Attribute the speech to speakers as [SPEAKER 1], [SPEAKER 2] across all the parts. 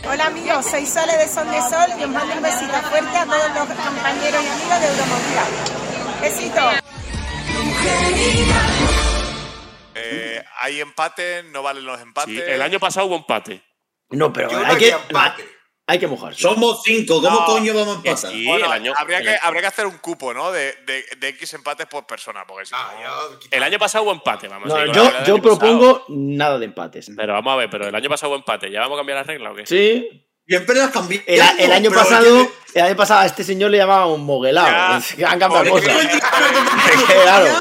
[SPEAKER 1] Somos seis soles de Sol de Sol y os mando un besito fuerte a todos los compañeros y amigos de Euromovilidad. Besito.
[SPEAKER 2] Eh, hay empate, no valen los empates.
[SPEAKER 3] Sí, el año pasado hubo empate.
[SPEAKER 4] No, pero
[SPEAKER 5] Yo no
[SPEAKER 4] hay que,
[SPEAKER 5] haría empate.
[SPEAKER 4] hay que mojar.
[SPEAKER 6] Somos cinco, ¿cómo
[SPEAKER 2] No,
[SPEAKER 6] coño vamos a
[SPEAKER 3] que
[SPEAKER 6] empatar?
[SPEAKER 3] sí.
[SPEAKER 2] Bueno,
[SPEAKER 3] el año-
[SPEAKER 2] habría,
[SPEAKER 3] el
[SPEAKER 2] que,
[SPEAKER 3] año-
[SPEAKER 2] habría que hacer un cupo, ¿no? De, de, de X empates por persona, porque si
[SPEAKER 5] Ah,
[SPEAKER 2] no-
[SPEAKER 5] yo-
[SPEAKER 3] El año pasado hubo empate, vamos.
[SPEAKER 4] No,
[SPEAKER 3] sí,
[SPEAKER 4] yo,
[SPEAKER 3] con la regla del
[SPEAKER 4] yo
[SPEAKER 3] año pasado.
[SPEAKER 4] propongo nada de empates.
[SPEAKER 3] Pero vamos a ver, pero el año pasado hubo empate. ¿Ya vamos a cambiar la regla o qué?
[SPEAKER 4] Sí.
[SPEAKER 6] Siempre las cambiamos.
[SPEAKER 4] El, el año
[SPEAKER 6] pero
[SPEAKER 4] pasado,
[SPEAKER 6] es que-
[SPEAKER 4] el año pasado a este señor le llamaban un moguelao.
[SPEAKER 2] Ya.
[SPEAKER 4] Es que Han cambiado
[SPEAKER 2] Porque-
[SPEAKER 4] cosas.
[SPEAKER 6] Es
[SPEAKER 4] que, claro.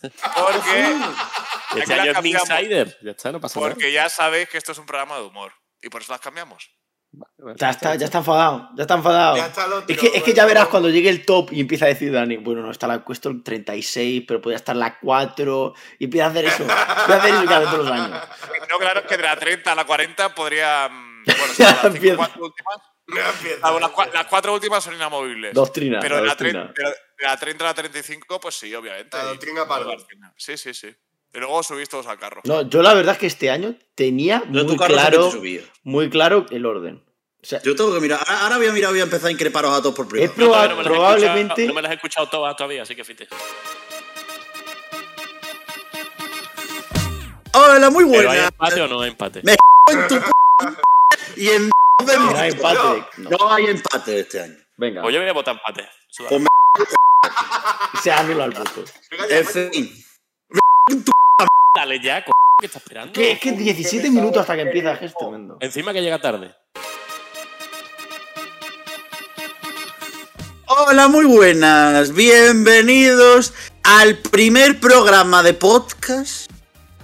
[SPEAKER 2] Porque,
[SPEAKER 3] Este
[SPEAKER 2] Aquí la
[SPEAKER 3] año es mi
[SPEAKER 2] cambiamos.
[SPEAKER 3] insider. Ya está, no pasa nada.
[SPEAKER 2] porque ya sabéis que esto es un programa de humor. Y por eso las cambiamos.
[SPEAKER 4] Ya está, ya está enfadado. Ya está enfadado.
[SPEAKER 5] Ya está lo-
[SPEAKER 4] es, que, es que ya verás cuando llegue el top y empieza a decir Dani, bueno, no, está la cuestión 36, pero podría estar la 4. Y empieza a hacer eso. Empieza a hacer eso cada todos los años.
[SPEAKER 2] No, claro, es que de la 30 a la 40 podría. mm, Bueno, son las cinco,
[SPEAKER 4] Empieza.
[SPEAKER 2] cuatro últimas.
[SPEAKER 5] Ya empieza.
[SPEAKER 2] Ah, bueno, las, cua- las cuatro últimas son inamovibles.
[SPEAKER 4] Doctrina.
[SPEAKER 2] pero
[SPEAKER 4] la
[SPEAKER 2] de la,
[SPEAKER 4] doctrina.
[SPEAKER 2] 30, pero de la 30 a la 35, pues sí, obviamente.
[SPEAKER 5] La
[SPEAKER 2] Y-
[SPEAKER 5] doctrina parda.
[SPEAKER 2] Sí, sí, sí. Y luego os subís todos al carro.
[SPEAKER 4] No, yo la verdad es que este año tenía
[SPEAKER 6] Yo
[SPEAKER 4] muy
[SPEAKER 6] tu carro siempre
[SPEAKER 4] claro,
[SPEAKER 6] te subía.
[SPEAKER 4] muy claro el orden. O sea,
[SPEAKER 6] Yo tengo que mirar. Ahora, ahora voy a mirar, voy a empezar a increparos a todos por
[SPEAKER 4] es
[SPEAKER 6] privado.
[SPEAKER 3] No, todavía no me
[SPEAKER 4] proba-
[SPEAKER 3] las he
[SPEAKER 4] probablemente.
[SPEAKER 3] escuchado- No me las he escuchado todas todavía, así que fíjate.
[SPEAKER 6] Ah, Hola, muy
[SPEAKER 3] ¿Pero hay
[SPEAKER 6] buena.
[SPEAKER 3] empate o no hay empate?
[SPEAKER 6] Me- En tu p- y en
[SPEAKER 4] Era empate. No.
[SPEAKER 6] no hay empate este año.
[SPEAKER 4] Venga,
[SPEAKER 3] O Pues yo voy a votar empate. Suda.
[SPEAKER 6] Pues
[SPEAKER 4] se anula el voto.
[SPEAKER 5] Venga,
[SPEAKER 6] En
[SPEAKER 5] ya, pues.
[SPEAKER 6] fin.
[SPEAKER 3] Dale ya, co- ¿Qué estás esperando?
[SPEAKER 4] Que es que 17 minutos hasta que empieza es tremendo.
[SPEAKER 3] Encima que llega tarde.
[SPEAKER 6] Hola, muy buenas. Bienvenidos al primer programa de podcast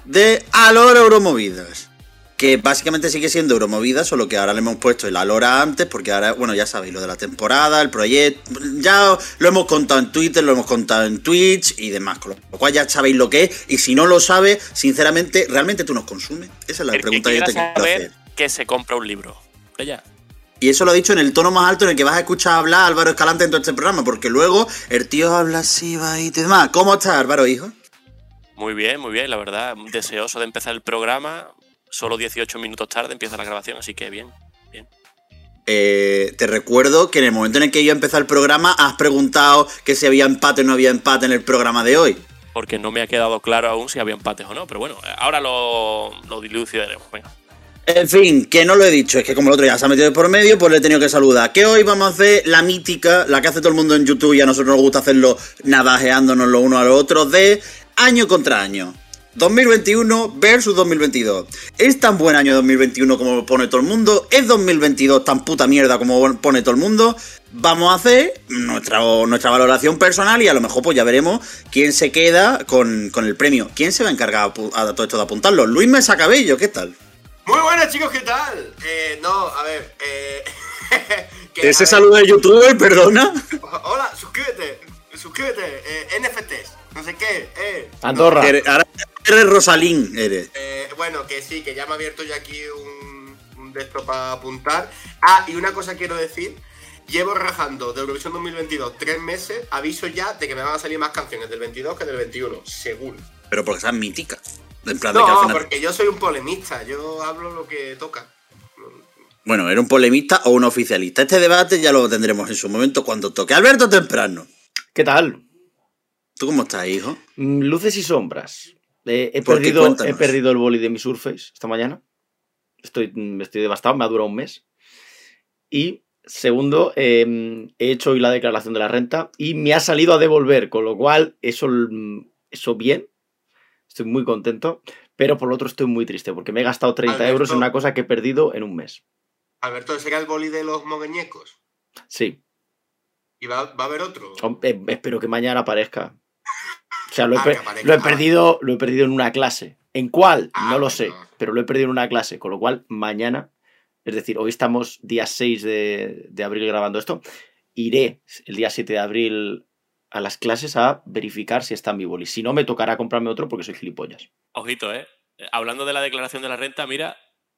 [SPEAKER 6] de Alora Euromovidas. Que básicamente sigue siendo Euromovidas, solo que ahora le hemos puesto el Alora antes, porque ahora, bueno, ya sabéis, lo de la temporada, el proyecto, ya lo hemos contado en Twitter, lo hemos contado en Twitch y demás, con lo cual ya sabéis lo que es, y si no lo sabes, sinceramente, ¿realmente tú nos consumes? Esa es la
[SPEAKER 3] El que
[SPEAKER 6] pregunta que yo
[SPEAKER 3] quiera
[SPEAKER 6] te quiero hacer.
[SPEAKER 3] saber que se compra un libro. Ve ya.
[SPEAKER 6] Y eso lo ha dicho en el tono más alto en el que vas a escuchar hablar a Álvaro Escalante en todo este programa, porque luego el tío habla así, va y demás. ¿Cómo estás, Álvaro, hijo?
[SPEAKER 3] Muy bien, muy bien, la verdad. Deseoso de empezar el programa. Solo 18 minutos tarde empieza la grabación, así que bien.
[SPEAKER 6] Eh, te recuerdo que en el momento en el que yo empecé el programa, has preguntado que si había empate o no había empate en el programa de hoy.
[SPEAKER 3] Porque no me ha quedado claro aún si había empates o no. Pero bueno, ahora lo, lo dilucidaremos. Venga.
[SPEAKER 6] En fin, que no lo he dicho, es que como el otro ya se ha metido por medio, pues le he tenido que saludar. Que hoy vamos a hacer la mítica, la que hace todo el mundo en YouTube y a nosotros nos gusta hacerlo navajeándonos los unos a los otros de año contra año. 2021 versus 2022. ¿Es tan buen año 2021 como lo pone todo el mundo? ¿Es 2022 tan puta mierda como pone todo el mundo? Vamos a hacer nuestra, nuestra valoración personal y a lo mejor pues ya veremos quién se queda con, con el premio. ¿Quién se va a encargar a, pu- a todo esto de apuntarlo? Luis Mesa Cabello, ¿qué tal?
[SPEAKER 5] Muy buenas chicos, ¿qué tal? Eh, no, a ver, eh, que, a
[SPEAKER 6] Ese
[SPEAKER 5] ver,
[SPEAKER 6] saludo de youtuber, perdona.
[SPEAKER 5] Hola, suscríbete, suscríbete, eh, NFTs, no sé qué, eh.
[SPEAKER 4] Andorra.
[SPEAKER 6] Eres- Ahora eres Rosalín, eres.
[SPEAKER 5] Eh, bueno, que sí, que ya me ha abierto yo aquí un, un de esto para apuntar. Ah, y una cosa quiero decir. Llevo rajando de Eurovisión 2022 tres meses. Aviso ya de que me van a salir más canciones del 22 que del 21, seguro.
[SPEAKER 6] Pero porque seas mítica. En plan de que al
[SPEAKER 5] No,
[SPEAKER 6] final-
[SPEAKER 5] porque yo soy un polemista. Yo hablo lo que toca.
[SPEAKER 6] Bueno, era un polemista o un oficialista. Este debate ya lo tendremos en su momento cuando toque. Alberto Temprano.
[SPEAKER 4] ¿Qué tal?
[SPEAKER 6] ¿Tú cómo estás, hijo?
[SPEAKER 4] Mm, Luces y sombras. Eh, he,
[SPEAKER 6] ¿Por qué?
[SPEAKER 4] perdido, he
[SPEAKER 6] Cuéntanos.
[SPEAKER 4] perdido el boli de mi Surface esta mañana. Estoy, mm, estoy devastado, me ha durado un mes. Y segundo, eh, he hecho hoy la declaración de la renta y me ha salido a devolver, con lo cual eso, mm, eso bien. Estoy muy contento, pero por lo otro estoy muy triste porque me he gastado 30 euros en
[SPEAKER 5] Alberto.
[SPEAKER 4] una cosa que he perdido en un mes.
[SPEAKER 5] Alberto, ¿ese era el boli de los mogueñecos?
[SPEAKER 4] Sí,
[SPEAKER 5] ¿Y va, va a haber otro?
[SPEAKER 4] Hom- eh, espero que mañana aparezca. O sea, lo he,
[SPEAKER 5] Ah,
[SPEAKER 4] per-
[SPEAKER 5] que aparezca.
[SPEAKER 4] lo he perdido, lo he perdido en una clase. ¿En cuál?
[SPEAKER 5] Ah,
[SPEAKER 4] no lo
[SPEAKER 5] bueno.
[SPEAKER 4] sé, pero lo he perdido en una clase, con lo cual mañana, es decir, hoy estamos día 6 de, de abril grabando esto, iré el día 7 de abril a las clases a verificar si está en mi boli. Si no, me tocará comprarme otro porque soy gilipollas.
[SPEAKER 3] Ojito, ¿eh? Eh, Hablando de la declaración de la renta, mira,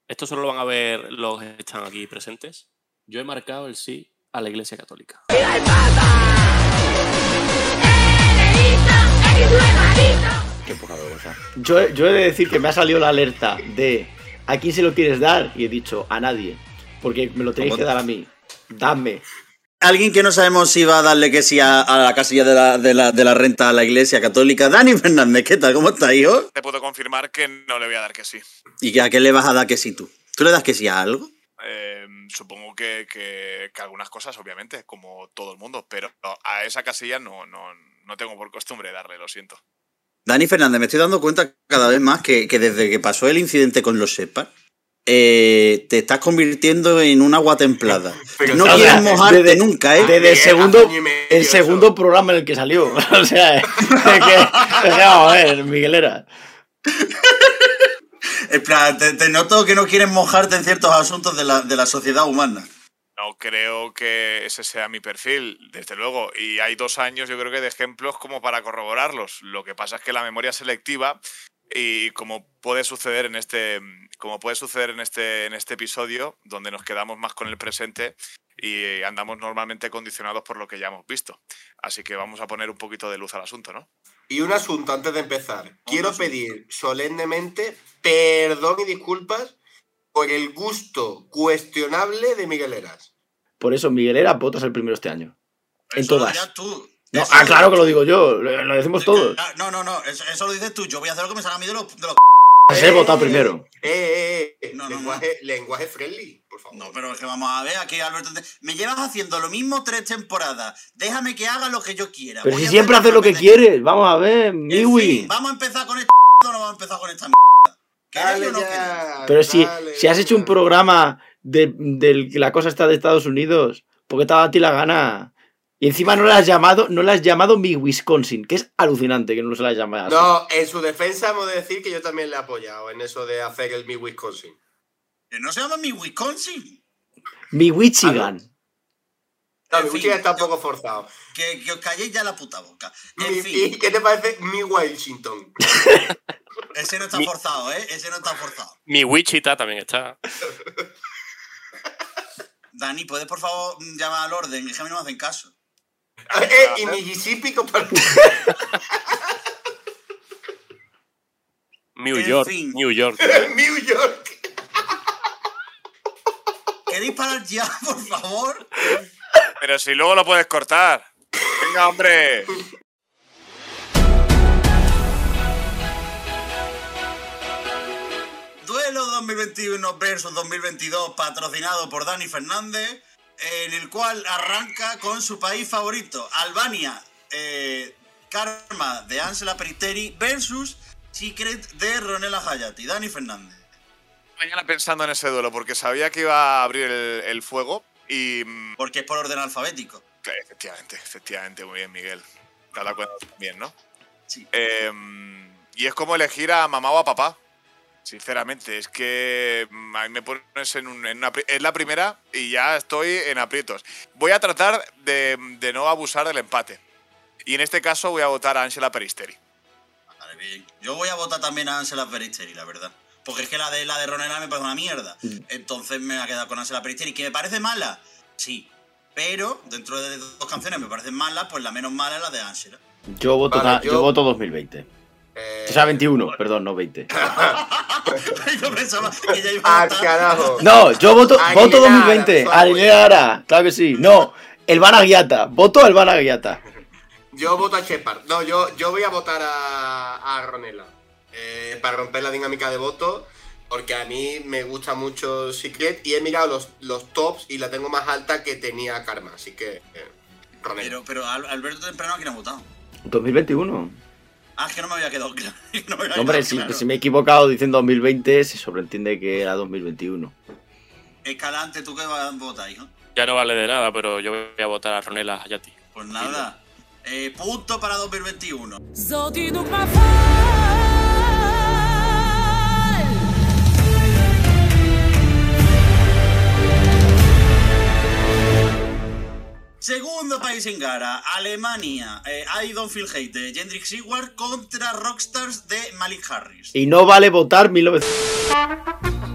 [SPEAKER 3] esto solo lo van a ver los que están aquí presentes. Yo he marcado el sí a la Iglesia Católica.
[SPEAKER 4] Qué poca vergüenza. Yo, yo he de decir que me ha salido la alerta de ¿a quién se lo quieres dar? Y he dicho, a nadie. porque me lo tenéis que dar a mí. Dame.
[SPEAKER 6] Alguien que no sabemos si va a darle que sí a, a la casilla de la, de, la, de la renta a la iglesia católica. Dani Fernández, ¿qué tal? ¿Cómo estás, hijo?
[SPEAKER 2] Te puedo confirmar que no le voy a dar que sí.
[SPEAKER 6] ¿Y a qué le vas a dar que sí tú? ¿Tú le das que sí a algo?
[SPEAKER 2] Eh, supongo que, que- que algunas cosas, obviamente, como todo el mundo, pero a esa casilla no, no, no tengo por costumbre darle, lo siento.
[SPEAKER 6] Dani Fernández, me estoy dando cuenta cada vez más que, que desde que pasó el incidente con los SEPA, eh, te estás convirtiendo en un agua templada.
[SPEAKER 5] Pero
[SPEAKER 6] no
[SPEAKER 5] sabes,
[SPEAKER 6] quieres mojarte
[SPEAKER 4] desde-
[SPEAKER 6] nunca, ¿eh?
[SPEAKER 5] desde-
[SPEAKER 4] Desde el
[SPEAKER 5] hace
[SPEAKER 4] segundo,
[SPEAKER 5] Ah, año y medio
[SPEAKER 4] el
[SPEAKER 5] eso.
[SPEAKER 4] segundo programa en el que salió. O sea, es que, es que, vamos a ver, Miguelera.
[SPEAKER 6] En plan, te, te noto que no quieres mojarte en ciertos asuntos de la, de la sociedad humana.
[SPEAKER 2] No creo que ese sea mi perfil, desde luego. Y hay dos años, yo creo que de ejemplos como para corroborarlos. Lo que pasa es que la memoria es selectiva y como puede suceder en este, como puede suceder en este, en este episodio, donde nos quedamos más con el presente y andamos normalmente condicionados por lo que ya hemos visto. Así que vamos a poner un poquito de luz al asunto, ¿no?
[SPEAKER 5] Y un asunto antes de empezar. Quiero pedir solemnemente perdón y disculpas por el gusto cuestionable de Miguel Eras.
[SPEAKER 4] Por eso, Miguelera, votas el primero este año. En
[SPEAKER 6] Eso lo
[SPEAKER 4] todas.
[SPEAKER 6] dirás tú.
[SPEAKER 4] No,
[SPEAKER 6] Eso-
[SPEAKER 4] ah, claro que lo digo yo, lo lo decimos
[SPEAKER 5] Eh,
[SPEAKER 4] todos.
[SPEAKER 6] Ah, No, no, no, eso, eso lo dices tú. Yo voy a hacer lo que me salga a mí de los, de los
[SPEAKER 4] Se Pues he votado primero.
[SPEAKER 5] Eh, eh, eh.
[SPEAKER 6] No, no, no.
[SPEAKER 5] lenguaje, lenguaje friendly, por favor.
[SPEAKER 6] No, pero es que vamos a ver aquí, Alberto. te- Me llevas haciendo lo mismo tres temporadas. Déjame que haga lo que yo quiera.
[SPEAKER 4] Pero
[SPEAKER 6] Voy
[SPEAKER 4] si
[SPEAKER 6] a
[SPEAKER 4] siempre
[SPEAKER 6] hacer
[SPEAKER 4] haces lo que
[SPEAKER 6] me-
[SPEAKER 4] quieres, vamos a ver,
[SPEAKER 6] En fin,
[SPEAKER 4] Miwi.
[SPEAKER 6] Vamos a empezar con esta mierda o no vamos a empezar con esta mierda. ¿Queréis
[SPEAKER 5] Dale
[SPEAKER 6] o no queréis?
[SPEAKER 5] ya,
[SPEAKER 4] Pero si,
[SPEAKER 5] dale
[SPEAKER 4] si has hecho
[SPEAKER 5] ya.
[SPEAKER 4] un programa de, de la cosa está de Estados Unidos, ¿por qué te ha dado a ti la gana? Y encima no la has llamado, no la has llamado mi Wisconsin, que es alucinante que no se la has llamado. así.
[SPEAKER 5] No, en su defensa hemos de decir que yo también le he apoyado en eso de hacer el Mi Wisconsin.
[SPEAKER 6] Que no se llama mi Wisconsin.
[SPEAKER 4] Mi Wichigan.
[SPEAKER 5] No,
[SPEAKER 6] En
[SPEAKER 5] mi
[SPEAKER 6] fin.
[SPEAKER 5] Wisconsin está un poco forzado.
[SPEAKER 6] Que, que os calléis ya la puta boca.
[SPEAKER 5] Mi-
[SPEAKER 6] En
[SPEAKER 5] ¿Y
[SPEAKER 6] fin,
[SPEAKER 5] qué te parece Mi Washington?
[SPEAKER 6] ese no está forzado, ¿eh? Ese no está forzado.
[SPEAKER 3] Mi Wichita también está.
[SPEAKER 6] Dani, ¿puedes por favor mm, llamar al orden? Es que a mí no me hacen caso.
[SPEAKER 5] Eh, y Mississippi compa-
[SPEAKER 3] New
[SPEAKER 6] En
[SPEAKER 3] York.
[SPEAKER 6] fin.
[SPEAKER 3] New York.
[SPEAKER 5] New York.
[SPEAKER 6] ¿Queréis parar ya, por favor?
[SPEAKER 2] Pero si luego lo puedes cortar. Venga, hombre.
[SPEAKER 6] Duelo 2021 versus 2022 patrocinado por Dani Fernández, en el cual arranca con su país favorito, Albania. Eh, Karma de Ansela Peristeri versus Secret de Ronela Hayati. Dani Fernández.
[SPEAKER 2] Mañana pensando en ese duelo, porque sabía que iba a abrir el, el fuego y. mm,
[SPEAKER 6] Porque es por orden alfabético.
[SPEAKER 2] claro, Efectivamente, efectivamente, muy bien, Miguel. Te has dado cuenta también, ¿no?
[SPEAKER 6] Sí.
[SPEAKER 2] Eh, mm, y es como elegir a mamá o a papá. Sinceramente, es que mm, a mí me pones en, un- en una. pri- Es la primera y ya estoy en aprietos. Voy a tratar de, de no abusar del empate. Y en este caso voy a votar a Ángela Peristeri.
[SPEAKER 6] Vale, bien. Yo voy a votar también a Ansela Peristeri, la verdad. Porque es que la de, la de Ronela me parece una mierda. Entonces me ha quedado con Ansela Peristeri, que me parece mala. Sí. Pero dentro de dos canciones me parecen malas, pues la menos mala es la de Ansela.
[SPEAKER 4] Yo voto,
[SPEAKER 5] Vale,
[SPEAKER 4] na- yo...
[SPEAKER 5] yo-
[SPEAKER 4] voto 2020.
[SPEAKER 5] Eh,
[SPEAKER 4] O sea, 21, perdón, no 20.
[SPEAKER 6] Yo pensaba que ya iba a
[SPEAKER 5] al
[SPEAKER 6] votar.
[SPEAKER 5] Eh, ah, carajo.
[SPEAKER 4] No, yo voto,
[SPEAKER 5] Aguilera,
[SPEAKER 4] voto 2020.
[SPEAKER 5] soy
[SPEAKER 4] Aguilera, claro que sí. No, el Van Aguiata. Voto al Van Aguiata.
[SPEAKER 5] Yo voto a Shepard. No, yo, yo voy a votar a, a Ronela. eh, para romper la dinámica de voto. Porque a mí me gusta mucho Secret. Y he mirado los, los tops y la tengo más alta que tenía Karma. Así que. eh, Ronela.
[SPEAKER 6] Pero, pero Al- Alberto Temprano aquí no ha votado.
[SPEAKER 4] 2021.
[SPEAKER 6] Ah, es que no me había quedado claro. No me había
[SPEAKER 4] No, hombre,
[SPEAKER 6] quedado
[SPEAKER 4] si,
[SPEAKER 6] claro.
[SPEAKER 4] si me he equivocado diciendo 2020, se sobreentiende que era 2021.
[SPEAKER 6] Escalante, ¿tú qué vas a votar, hijo?
[SPEAKER 3] Ya no vale de nada, pero yo voy a votar a Ronela Hayati.
[SPEAKER 6] Pues nada. Eh, punto para 2021.
[SPEAKER 7] Zotin nuk ma fal
[SPEAKER 6] Segundo país en gara, Alemania. Eh, I don't feel hate de Jendrik Sigward contra Rockstars de Malik Harris.
[SPEAKER 4] Y no vale votar 1900.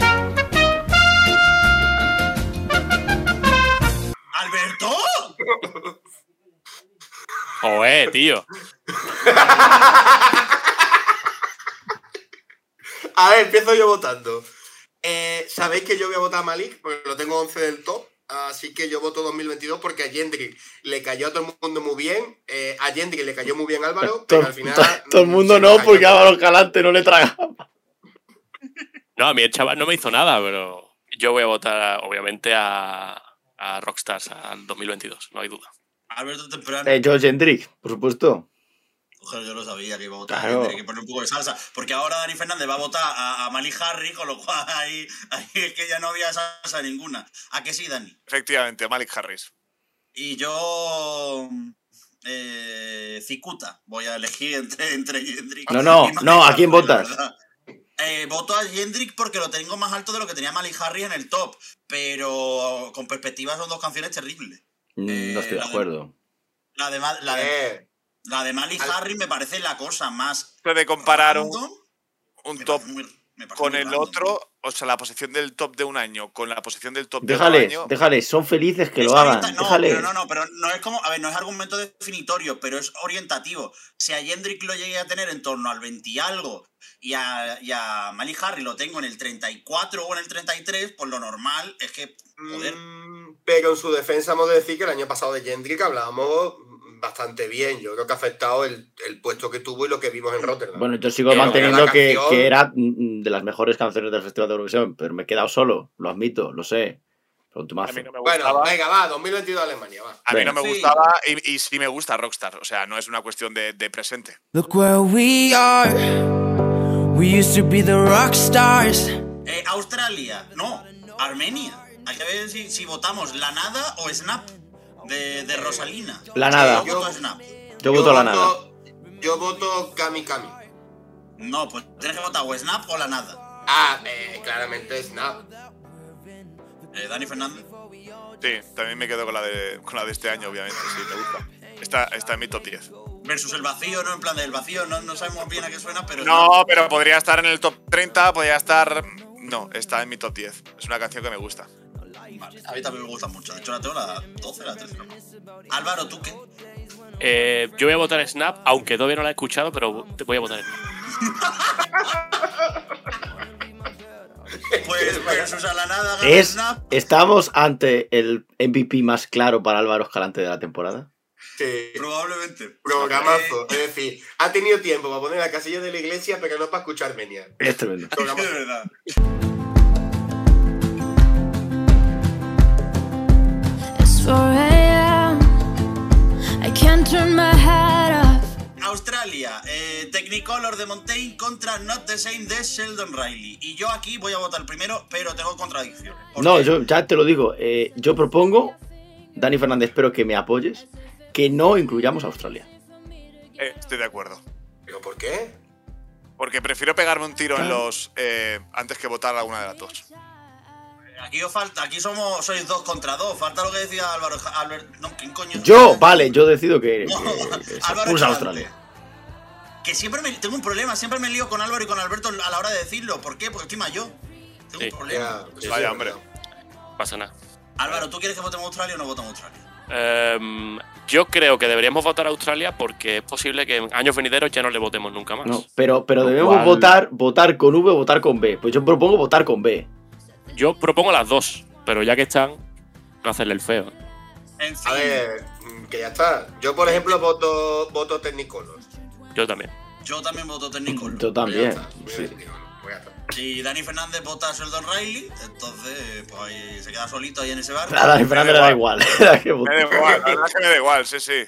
[SPEAKER 6] ¡Alberto!
[SPEAKER 3] Oe, tío.
[SPEAKER 5] A ver, empiezo yo votando. Eh, Sabéis que yo voy a votar a Malik, porque lo tengo 11 del top. Así que yo voto 2022 porque a Jendrik le cayó a todo el mundo muy bien. eh, a Jendrik le cayó muy bien Álvaro, pero
[SPEAKER 4] Todo,
[SPEAKER 5] al final.
[SPEAKER 4] to- todo el
[SPEAKER 5] mm,
[SPEAKER 4] mundo
[SPEAKER 5] se
[SPEAKER 4] no,
[SPEAKER 5] le cayó
[SPEAKER 4] porque
[SPEAKER 5] todo.
[SPEAKER 4] Álvaro Calante no le traga.
[SPEAKER 3] No, a mí el chaval no me hizo nada, pero yo voy a votar, obviamente, a, a Rockstars al 2022, no hay duda.
[SPEAKER 6] Alberto Temprano.
[SPEAKER 4] Eh, George Hendrick, por supuesto.
[SPEAKER 6] Joder, yo lo sabía que iba a votar.
[SPEAKER 4] Claro.
[SPEAKER 6] Tiene que poner un poco de salsa. Porque ahora Dani Fernández va a votar a, a Mali Harry, con lo cual ahí, ahí es que ya no había salsa ninguna. ¿A qué sí, Dani?
[SPEAKER 2] Efectivamente, Malik Harris.
[SPEAKER 6] Y yo. Eh, Cicuta. Voy a elegir entre, entre Jendrik.
[SPEAKER 4] No, no,
[SPEAKER 6] y Mali
[SPEAKER 4] no, ¿a quién
[SPEAKER 6] Harry,
[SPEAKER 4] votas?
[SPEAKER 6] la verdad. Eh, voto a Jendrik porque lo tengo más alto de lo que tenía Mali Harry en el top. Pero con perspectiva son dos canciones terribles.
[SPEAKER 4] Mm, No estoy de acuerdo.
[SPEAKER 6] La de, Ma- la de,
[SPEAKER 5] Eh,
[SPEAKER 6] la de Mali
[SPEAKER 5] Al-
[SPEAKER 6] Harry me parece la cosa más.
[SPEAKER 2] Puede comparar un,
[SPEAKER 6] random.
[SPEAKER 2] un
[SPEAKER 6] Me
[SPEAKER 2] top
[SPEAKER 6] parece muy- me parece
[SPEAKER 2] con
[SPEAKER 6] muy
[SPEAKER 2] el
[SPEAKER 6] random.
[SPEAKER 2] otro, o sea, la posición del top de un año con la posición del top de
[SPEAKER 4] Déjales,
[SPEAKER 2] otro año.
[SPEAKER 4] déjales, son felices que
[SPEAKER 6] Es
[SPEAKER 4] lo hagan.
[SPEAKER 6] orienta- No,
[SPEAKER 4] déjales.
[SPEAKER 6] pero no, no, pero no es como, a ver, no es argumento definitorio, pero es orientativo. Si a Jendrik lo llegué a tener en torno al 20 y algo y a, y a Mali Harry lo tengo en el 34 o en el 33, pues lo normal es que, joder,
[SPEAKER 5] mm, pero en su defensa hemos de decir que el año pasado de Jendrik hablábamos bastante bien. Yo creo que ha afectado el, el puesto que tuvo y lo que vimos en Rotterdam.
[SPEAKER 4] Bueno, yo sigo
[SPEAKER 3] Pero
[SPEAKER 4] manteniendo
[SPEAKER 5] la
[SPEAKER 4] que,
[SPEAKER 5] canción-
[SPEAKER 4] que era mm, de las mejores canciones del Festival de Eurovisión, pero me he quedado solo, lo admito, lo sé. Pero tú
[SPEAKER 2] A mí no me
[SPEAKER 5] Bueno,
[SPEAKER 2] gustaba.
[SPEAKER 5] venga, va, 2022 Alemania, va.
[SPEAKER 2] A mí
[SPEAKER 4] Venga.
[SPEAKER 2] no me
[SPEAKER 6] Sí.
[SPEAKER 2] gustaba y, y sí me gusta Rockstar. O sea, no es una cuestión de, de presente.
[SPEAKER 8] Look where we are. We used to be the rock stars.
[SPEAKER 6] eh, Australia, no, Armenia. Hay que ver si, si votamos La Nada o Snap de, de Rosalina.
[SPEAKER 4] La Nada.
[SPEAKER 6] Yo voto Snap.
[SPEAKER 4] Yo voto la nada.
[SPEAKER 5] Yo voto Kami Kami.
[SPEAKER 6] No, pues tienes que votar o Snap o La Nada.
[SPEAKER 5] Ah, eh, claramente Snap.
[SPEAKER 6] Eh, Dani Fernández.
[SPEAKER 2] Sí, también me quedo con la de, con la de este año, obviamente. Sí, me gusta. Está, está en mi top 10.
[SPEAKER 6] Versus el vacío, ¿no? En plan del vacío, no, no sabemos bien a qué suena, pero.
[SPEAKER 2] No, pero podría estar en el top 30, podría estar. No, está en mi top 10. Es una canción que me gusta.
[SPEAKER 6] Vale, a mí también me gusta mucho. De hecho, la tengo la 12, la 13. ¿no? Álvaro, ¿tú qué?
[SPEAKER 3] Eh, yo voy a votar Snap, aunque todavía no la he escuchado, pero te voy a votar Snap.
[SPEAKER 6] Pues versus a la nada, gana
[SPEAKER 4] Es,
[SPEAKER 6] Snap.
[SPEAKER 4] ¿Estamos ante el MVP más claro para Álvaro Escalante de la temporada?
[SPEAKER 5] Sí.
[SPEAKER 6] Probablemente. Eh,
[SPEAKER 5] Programazo. Es decir, ha tenido tiempo para poner la casilla de la iglesia, pero no para escuchar Armenia.
[SPEAKER 4] Es tremendo.
[SPEAKER 6] Eh, de
[SPEAKER 5] Programazo.
[SPEAKER 6] verdad.
[SPEAKER 7] It's 4 a.m. I can't turn my head off.
[SPEAKER 6] Australia, eh, Technicolor de Montaigne contra Not the Same de Sheldon Riley. Y yo aquí voy a votar primero, pero tengo contradicción.
[SPEAKER 4] No, yo ya te lo digo. eh, yo propongo, Dani Fernández, espero que me apoyes, que no incluyamos a Australia.
[SPEAKER 2] Eh, estoy de acuerdo.
[SPEAKER 5] ¿Pero por qué?
[SPEAKER 2] Porque prefiero pegarme un tiro en los. eh, antes que votar alguna de las dos.
[SPEAKER 6] Aquí os falta, aquí somos, sois dos contra dos. Falta lo que decía Álvaro. Albert, no, ¿quién coño? es?
[SPEAKER 4] Yo, vale, yo decido que, que-
[SPEAKER 6] No,
[SPEAKER 4] que se
[SPEAKER 6] Álvaro
[SPEAKER 4] expulsa a
[SPEAKER 6] Escalante.
[SPEAKER 4] Australia.
[SPEAKER 6] Que siempre me, tengo un problema, siempre me lío con Álvaro y con Alberto a la hora de decirlo. ¿Por qué? Porque estoy mayor. Tengo
[SPEAKER 3] Sí.
[SPEAKER 6] un problema.
[SPEAKER 5] Ya, pues
[SPEAKER 2] Vaya,
[SPEAKER 5] sí,
[SPEAKER 2] hombre.
[SPEAKER 5] verdad.
[SPEAKER 3] Pasa nada.
[SPEAKER 6] Álvaro, ¿tú quieres que votemos Australia o no votemos Australia?
[SPEAKER 3] Em, yo creo que deberíamos votar a Australia porque es posible que en años venideros ya no le votemos nunca más.
[SPEAKER 4] No, pero, pero
[SPEAKER 3] Lo
[SPEAKER 4] debemos
[SPEAKER 3] cual-
[SPEAKER 4] votar, votar con V o votar con B. Pues yo propongo votar con B.
[SPEAKER 3] Yo propongo las dos, pero ya que están, no hacerle el feo.
[SPEAKER 6] En fin.
[SPEAKER 5] A ver, mm, que ya está. Yo, por ejemplo, voto, voto Technicolor.
[SPEAKER 3] Yo también.
[SPEAKER 6] Yo también voto
[SPEAKER 4] Yo
[SPEAKER 6] Technicolor.
[SPEAKER 5] Pues ya
[SPEAKER 4] también.
[SPEAKER 5] está. Voy a
[SPEAKER 4] sí.
[SPEAKER 5] Technicolor, voy a estar.
[SPEAKER 6] Si Dani Fernández vota a Sheldon Riley, entonces pues ahí se queda solito ahí en ese bar.
[SPEAKER 4] A Dani Fernández le da igual. Era que
[SPEAKER 2] Me da
[SPEAKER 4] votar.
[SPEAKER 2] igual, la verdad es que me da igual, sí, sí.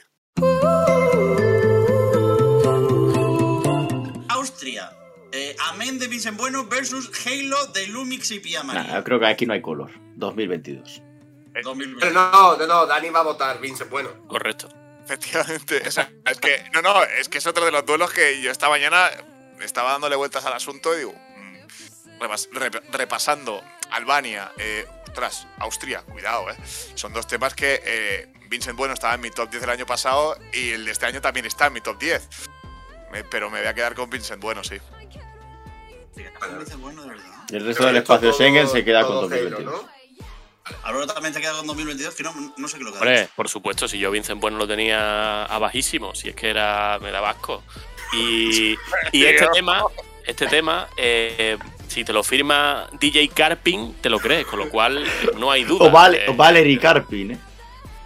[SPEAKER 6] Austria. eh, Amén de Vincent Bueno versus Halo de Lumix y Pia María.
[SPEAKER 4] Nah, yo creo que aquí no hay color. 2022.
[SPEAKER 6] 2020.
[SPEAKER 5] Pero no, no, no, Dani va a votar, Vincent. Bueno,
[SPEAKER 3] Correcto.
[SPEAKER 2] Efectivamente. o sea, es que, no, no, es que es otro de los duelos que yo esta mañana estaba dándole vueltas al asunto y digo, mm, repas- rep- repasando Albania, eh, ostras, Austria, cuidado, eh. Son dos temas que eh, Vincent Bueno estaba en mi top 10 del año pasado y el de este año también está en mi top 10. Me- pero me voy a quedar con Vincent Bueno, sí.
[SPEAKER 6] Amén de Vincent Bueno, de verdad.
[SPEAKER 4] El resto del espacio
[SPEAKER 5] todo-
[SPEAKER 4] Schengen se queda con
[SPEAKER 5] todo Halo,
[SPEAKER 4] 2022.
[SPEAKER 5] ¿no?
[SPEAKER 6] Aurora también te queda con 2022, que no, no sé qué lo que
[SPEAKER 3] Hombre, por supuesto, si yo Vincent Bueno lo tenía a bajísimo, si es que era. me daba asco. Y, y este
[SPEAKER 2] Tío.
[SPEAKER 3] tema, este tema, eh, si te lo firma DJ Carpin, te lo crees, con lo cual eh, no hay duda.
[SPEAKER 4] O, vale,
[SPEAKER 3] Eh,
[SPEAKER 4] o Valerie Carpin, ¿eh?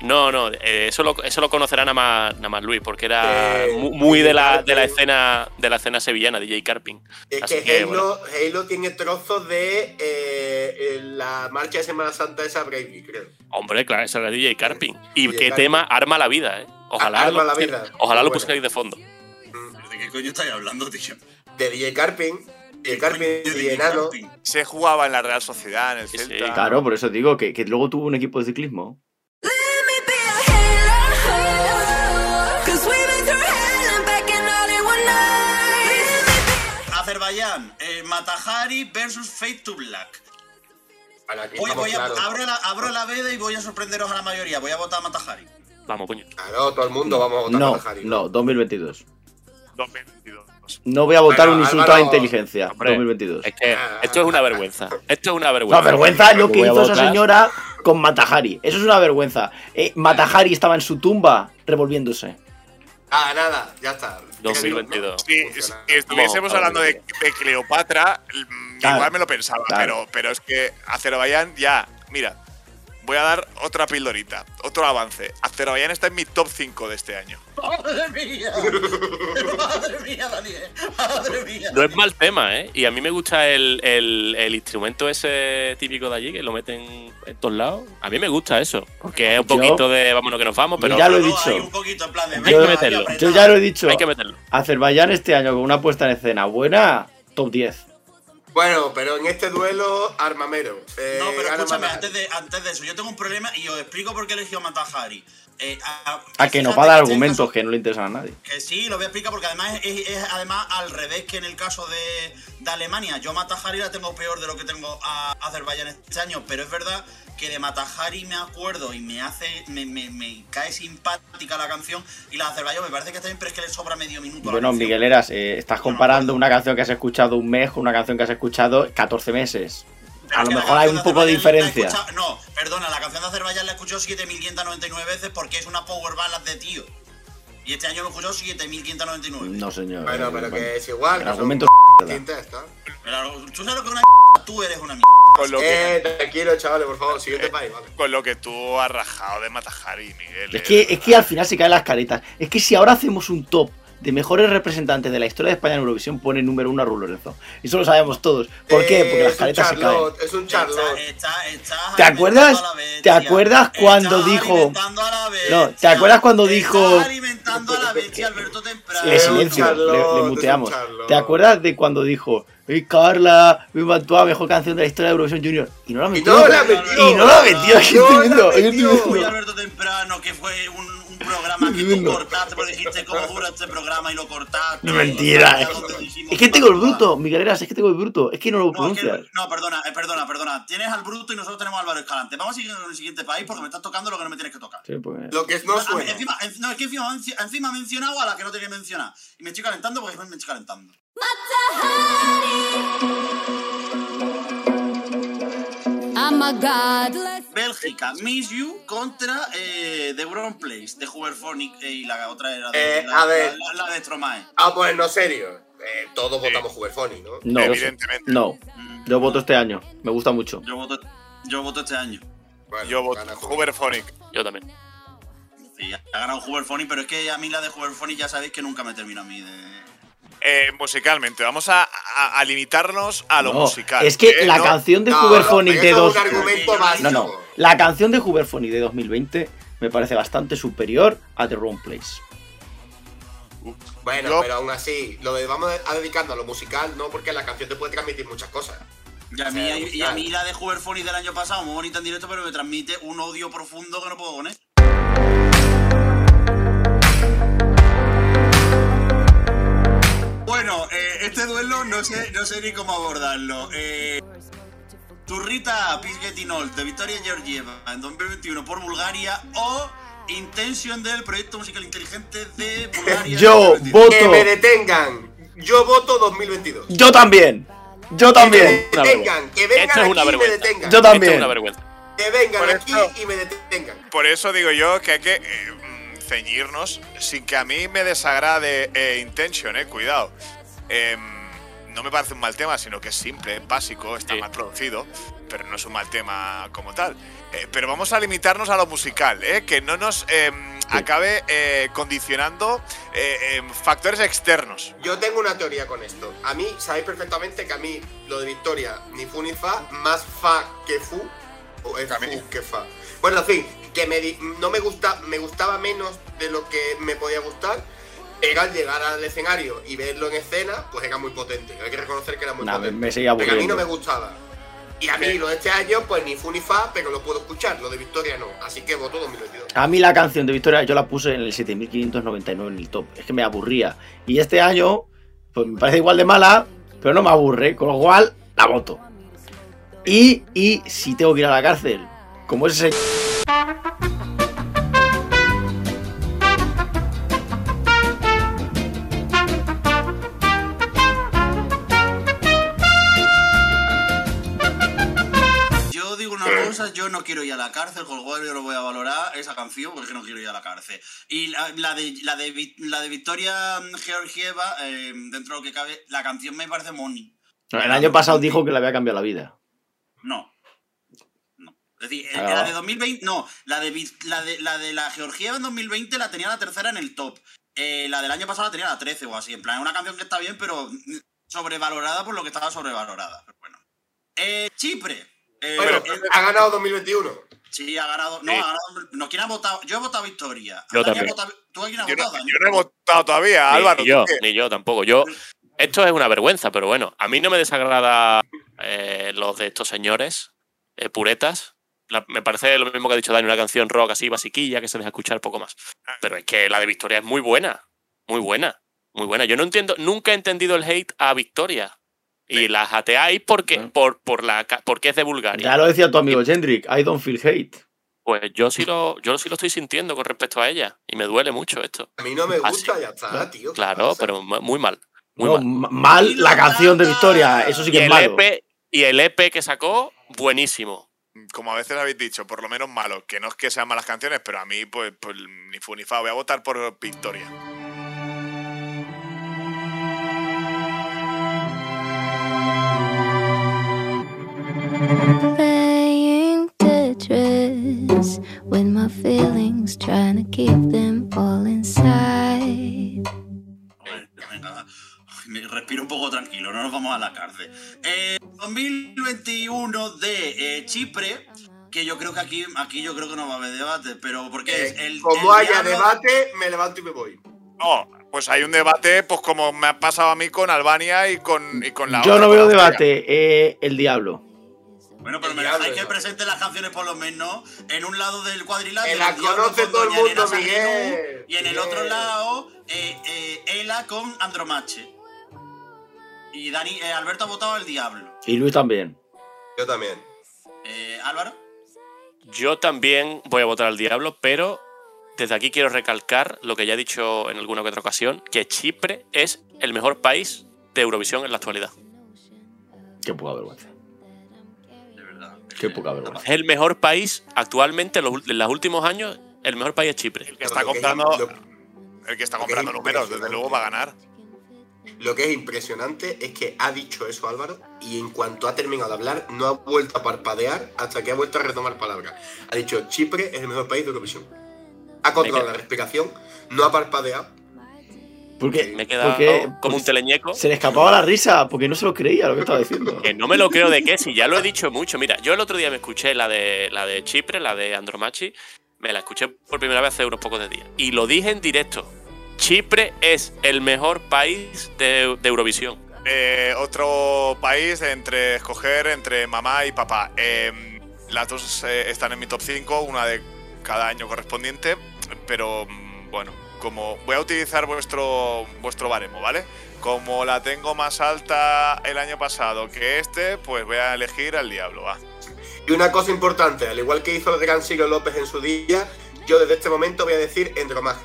[SPEAKER 3] No, no, eh, eso lo, eso lo conocerá nada más, nada más Luis, porque era
[SPEAKER 5] Eh,
[SPEAKER 3] mu- muy de la, de la
[SPEAKER 5] Carpin.
[SPEAKER 3] escena de la escena sevillana, DJ Carpin.
[SPEAKER 5] Es
[SPEAKER 3] Así
[SPEAKER 5] que,
[SPEAKER 3] que,
[SPEAKER 5] Halo,
[SPEAKER 3] bueno.
[SPEAKER 5] Halo tiene trozos de eh, eh, la marcha de Semana Santa esa Bravey, creo.
[SPEAKER 3] Hombre, claro, eso era DJ Carpin. Y
[SPEAKER 5] DJ
[SPEAKER 3] qué
[SPEAKER 5] Carpin.
[SPEAKER 3] tema arma la vida, eh. Ojalá
[SPEAKER 5] Arma
[SPEAKER 3] lo,
[SPEAKER 5] la vida.
[SPEAKER 3] ojalá lo
[SPEAKER 5] Muy
[SPEAKER 3] pusierais de fondo.
[SPEAKER 6] ¿De qué coño estáis hablando, tío?
[SPEAKER 5] De DJ Carpin, DJ Carpin
[SPEAKER 6] Coño,
[SPEAKER 5] y
[SPEAKER 6] DJ
[SPEAKER 5] Enano.
[SPEAKER 6] Carpin.
[SPEAKER 2] Se jugaba en la Real Sociedad, en el
[SPEAKER 3] Sí,
[SPEAKER 2] Celta.
[SPEAKER 3] sí,
[SPEAKER 4] Claro, por eso digo que, que luego tuvo un equipo de ciclismo.
[SPEAKER 6] Azerbaiyán, eh, Matajari versus Fate to Black.
[SPEAKER 5] Bueno, aquí
[SPEAKER 6] Voy,
[SPEAKER 5] estamos
[SPEAKER 6] voy a,
[SPEAKER 5] claros.
[SPEAKER 6] abro, la, abro la veda y voy a sorprenderos a la mayoría. Voy a votar a Matajari.
[SPEAKER 3] Vamos, coño.
[SPEAKER 5] Claro, todo el mundo vamos a votar
[SPEAKER 4] No,
[SPEAKER 5] por Harry.
[SPEAKER 4] no, 2022.
[SPEAKER 2] 2022.
[SPEAKER 4] No voy a votar
[SPEAKER 5] Bueno,
[SPEAKER 4] un insulto a
[SPEAKER 5] Álvaro,
[SPEAKER 4] inteligencia.
[SPEAKER 3] hombre,
[SPEAKER 4] 2022.
[SPEAKER 3] Es que
[SPEAKER 5] Ah.
[SPEAKER 3] esto es una vergüenza. Esto es una vergüenza.
[SPEAKER 4] Una vergüenza lo que
[SPEAKER 3] Voy a
[SPEAKER 4] hizo esa
[SPEAKER 3] votar.
[SPEAKER 4] señora con Matajari. Eso es una vergüenza. Eh, Matajari estaba en su tumba revolviéndose.
[SPEAKER 5] Ah, nada, ya está.
[SPEAKER 3] 2022.
[SPEAKER 2] Si, si
[SPEAKER 5] Funciona.
[SPEAKER 2] estuviésemos
[SPEAKER 3] Vamos,
[SPEAKER 2] hablando de, de Cleopatra, mm,
[SPEAKER 4] Claro,
[SPEAKER 2] igual me lo pensaba,
[SPEAKER 4] claro.
[SPEAKER 2] pero, pero es que Azerbaiyán ya, mira, voy a dar otra pildorita, otro avance. Azerbaiyán está en mi top 5 de este año.
[SPEAKER 6] ¡Madre mía! ¡Madre mía, Daniel! ¡Madre mía!
[SPEAKER 3] No es mal tema, ¿eh? Y a mí me gusta el, el- el instrumento ese típico de allí, que lo meten en todos lados. A mí me gusta eso, porque es un
[SPEAKER 4] Yo-
[SPEAKER 3] poquito de vámonos que nos vamos, pero
[SPEAKER 4] Ya lo he
[SPEAKER 6] Luego
[SPEAKER 4] dicho.
[SPEAKER 6] hay un poquito en plan de,
[SPEAKER 3] Hay
[SPEAKER 6] venga,
[SPEAKER 3] que meterlo.
[SPEAKER 6] ahí apretado.
[SPEAKER 4] Yo ya lo he dicho.
[SPEAKER 3] hay que meterlo.
[SPEAKER 4] Azerbaiyán este año con una puesta en escena buena, top 10.
[SPEAKER 5] Bueno, pero en este duelo, armamero. Eh,
[SPEAKER 6] No, pero
[SPEAKER 5] gana
[SPEAKER 6] escúchame,
[SPEAKER 5] Matajari.
[SPEAKER 6] antes de, antes de eso, yo tengo un problema y os explico por qué elegí a Matajari. Eh, a,
[SPEAKER 4] A que nos
[SPEAKER 6] fíjate
[SPEAKER 4] va a dar
[SPEAKER 6] que este
[SPEAKER 4] argumentos
[SPEAKER 6] caso-
[SPEAKER 4] que no le interesan a nadie.
[SPEAKER 6] Que sí, lo voy a explicar porque además es, es además al revés que en el caso de, de Alemania. Yo a Matajari la tengo peor de lo que tengo a Azerbaiyán este año, pero es verdad que de Matajari me acuerdo y me hace me, me- me cae simpática la canción y la de Azerbaiyán me parece que está bien, pero es que le sobra medio minuto. a la
[SPEAKER 4] Bueno,
[SPEAKER 6] canción.
[SPEAKER 4] Migueleras, eh, estás comparando una canción que has escuchado un mes con una canción que has escuchado 14 meses.
[SPEAKER 6] Pero
[SPEAKER 4] A
[SPEAKER 6] es
[SPEAKER 4] lo
[SPEAKER 6] que la
[SPEAKER 4] mejor hay
[SPEAKER 6] canción
[SPEAKER 4] un poco de
[SPEAKER 6] Azerbaiyán la he
[SPEAKER 4] diferencia.
[SPEAKER 6] escuchado- No, perdona, la canción de Azerbaiyán la he escuchado 7.599 veces porque es una power ballad de tío. Y este año lo he escuchado 7.599.
[SPEAKER 4] No, señor.
[SPEAKER 5] Bueno,
[SPEAKER 4] eh, bueno.
[SPEAKER 5] pero que es igual.
[SPEAKER 4] El
[SPEAKER 5] que son
[SPEAKER 4] argumento
[SPEAKER 5] distintas, está.
[SPEAKER 6] Pero, ¿Tú sabes lo que es una mierda? Tú eres una mierda.
[SPEAKER 2] Con lo, que, Eh,
[SPEAKER 5] Eh, tranquilo, chavales, por favor, siguiente país, vale.
[SPEAKER 2] con lo que tú has rajado de Matajari, Miguel.
[SPEAKER 4] Es
[SPEAKER 2] eh,
[SPEAKER 4] que, es que al final se caen las caretas. Es que si ahora hacemos un top de mejores representantes de la historia de España en Eurovisión, pone número uno a Rulo Lorenzo. Y eso lo sabemos todos. ¿Por qué?
[SPEAKER 5] Eh,
[SPEAKER 4] Porque las
[SPEAKER 5] es un
[SPEAKER 4] caretas se caen.
[SPEAKER 5] Charlotte, Es un Charlotte.
[SPEAKER 6] Está- está- está
[SPEAKER 4] ¿Te acuerdas?
[SPEAKER 6] alimentando a la bestia.
[SPEAKER 4] ¿Te acuerdas cuando
[SPEAKER 6] Está
[SPEAKER 4] dijo-
[SPEAKER 6] alimentando a la bestia.
[SPEAKER 4] No, ¿te acuerdas cuando
[SPEAKER 6] Está
[SPEAKER 4] dijo-
[SPEAKER 6] alimentando a la bestia Alberto Temprano.
[SPEAKER 4] Le
[SPEAKER 5] Es un
[SPEAKER 4] silencio, le- le,
[SPEAKER 5] Charlotte,
[SPEAKER 4] muteamos.
[SPEAKER 5] es un Charlotte.
[SPEAKER 4] ¿Te acuerdas de cuando dijo, ¡Ey, Carla, viva Antoine, mejor canción de la historia de Eurovisión Junior? Y no la metió.
[SPEAKER 5] no la metió.
[SPEAKER 4] Y no la metió, es que
[SPEAKER 5] No
[SPEAKER 4] estoy
[SPEAKER 5] la
[SPEAKER 4] viendo, es que estoy
[SPEAKER 5] metió.
[SPEAKER 4] viendo.
[SPEAKER 6] Fui Alberto Temprano, que fue un, un programa que tú
[SPEAKER 4] Tremendo.
[SPEAKER 6] cortaste, porque dijiste cómo dura este programa y lo cortaste.
[SPEAKER 4] No, mentira.
[SPEAKER 6] Ya donde dijimos
[SPEAKER 4] Es que este tengo el
[SPEAKER 6] barbaridad.
[SPEAKER 4] bruto, Migueleras, es que tengo el bruto. Es que no lo
[SPEAKER 6] No, es que-
[SPEAKER 4] pronuncias.
[SPEAKER 6] no, perdona, eh, perdona, perdona. Tienes al bruto y nosotros tenemos a Álvaro Escalante. Vamos a seguir con el siguiente país porque me estás tocando lo que no me tienes que tocar.
[SPEAKER 4] Sí, pues. porque-
[SPEAKER 5] Lo que no
[SPEAKER 6] Ah,
[SPEAKER 5] suena.
[SPEAKER 6] Encima, en- no, es que encima, encima he mencionado a la que no tenía que mencionar. Y me estoy calentando porque me estoy calentando.
[SPEAKER 7] Oh my god, let's
[SPEAKER 6] Bélgica, Miss You contra eh, The Brown Place, de Huberphonic eh, y la otra era de,
[SPEAKER 5] Eh,
[SPEAKER 6] la,
[SPEAKER 5] a ver.
[SPEAKER 6] la- la de Stromae.
[SPEAKER 5] Ah, pues no, serio. Eh, todos votamos Juberfoni, ¿no?
[SPEAKER 4] No,
[SPEAKER 2] Evidentemente.
[SPEAKER 4] No, yo voto este año. Me gusta mucho.
[SPEAKER 6] Yo voto, yo voto este año.
[SPEAKER 5] Bueno,
[SPEAKER 2] Yo voto
[SPEAKER 5] gana Huber.
[SPEAKER 2] Huberphonic.
[SPEAKER 3] Yo también.
[SPEAKER 6] Sí, ha ganado Huberphonic, pero es que a mí la de Huberphonic ya sabéis que nunca me termina a mí de...
[SPEAKER 2] Eh, musicalmente, vamos a, a- a limitarnos a lo
[SPEAKER 4] No,
[SPEAKER 2] musical.
[SPEAKER 4] es que
[SPEAKER 2] ¿eh?
[SPEAKER 4] la
[SPEAKER 2] No,
[SPEAKER 4] canción de
[SPEAKER 5] No,
[SPEAKER 4] Huberphonic
[SPEAKER 5] no,
[SPEAKER 4] de
[SPEAKER 5] eso
[SPEAKER 4] dos...
[SPEAKER 5] es un argumento
[SPEAKER 6] No,
[SPEAKER 5] básico.
[SPEAKER 4] No, no. La canción de Huberphonic de 2020 me parece bastante superior a The Wrong Place.
[SPEAKER 5] Bueno,
[SPEAKER 2] Yo-
[SPEAKER 5] pero aún así, lo de vamos a dedicarnos a lo musical, no, porque la canción te puede transmitir muchas cosas.
[SPEAKER 6] Y a, mí,
[SPEAKER 5] Sí,
[SPEAKER 6] y a
[SPEAKER 5] musical.
[SPEAKER 6] mí la de Huberphonic del año pasado, muy bonita en directo, pero me transmite un odio profundo que no puedo con él. Bueno, eh, este duelo no sé, no sé ni cómo abordarlo. Eh, Turrita Pisgetinol de Victoria Georgieva en 2021 por Bulgaria o Intention del proyecto musical inteligente de Bulgaria.
[SPEAKER 4] Yo
[SPEAKER 6] 2022.
[SPEAKER 5] Que me
[SPEAKER 4] voto.
[SPEAKER 5] detengan. Yo voto 2022.
[SPEAKER 4] Yo también. Yo
[SPEAKER 5] Que me
[SPEAKER 4] también.
[SPEAKER 3] una
[SPEAKER 5] detengan. Que vengan
[SPEAKER 3] Esto es una
[SPEAKER 5] aquí y me
[SPEAKER 3] vergüenza.
[SPEAKER 5] detengan.
[SPEAKER 3] Esto
[SPEAKER 4] Yo
[SPEAKER 3] es
[SPEAKER 4] también.
[SPEAKER 3] una vergüenza.
[SPEAKER 5] Que vengan
[SPEAKER 2] Por
[SPEAKER 5] aquí
[SPEAKER 2] eso-
[SPEAKER 5] y me detengan.
[SPEAKER 2] Por eso digo yo que hay que eh, mm, ceñirnos sin que a mí me desagrade eh, Intention, eh, cuidado. Em, no me parece un mal tema, sino que es simple, es básico, está
[SPEAKER 3] Sí.
[SPEAKER 2] mal producido, pero no es un mal tema como tal. Eh, pero vamos a limitarnos a lo musical, eh, que no nos em, acabe eh, condicionando eh, em, factores externos.
[SPEAKER 5] Yo tengo una teoría con esto. A mí, sabéis perfectamente que a mí lo de Victoria, ni fu ni fa, más fa que fu, o es fu que fa. Bueno, en fin, que me di- no me gusta, me gustaba menos de lo que me podía gustar. Era al llegar al escenario y verlo en escena, pues era muy potente. Hay que reconocer que era muy
[SPEAKER 4] Nah, me,
[SPEAKER 5] potente.
[SPEAKER 4] me seguía
[SPEAKER 5] Pero a mí no me
[SPEAKER 4] aburriendo.
[SPEAKER 5] gustaba. Y a mí lo de este año, pues ni fu ni fa, pero lo puedo escuchar. Lo de Victoria no. Así que voto 2022.
[SPEAKER 4] A mí la canción de Victoria yo la puse en el 7599 en el top. Es que me aburría. Y este año, pues me parece igual de mala, pero no me aburre, con lo cual la voto. Y, y si tengo que ir a la cárcel, como ese señor.
[SPEAKER 6] Yo digo una cosa, yo no quiero ir a la cárcel, con lo cual yo no voy a valorar esa canción porque no quiero ir a la cárcel. Y la, la de, la, de, Vi- la de Victoria Georgieva, eh, dentro de lo que cabe, la canción me parece money.
[SPEAKER 4] El año pasado dijo que le había cambiado la vida.
[SPEAKER 6] No. No. Es decir, eh,
[SPEAKER 4] Ah.
[SPEAKER 6] la de 2020, no, la de, Vic- la de la de la Georgieva en 2020 la tenía la tercera en el top. Eh, la del año pasado la tenía la 13 o así. En plan, es una canción que está bien, pero mm, sobrevalorada por lo que estaba sobrevalorada. Pero bueno. Eh, Chipre. Eh,
[SPEAKER 5] Bueno,
[SPEAKER 6] eh,
[SPEAKER 5] ha ganado 2021.
[SPEAKER 6] Sí, ha ganado. No,
[SPEAKER 2] Sí.
[SPEAKER 6] ha ganado. No, ¿quién ha votado? Yo he votado Victoria.
[SPEAKER 3] Yo
[SPEAKER 6] ¿Quién ha
[SPEAKER 3] también.
[SPEAKER 6] votado- ¿Tú a quién has
[SPEAKER 2] Yo no,
[SPEAKER 6] votado? Dani?
[SPEAKER 2] yo no he votado todavía,
[SPEAKER 3] Ni-
[SPEAKER 2] Álvaro.
[SPEAKER 3] ni
[SPEAKER 2] ¿tú
[SPEAKER 3] yo,
[SPEAKER 2] qué?
[SPEAKER 3] ni yo tampoco. Yo, esto es una vergüenza, pero bueno, a mí no me desagrada eh, los de estos señores eh, puretas. La- me parece lo mismo que ha dicho Dani, una canción rock así basiquilla que se deja escuchar poco más. Pero es que la de Victoria es muy buena, muy buena, muy buena. Yo no entiendo, nunca he entendido el hate a Victoria. Y la jateáis porque,
[SPEAKER 4] Bueno.
[SPEAKER 3] por, por la, ca- porque es de Bulgaria.
[SPEAKER 4] Ya lo decía tu amigo Jendrik, I don't feel hate.
[SPEAKER 3] Pues yo sí, lo, yo sí lo estoy sintiendo con respecto a ella. Y me duele mucho esto.
[SPEAKER 5] A mí no me
[SPEAKER 3] Ah,
[SPEAKER 5] gusta, ya está, tío. ¿Qué
[SPEAKER 3] Claro,
[SPEAKER 5] pasa?
[SPEAKER 3] pero mu- muy mal. Muy
[SPEAKER 4] No,
[SPEAKER 3] mal.
[SPEAKER 4] ma- mal la canción de Victoria, eso sí
[SPEAKER 3] y
[SPEAKER 4] que es
[SPEAKER 3] el, E
[SPEAKER 4] malo.
[SPEAKER 3] EP, y el EP que sacó, buenísimo.
[SPEAKER 2] como a veces habéis dicho, por lo menos malo, que no es que sean malas canciones, pero a mí, pues, pues, ni fu ni fa, voy a votar por Victoria.
[SPEAKER 7] playing Tetris with my feelings, trying to keep them all inside.
[SPEAKER 6] Venga, ay, me respiro un poco tranquilo, no nos vamos a la cárcel. Eh, 2021 de eh, Chipre, que yo creo que aquí, aquí yo creo que no va a haber debate, pero porque es
[SPEAKER 5] Eh,
[SPEAKER 6] el.
[SPEAKER 5] como
[SPEAKER 6] el
[SPEAKER 5] haya
[SPEAKER 6] diablo-
[SPEAKER 5] debate, me levanto y me voy.
[SPEAKER 2] No, pues hay un debate, pues como me ha pasado a mí con Albania y con, y con la
[SPEAKER 4] Yo
[SPEAKER 2] otra,
[SPEAKER 4] no
[SPEAKER 2] con
[SPEAKER 4] veo
[SPEAKER 2] Austria.
[SPEAKER 4] debate, eh, el diablo.
[SPEAKER 6] Bueno, pero
[SPEAKER 5] El
[SPEAKER 6] me
[SPEAKER 5] diablo,
[SPEAKER 6] dejáis que
[SPEAKER 5] ¿no?
[SPEAKER 6] presente las canciones por lo menos en un lado del cuadrilátero.
[SPEAKER 5] Que la
[SPEAKER 6] el diablo
[SPEAKER 5] conoce
[SPEAKER 6] con
[SPEAKER 5] todo el
[SPEAKER 6] Doña Elena
[SPEAKER 5] mundo,
[SPEAKER 6] Sanguinú,
[SPEAKER 5] Miguel.
[SPEAKER 6] Y en el
[SPEAKER 5] Miguel.
[SPEAKER 6] otro lado, eh, eh, Ela con Andromache. Y Dani, eh, Alberto ha votado al diablo.
[SPEAKER 4] Y Luis también.
[SPEAKER 5] Yo también.
[SPEAKER 6] Eh, Álvaro.
[SPEAKER 3] Yo también voy a votar al diablo, pero desde aquí quiero recalcar lo que ya he dicho en alguna que otra ocasión, que Chipre es el mejor país de Eurovisión en la actualidad.
[SPEAKER 4] Qué poca vergüenza.
[SPEAKER 6] De verdad.
[SPEAKER 4] Qué poca vergüenza.
[SPEAKER 3] Es el mejor país actualmente, en los, en los últimos años, el mejor país es Chipre.
[SPEAKER 2] El que está
[SPEAKER 5] Lo que es-
[SPEAKER 2] comprando,
[SPEAKER 5] lo-
[SPEAKER 2] el que está
[SPEAKER 5] lo que
[SPEAKER 2] comprando
[SPEAKER 5] es
[SPEAKER 2] números, desde
[SPEAKER 5] impresionante.
[SPEAKER 2] luego va a ganar.
[SPEAKER 5] Lo que es impresionante es que ha dicho eso Álvaro y en cuanto ha terminado de hablar no ha vuelto a parpadear hasta que ha vuelto a retomar palabras. Ha dicho Chipre es el mejor país de Eurovisión. Ha controlado la respiración, no ha parpadeado.
[SPEAKER 4] Porque,
[SPEAKER 3] Me he quedado
[SPEAKER 4] porque- pues,
[SPEAKER 3] como un teleñeco.
[SPEAKER 4] se le escapaba la risa porque no se lo creía lo que estaba diciendo.
[SPEAKER 3] Que no me lo creo de qué, si ya lo he dicho mucho. Mira, yo el otro día me escuché la de, la de Chipre, la de Andromachi, me la escuché por primera vez hace unos pocos de días. Y lo dije en directo. Chipre es el mejor país de, de Eurovisión.
[SPEAKER 2] Eh, otro país entre escoger entre mamá y papá. Eh, las dos eh, están en mi top 5, una de cada año correspondiente, pero mm, bueno, como voy a utilizar vuestro, vuestro baremo, ¿vale? Como la tengo más alta el año pasado que este, pues voy a elegir al diablo, va.
[SPEAKER 5] Y una cosa importante, al igual que hizo el gran Silvio López en su día, yo desde este momento voy a decir Endromaji.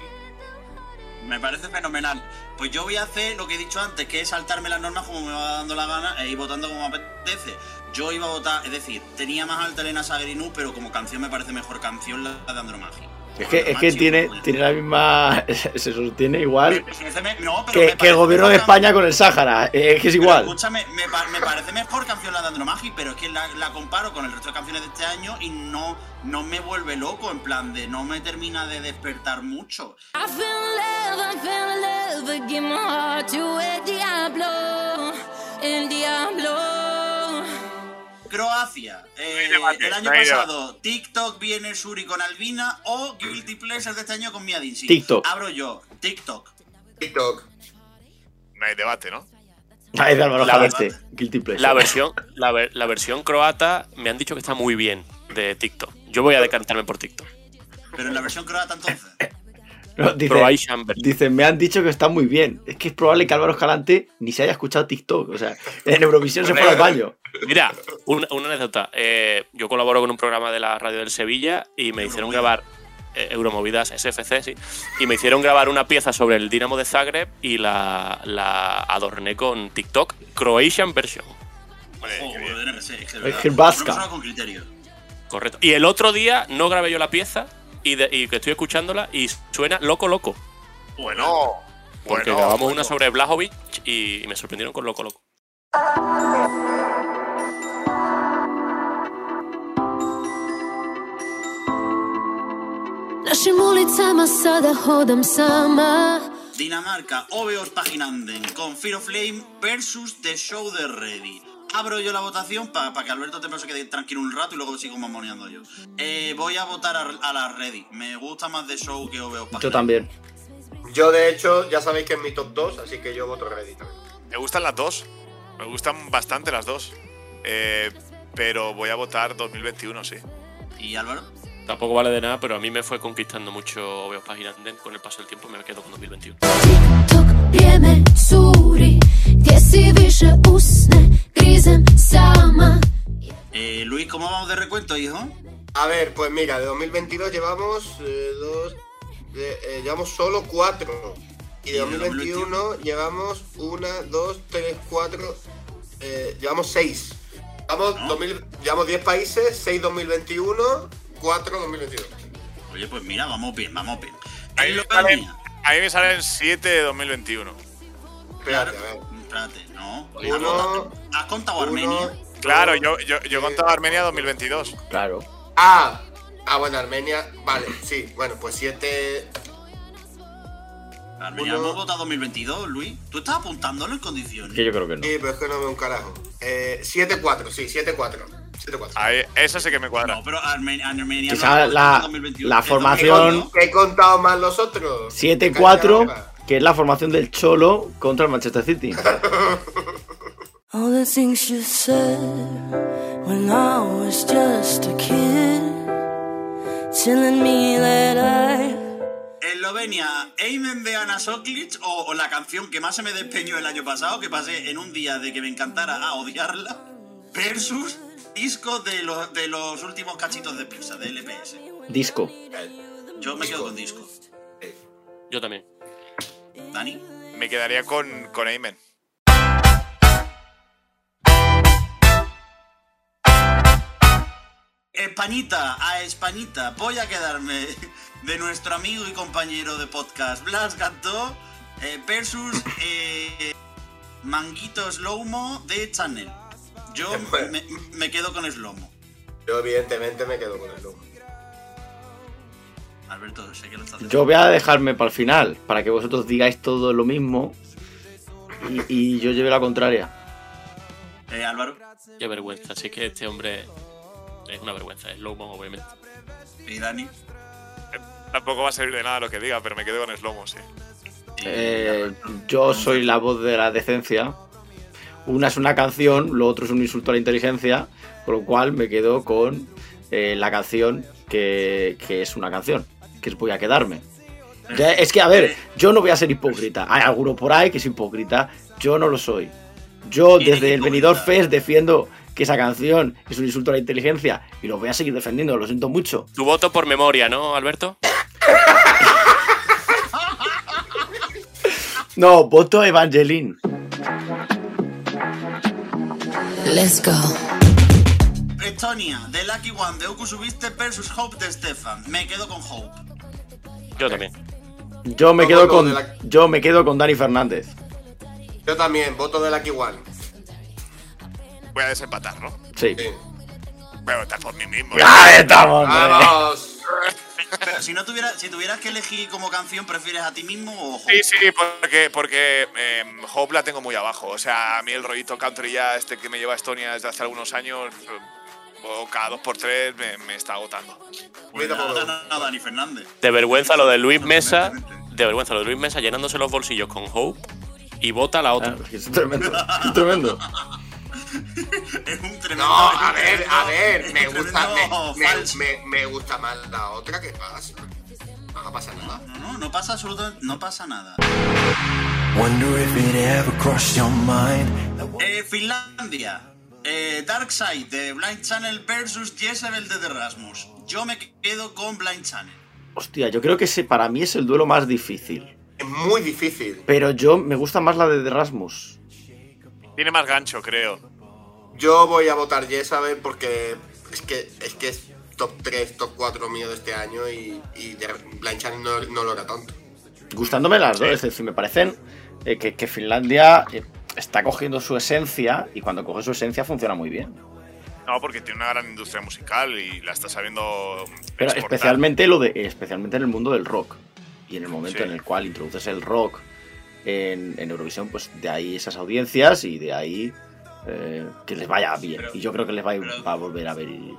[SPEAKER 6] Me parece fenomenal. Pues yo voy a hacer lo que he dicho antes, que es saltarme las normas como me va dando la gana e ir votando como me apetece. Yo iba a votar, es decir, tenía más alta Elena Sagrinu, pero como canción me parece mejor canción la de Andromagia.
[SPEAKER 4] Es que, es que
[SPEAKER 6] Andromachi,
[SPEAKER 4] tiene,
[SPEAKER 6] bueno.
[SPEAKER 4] tiene la misma. Se sostiene
[SPEAKER 6] Me
[SPEAKER 4] igual
[SPEAKER 6] parece me- no, pero
[SPEAKER 4] que,
[SPEAKER 6] me
[SPEAKER 4] que
[SPEAKER 6] parece
[SPEAKER 4] el gobierno
[SPEAKER 6] mejor
[SPEAKER 4] de
[SPEAKER 6] can-
[SPEAKER 4] España con el Sáhara. Es que es
[SPEAKER 6] pero
[SPEAKER 4] igual.
[SPEAKER 6] Escúchame, me, pa- me parece mejor canción la de Andromagia, pero es que la, la comparo con el resto de canciones de este año y no, no me vuelve loco, en plan de no me termina de despertar mucho.
[SPEAKER 7] I feel in love, I'm feeling love. I give my heart to El Diablo, El Diablo.
[SPEAKER 6] Croacia. Eh,
[SPEAKER 2] No hay debate,
[SPEAKER 6] el año
[SPEAKER 2] no hay
[SPEAKER 6] pasado, TikTok viene Shuri con Albina o Guilty Pleasure de este año con Mia Dinsi.
[SPEAKER 4] TikTok.
[SPEAKER 6] Abro yo, TikTok.
[SPEAKER 5] TikTok.
[SPEAKER 2] No hay debate, ¿no?
[SPEAKER 4] Ahí de Álvaro
[SPEAKER 3] La
[SPEAKER 4] Jalate, Guilty Pleasure.
[SPEAKER 3] La versión, la, ver- la versión croata me han dicho que está muy bien de TikTok. Yo voy a decantarme por TikTok.
[SPEAKER 6] Pero en la versión croata entonces.
[SPEAKER 4] No, dice,
[SPEAKER 3] Croatian version.
[SPEAKER 4] dice, me han dicho que está muy bien. Es que es probable que Álvaro Escalante ni se haya escuchado TikTok. O sea, en Eurovisión se fue al baño.
[SPEAKER 3] Mira, una, una anécdota. Eh, yo colaboro con un programa de la radio del Sevilla y me hicieron grabar eh, Euromovidas SFC, sí, y me hicieron grabar una pieza sobre el Dinamo de Zagreb y la, la adorné con TikTok Croatian version.
[SPEAKER 2] Hombre,
[SPEAKER 6] Oh,
[SPEAKER 2] qué bien.
[SPEAKER 6] boludo, NRC, es que
[SPEAKER 4] Es que es vasca.
[SPEAKER 6] Una persona con criterio.
[SPEAKER 3] Correcto. Y el otro día no grabé yo la pieza y, de- y que estoy escuchándola y suena loco loco.
[SPEAKER 2] Bueno,
[SPEAKER 3] Porque
[SPEAKER 2] bueno.
[SPEAKER 3] grabamos
[SPEAKER 2] bueno.
[SPEAKER 3] una sobre Blajovic y me sorprendieron con loco loco.
[SPEAKER 7] Našim ulicama sada hodam sama.
[SPEAKER 6] Dinamarca, Oveos Paginanden con Fear of Flame versus The Show de Ready. Abro yo la votación para que Alberto Templo se quede tranquilo un rato y luego sigo mamoneando yo. Eh, voy a votar a, a la Ready. Me gusta más The Show que Oveos Paginanden.
[SPEAKER 4] Yo también.
[SPEAKER 5] Yo, de hecho, ya sabéis que es mi top 2, así que yo voto Reddit también.
[SPEAKER 2] Me gustan las dos. Me gustan bastante las dos. Eh, pero voy a votar 2021, sí.
[SPEAKER 6] ¿Y Álvaro?
[SPEAKER 3] Tampoco vale de nada, pero a mí me fue conquistando mucho Oveos Paginanden con el paso del tiempo y me quedo con 2021.
[SPEAKER 7] Tok vrijeme curi, gdje si više usne, grizem sama.
[SPEAKER 6] Eh, Luis, ¿cómo vamos de recuento, hijo?
[SPEAKER 5] A ver, pues mira, de 2022 llevamos eh, dos. de- eh, llevamos solo cuatro. Y de
[SPEAKER 6] Y de
[SPEAKER 5] 2021 llevamos una, dos, tres, cuatro. eh, llevamos seis. Llevamos, 2000 llevamos 10 países, 6 2021, 4 2022.
[SPEAKER 6] Oye, pues mira, vamos bien, vamos bien. Eh,
[SPEAKER 2] Ahí me salen,
[SPEAKER 6] Eslovenia.
[SPEAKER 2] a mí me salen 7 de 2021.
[SPEAKER 5] Espérate, a ver.
[SPEAKER 6] Espérate, no.
[SPEAKER 5] Uno,
[SPEAKER 6] ¿Has contado
[SPEAKER 5] Uno,
[SPEAKER 6] Armenia?
[SPEAKER 2] Claro, yo, yo, yo contaba Armenia 2022.
[SPEAKER 4] Claro.
[SPEAKER 5] Ah, ah, bueno, Armenia. Vale, sí. Bueno, pues 7.
[SPEAKER 6] Armenia
[SPEAKER 5] uno.
[SPEAKER 6] hemos votado 2022, Luis. Tú estás apuntándolo en condiciones.
[SPEAKER 4] Que yo creo que no.
[SPEAKER 5] Sí, pero es que no veo un carajo. 7-4, sí, 7-4. 7-4.
[SPEAKER 2] Ahí, esa sí que me cuadra.
[SPEAKER 6] No, pero Armen- Armenia no
[SPEAKER 4] Quizá
[SPEAKER 6] hemos
[SPEAKER 4] la-
[SPEAKER 6] votado en 2021.
[SPEAKER 4] la
[SPEAKER 6] Es 2022,
[SPEAKER 4] formación-
[SPEAKER 6] ¿no?
[SPEAKER 5] ¿Qué he contado más los otros?
[SPEAKER 4] 7-4, que es la formación del Cholo contra el Manchester City.
[SPEAKER 8] All the things you said when I was just a kid, telling me that I.
[SPEAKER 6] Eslovenia, Amen de Ana Soklic o, o la canción que más se me despeñó el año pasado, que pasé en un día de que me encantara a odiarla, versus disco de los, de los últimos cachitos de pizza, de LPS.
[SPEAKER 4] Disco.
[SPEAKER 6] Yo me quedo con disco.
[SPEAKER 3] Yo también.
[SPEAKER 6] Dani.
[SPEAKER 2] Me quedaría con, con Amen.
[SPEAKER 6] Españita, a Españita, voy a quedarme de nuestro amigo y compañero de podcast Blas Gantó eh, versus eh, Manguito Slowmo de Channel. Yo me, me quedo con Slowmo.
[SPEAKER 5] Yo, evidentemente, me quedo con el logo.
[SPEAKER 6] Alberto, sé que lo estás
[SPEAKER 4] Yo voy a dejarme para el final, para que vosotros digáis todo lo mismo y, y yo lleve la contraria.
[SPEAKER 6] Eh, Álvaro.
[SPEAKER 3] Qué vergüenza. Así que este hombre es una vergüenza. Es Lowman, obviamente.
[SPEAKER 6] Y Dani.
[SPEAKER 2] Tampoco va a servir de nada lo que diga, pero me quedo con Slomo, sí.
[SPEAKER 6] Y
[SPEAKER 4] Eh,
[SPEAKER 6] Alberto.
[SPEAKER 4] yo soy la voz de la decencia. Una es una canción, lo otro es un insulto a la inteligencia, con lo cual me quedo con eh, la canción que, que es una canción, que voy a quedarme. Ya, es que, a ver, yo no voy a ser hipócrita. Hay alguno por ahí que es hipócrita. Yo no lo soy. Yo
[SPEAKER 6] Eres
[SPEAKER 4] desde el
[SPEAKER 6] hipócrita.
[SPEAKER 4] Benidorm Fest defiendo que esa canción es un insulto a la inteligencia y lo voy a seguir defendiendo, lo siento mucho.
[SPEAKER 3] Tu voto por memoria, ¿no, Alberto?
[SPEAKER 4] No, voto Evangeline.
[SPEAKER 7] Let's go.
[SPEAKER 6] Estonia, The Lucky One de Uku Subiste versus Hope de Stefan. Me quedo con Hope.
[SPEAKER 3] Yo también.
[SPEAKER 4] Yo me
[SPEAKER 5] No,
[SPEAKER 4] quedo
[SPEAKER 5] voto
[SPEAKER 4] con.
[SPEAKER 5] de la-
[SPEAKER 4] Yo me quedo con Dani Fernández.
[SPEAKER 5] Yo también, voto de Lucky One.
[SPEAKER 2] Voy a desempatar, ¿no?
[SPEAKER 4] Sí.
[SPEAKER 5] Sí.
[SPEAKER 2] Voy a votar por mí mismo.
[SPEAKER 4] ¡Ahí estamos! hombre!
[SPEAKER 5] ¡Vamos!
[SPEAKER 6] Pero si no tuviera, si tuvieras que elegir como canción, ¿prefieres a ti mismo o Hope?
[SPEAKER 2] Sí, sí, porque, porque em, Hope la tengo muy abajo. O sea, a mí el rollito country ya, este que me lleva a Estonia desde hace algunos años, eh, o cada dos por tres, me, me está agotando.
[SPEAKER 6] Pues
[SPEAKER 5] Mira,
[SPEAKER 6] nada,
[SPEAKER 5] por-
[SPEAKER 6] nada, nada, Dani Fernández.
[SPEAKER 3] De vergüenza lo de Luis Mesa. De vergüenza lo de Luis Mesa llenándose los bolsillos con Hope y vota la otra.
[SPEAKER 4] Ah, Es tremendo. Es tremendo.
[SPEAKER 6] Es un tremendo.
[SPEAKER 5] No, a
[SPEAKER 6] es un
[SPEAKER 5] ver, a
[SPEAKER 6] tremendo- es
[SPEAKER 5] ver,
[SPEAKER 6] un
[SPEAKER 5] me gusta,
[SPEAKER 6] tremendo
[SPEAKER 5] me, me-
[SPEAKER 6] falso.
[SPEAKER 5] me- me gusta más la otra, ¿qué pasa? No pasa nada.
[SPEAKER 6] No, no, no pasa absolutamente, no pasa nada.
[SPEAKER 8] Wonder if it ever crossed your mind.
[SPEAKER 6] Eh, Finlandia. Eh, Darkseid de Blind Channel versus Jezebel de The Rasmus. Yo me quedo con Blind Channel.
[SPEAKER 4] Hostia, yo creo que ese para mí es el duelo más difícil.
[SPEAKER 5] Es muy difícil.
[SPEAKER 4] Pero yo me gusta más la de The Rasmus.
[SPEAKER 2] Ah. Tiene más gancho, creo.
[SPEAKER 5] Yo voy a votar yes, a ver, porque es que es, que es top 3, top 4 mío de este año y, y de- Blind Channel no, no lo era tanto.
[SPEAKER 4] Gustándome las dos, es decir, me parecen eh, que, que Finlandia eh, está cogiendo su esencia y cuando coge su esencia funciona muy bien.
[SPEAKER 2] No, porque tiene una gran industria musical y la está sabiendo.
[SPEAKER 4] Pero
[SPEAKER 2] exportar.
[SPEAKER 4] especialmente lo de. Especialmente en el mundo del rock. Y en el momento
[SPEAKER 2] Sí.
[SPEAKER 4] en el cual introduces el rock en, en Eurovisión, pues de ahí esas audiencias y de ahí eh, que les vaya bien.
[SPEAKER 6] Pero-
[SPEAKER 4] y yo creo que les va, a-
[SPEAKER 6] pero-
[SPEAKER 4] va a volver a ver. y-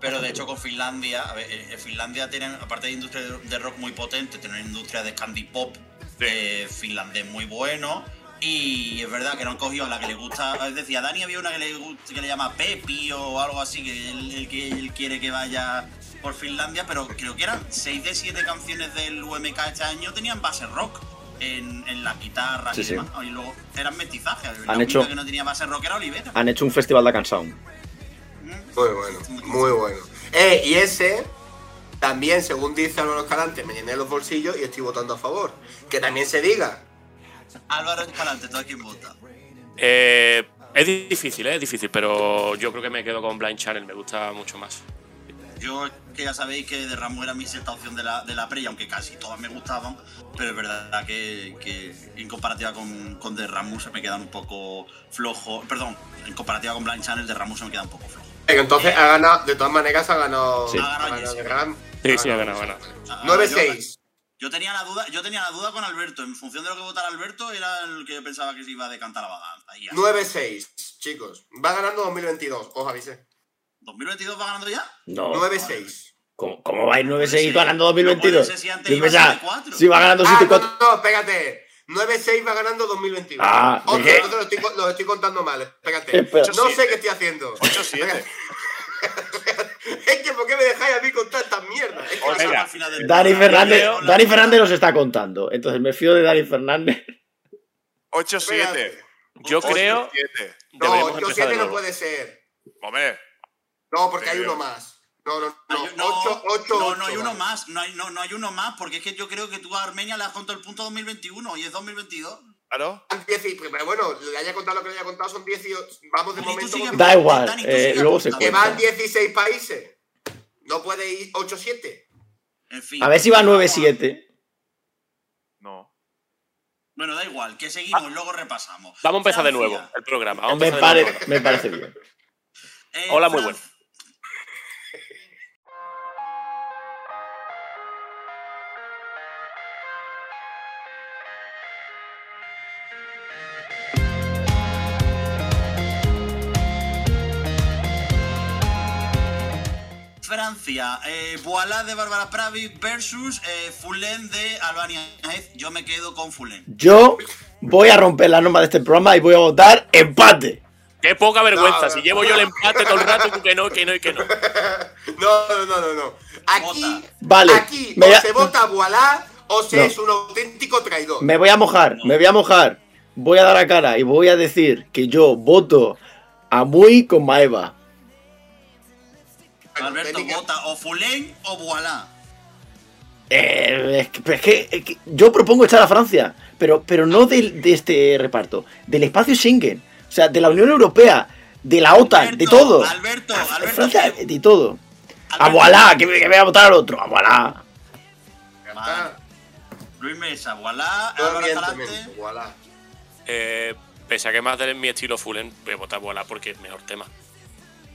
[SPEAKER 6] Pero de hecho con Finlandia, a ver, eh, Finlandia tienen, aparte de industria de- de rock muy potente, tienen una industria de candy pop eh, finlandés muy bueno. Y es verdad que no han cogido a la que le gusta. Decía, a Dani había una que le, gusta, que le llama Pepi o algo así, que él, el que él quiere que vaya por Finlandia, pero creo que eran 6 de 7 canciones del UMK este año tenían base rock en, en la guitarra
[SPEAKER 4] Sí,
[SPEAKER 6] y
[SPEAKER 4] sí.
[SPEAKER 6] demás. Y luego eran mestizajes. La
[SPEAKER 4] Han
[SPEAKER 6] única
[SPEAKER 4] hecho- Ah.
[SPEAKER 6] que no tenía base rock era Olivera.
[SPEAKER 4] Han hecho un festival de Cansound.
[SPEAKER 6] Mm.
[SPEAKER 5] Muy bueno, muy bueno. Eh, y ese, también, según dice Álvaro Escalante, me llené los bolsillos y estoy votando a favor. Que también se diga.
[SPEAKER 6] Álvaro Escalante, ¿tú a quién vota?
[SPEAKER 3] Eh, es difícil, eh, es difícil, pero yo creo que me quedo con Blind Channel, me gusta mucho más.
[SPEAKER 6] Yo es que ya sabéis que de Ramo era mi sexta opción de la, de la pre, y aunque casi todas me gustaban, pero es verdad que, que en comparativa con, con de Ramu se me quedan un poco flojo. Perdón, en comparativa con Blind Channel, de Ramu se me queda un poco flojo.
[SPEAKER 5] Pero entonces ha ganado, de todas maneras ha ganado.
[SPEAKER 4] Sí.
[SPEAKER 5] ha ganado
[SPEAKER 6] Sí,
[SPEAKER 5] Gran-
[SPEAKER 3] Sí, sí, ha ganado, ha ganado.
[SPEAKER 6] Ah,
[SPEAKER 5] 9-6.
[SPEAKER 6] Yo tenía la duda, yo tenía la duda con Alberto. En función de lo que votara Alberto, era el que yo pensaba que se iba a decantar la balanza. Y ya.
[SPEAKER 5] 9-6, chicos. Va ganando 2022, os avisé.
[SPEAKER 6] ¿2022 va ganando ya?
[SPEAKER 4] No.
[SPEAKER 5] 9-6
[SPEAKER 4] ¿Cómo, cómo va a ir 9-6
[SPEAKER 6] Sí.
[SPEAKER 4] ganando
[SPEAKER 6] No
[SPEAKER 4] 2022?
[SPEAKER 6] puede ser si antes
[SPEAKER 4] Yo
[SPEAKER 6] iba
[SPEAKER 4] pensaba,
[SPEAKER 6] 7-4.
[SPEAKER 4] si va ganando
[SPEAKER 5] Ah,
[SPEAKER 4] 7-4.
[SPEAKER 5] no, no, espérate. 9-6 va ganando 2022.
[SPEAKER 4] Ah, ¿de
[SPEAKER 5] Otro,
[SPEAKER 4] qué?
[SPEAKER 5] otro lo estoy, co- lo estoy contando mal. Espérate.
[SPEAKER 4] Espera.
[SPEAKER 5] No sé qué estoy haciendo.
[SPEAKER 2] 8-7.
[SPEAKER 5] Es que, ¿por qué me dejáis a mí contar estas mierdas? Es que
[SPEAKER 3] Venga,
[SPEAKER 6] Pasamos al final del
[SPEAKER 4] Dani
[SPEAKER 6] programa.
[SPEAKER 4] Fernández,
[SPEAKER 6] Yo creo-
[SPEAKER 4] Dani Fernández nos está contando. Entonces me fío de Dani Fernández.
[SPEAKER 2] 8-7.
[SPEAKER 3] Yo creo
[SPEAKER 2] 8-7.
[SPEAKER 5] No,
[SPEAKER 3] deberíamos
[SPEAKER 5] yo
[SPEAKER 3] empezar de
[SPEAKER 5] 7 no
[SPEAKER 3] nuevo.
[SPEAKER 5] puede ser.
[SPEAKER 2] Hombre,
[SPEAKER 5] No, porque hay
[SPEAKER 2] Sí.
[SPEAKER 5] uno más. No, no,
[SPEAKER 6] Hay-
[SPEAKER 5] no.
[SPEAKER 6] Ah, no,
[SPEAKER 5] 8, 8,
[SPEAKER 6] no, no hay uno más, no hay, no, no hay uno más, porque es que yo creo que tú a Armenia le has contado el punto 2021 y es 2022.
[SPEAKER 2] claro.
[SPEAKER 5] Pero bueno, le haya contado lo que le haya contado, son 18. Vamos de
[SPEAKER 6] Y tú
[SPEAKER 5] momento.
[SPEAKER 6] sigues-
[SPEAKER 5] con-
[SPEAKER 4] Da igual,
[SPEAKER 6] Dani, tú
[SPEAKER 4] eh,
[SPEAKER 6] sigue
[SPEAKER 4] luego se
[SPEAKER 6] apuntando.
[SPEAKER 5] Que
[SPEAKER 4] cuenta.
[SPEAKER 5] van 16 países. No puede ir 8-7.
[SPEAKER 6] En fin.
[SPEAKER 4] A ver si va 9-7.
[SPEAKER 2] No.
[SPEAKER 6] Bueno, da igual, que
[SPEAKER 4] Ah.
[SPEAKER 6] seguimos, luego repasamos.
[SPEAKER 3] Vamos a empezar de nuevo
[SPEAKER 6] Francia,
[SPEAKER 3] el programa. Vamos a
[SPEAKER 4] Me,
[SPEAKER 3] empezar de nuevo el
[SPEAKER 4] pare- me parece bien.
[SPEAKER 6] eh,
[SPEAKER 3] Hola, muy
[SPEAKER 6] Fran-
[SPEAKER 3] bueno.
[SPEAKER 6] Francia, eh, Voilà de Bárbara Pravi versus eh, Fulén de Albania. Yo me quedo con Fulén.
[SPEAKER 4] Yo voy a romper la norma de este programa y voy a votar empate.
[SPEAKER 3] Qué poca vergüenza,
[SPEAKER 5] No,
[SPEAKER 3] si
[SPEAKER 5] no.
[SPEAKER 3] llevo yo el empate todo el rato, tú que no, que no y que no.
[SPEAKER 5] No, no, no, no, no. Aquí,
[SPEAKER 4] Vale,
[SPEAKER 5] aquí
[SPEAKER 4] me
[SPEAKER 5] o
[SPEAKER 4] da-
[SPEAKER 5] se vota Voilá o se
[SPEAKER 4] No.
[SPEAKER 5] es un auténtico traidor.
[SPEAKER 4] Me voy a mojar, me voy a mojar. Voy a dar la cara y voy a decir que yo voto a Muy con Maeva.
[SPEAKER 5] Bueno,
[SPEAKER 6] Alberto,
[SPEAKER 5] técnica-
[SPEAKER 6] vota o Fulén o Voilà.
[SPEAKER 4] Eh, es, que, es que- es que yo propongo echar a Francia, pero, pero no del- de, este reparto, del espacio Schengen, o sea, de la Unión Europea, de la OTAN, de
[SPEAKER 6] Alberto,
[SPEAKER 4] todo. Ah,
[SPEAKER 6] Alberto, Alberto.
[SPEAKER 4] Francia, de todo.
[SPEAKER 6] Alberto.
[SPEAKER 4] ¡A voilà! Que, me- que me voy a votar al otro. ¡A voilà!
[SPEAKER 5] Ya está.
[SPEAKER 6] Luis Mesa, voilà.
[SPEAKER 5] Todo
[SPEAKER 6] Álvaro
[SPEAKER 5] bien,
[SPEAKER 6] Escalante.
[SPEAKER 5] también. Voilà.
[SPEAKER 3] Eh, pese a que más de mi estilo Fullen, voy a votar Bola porque es mejor tema.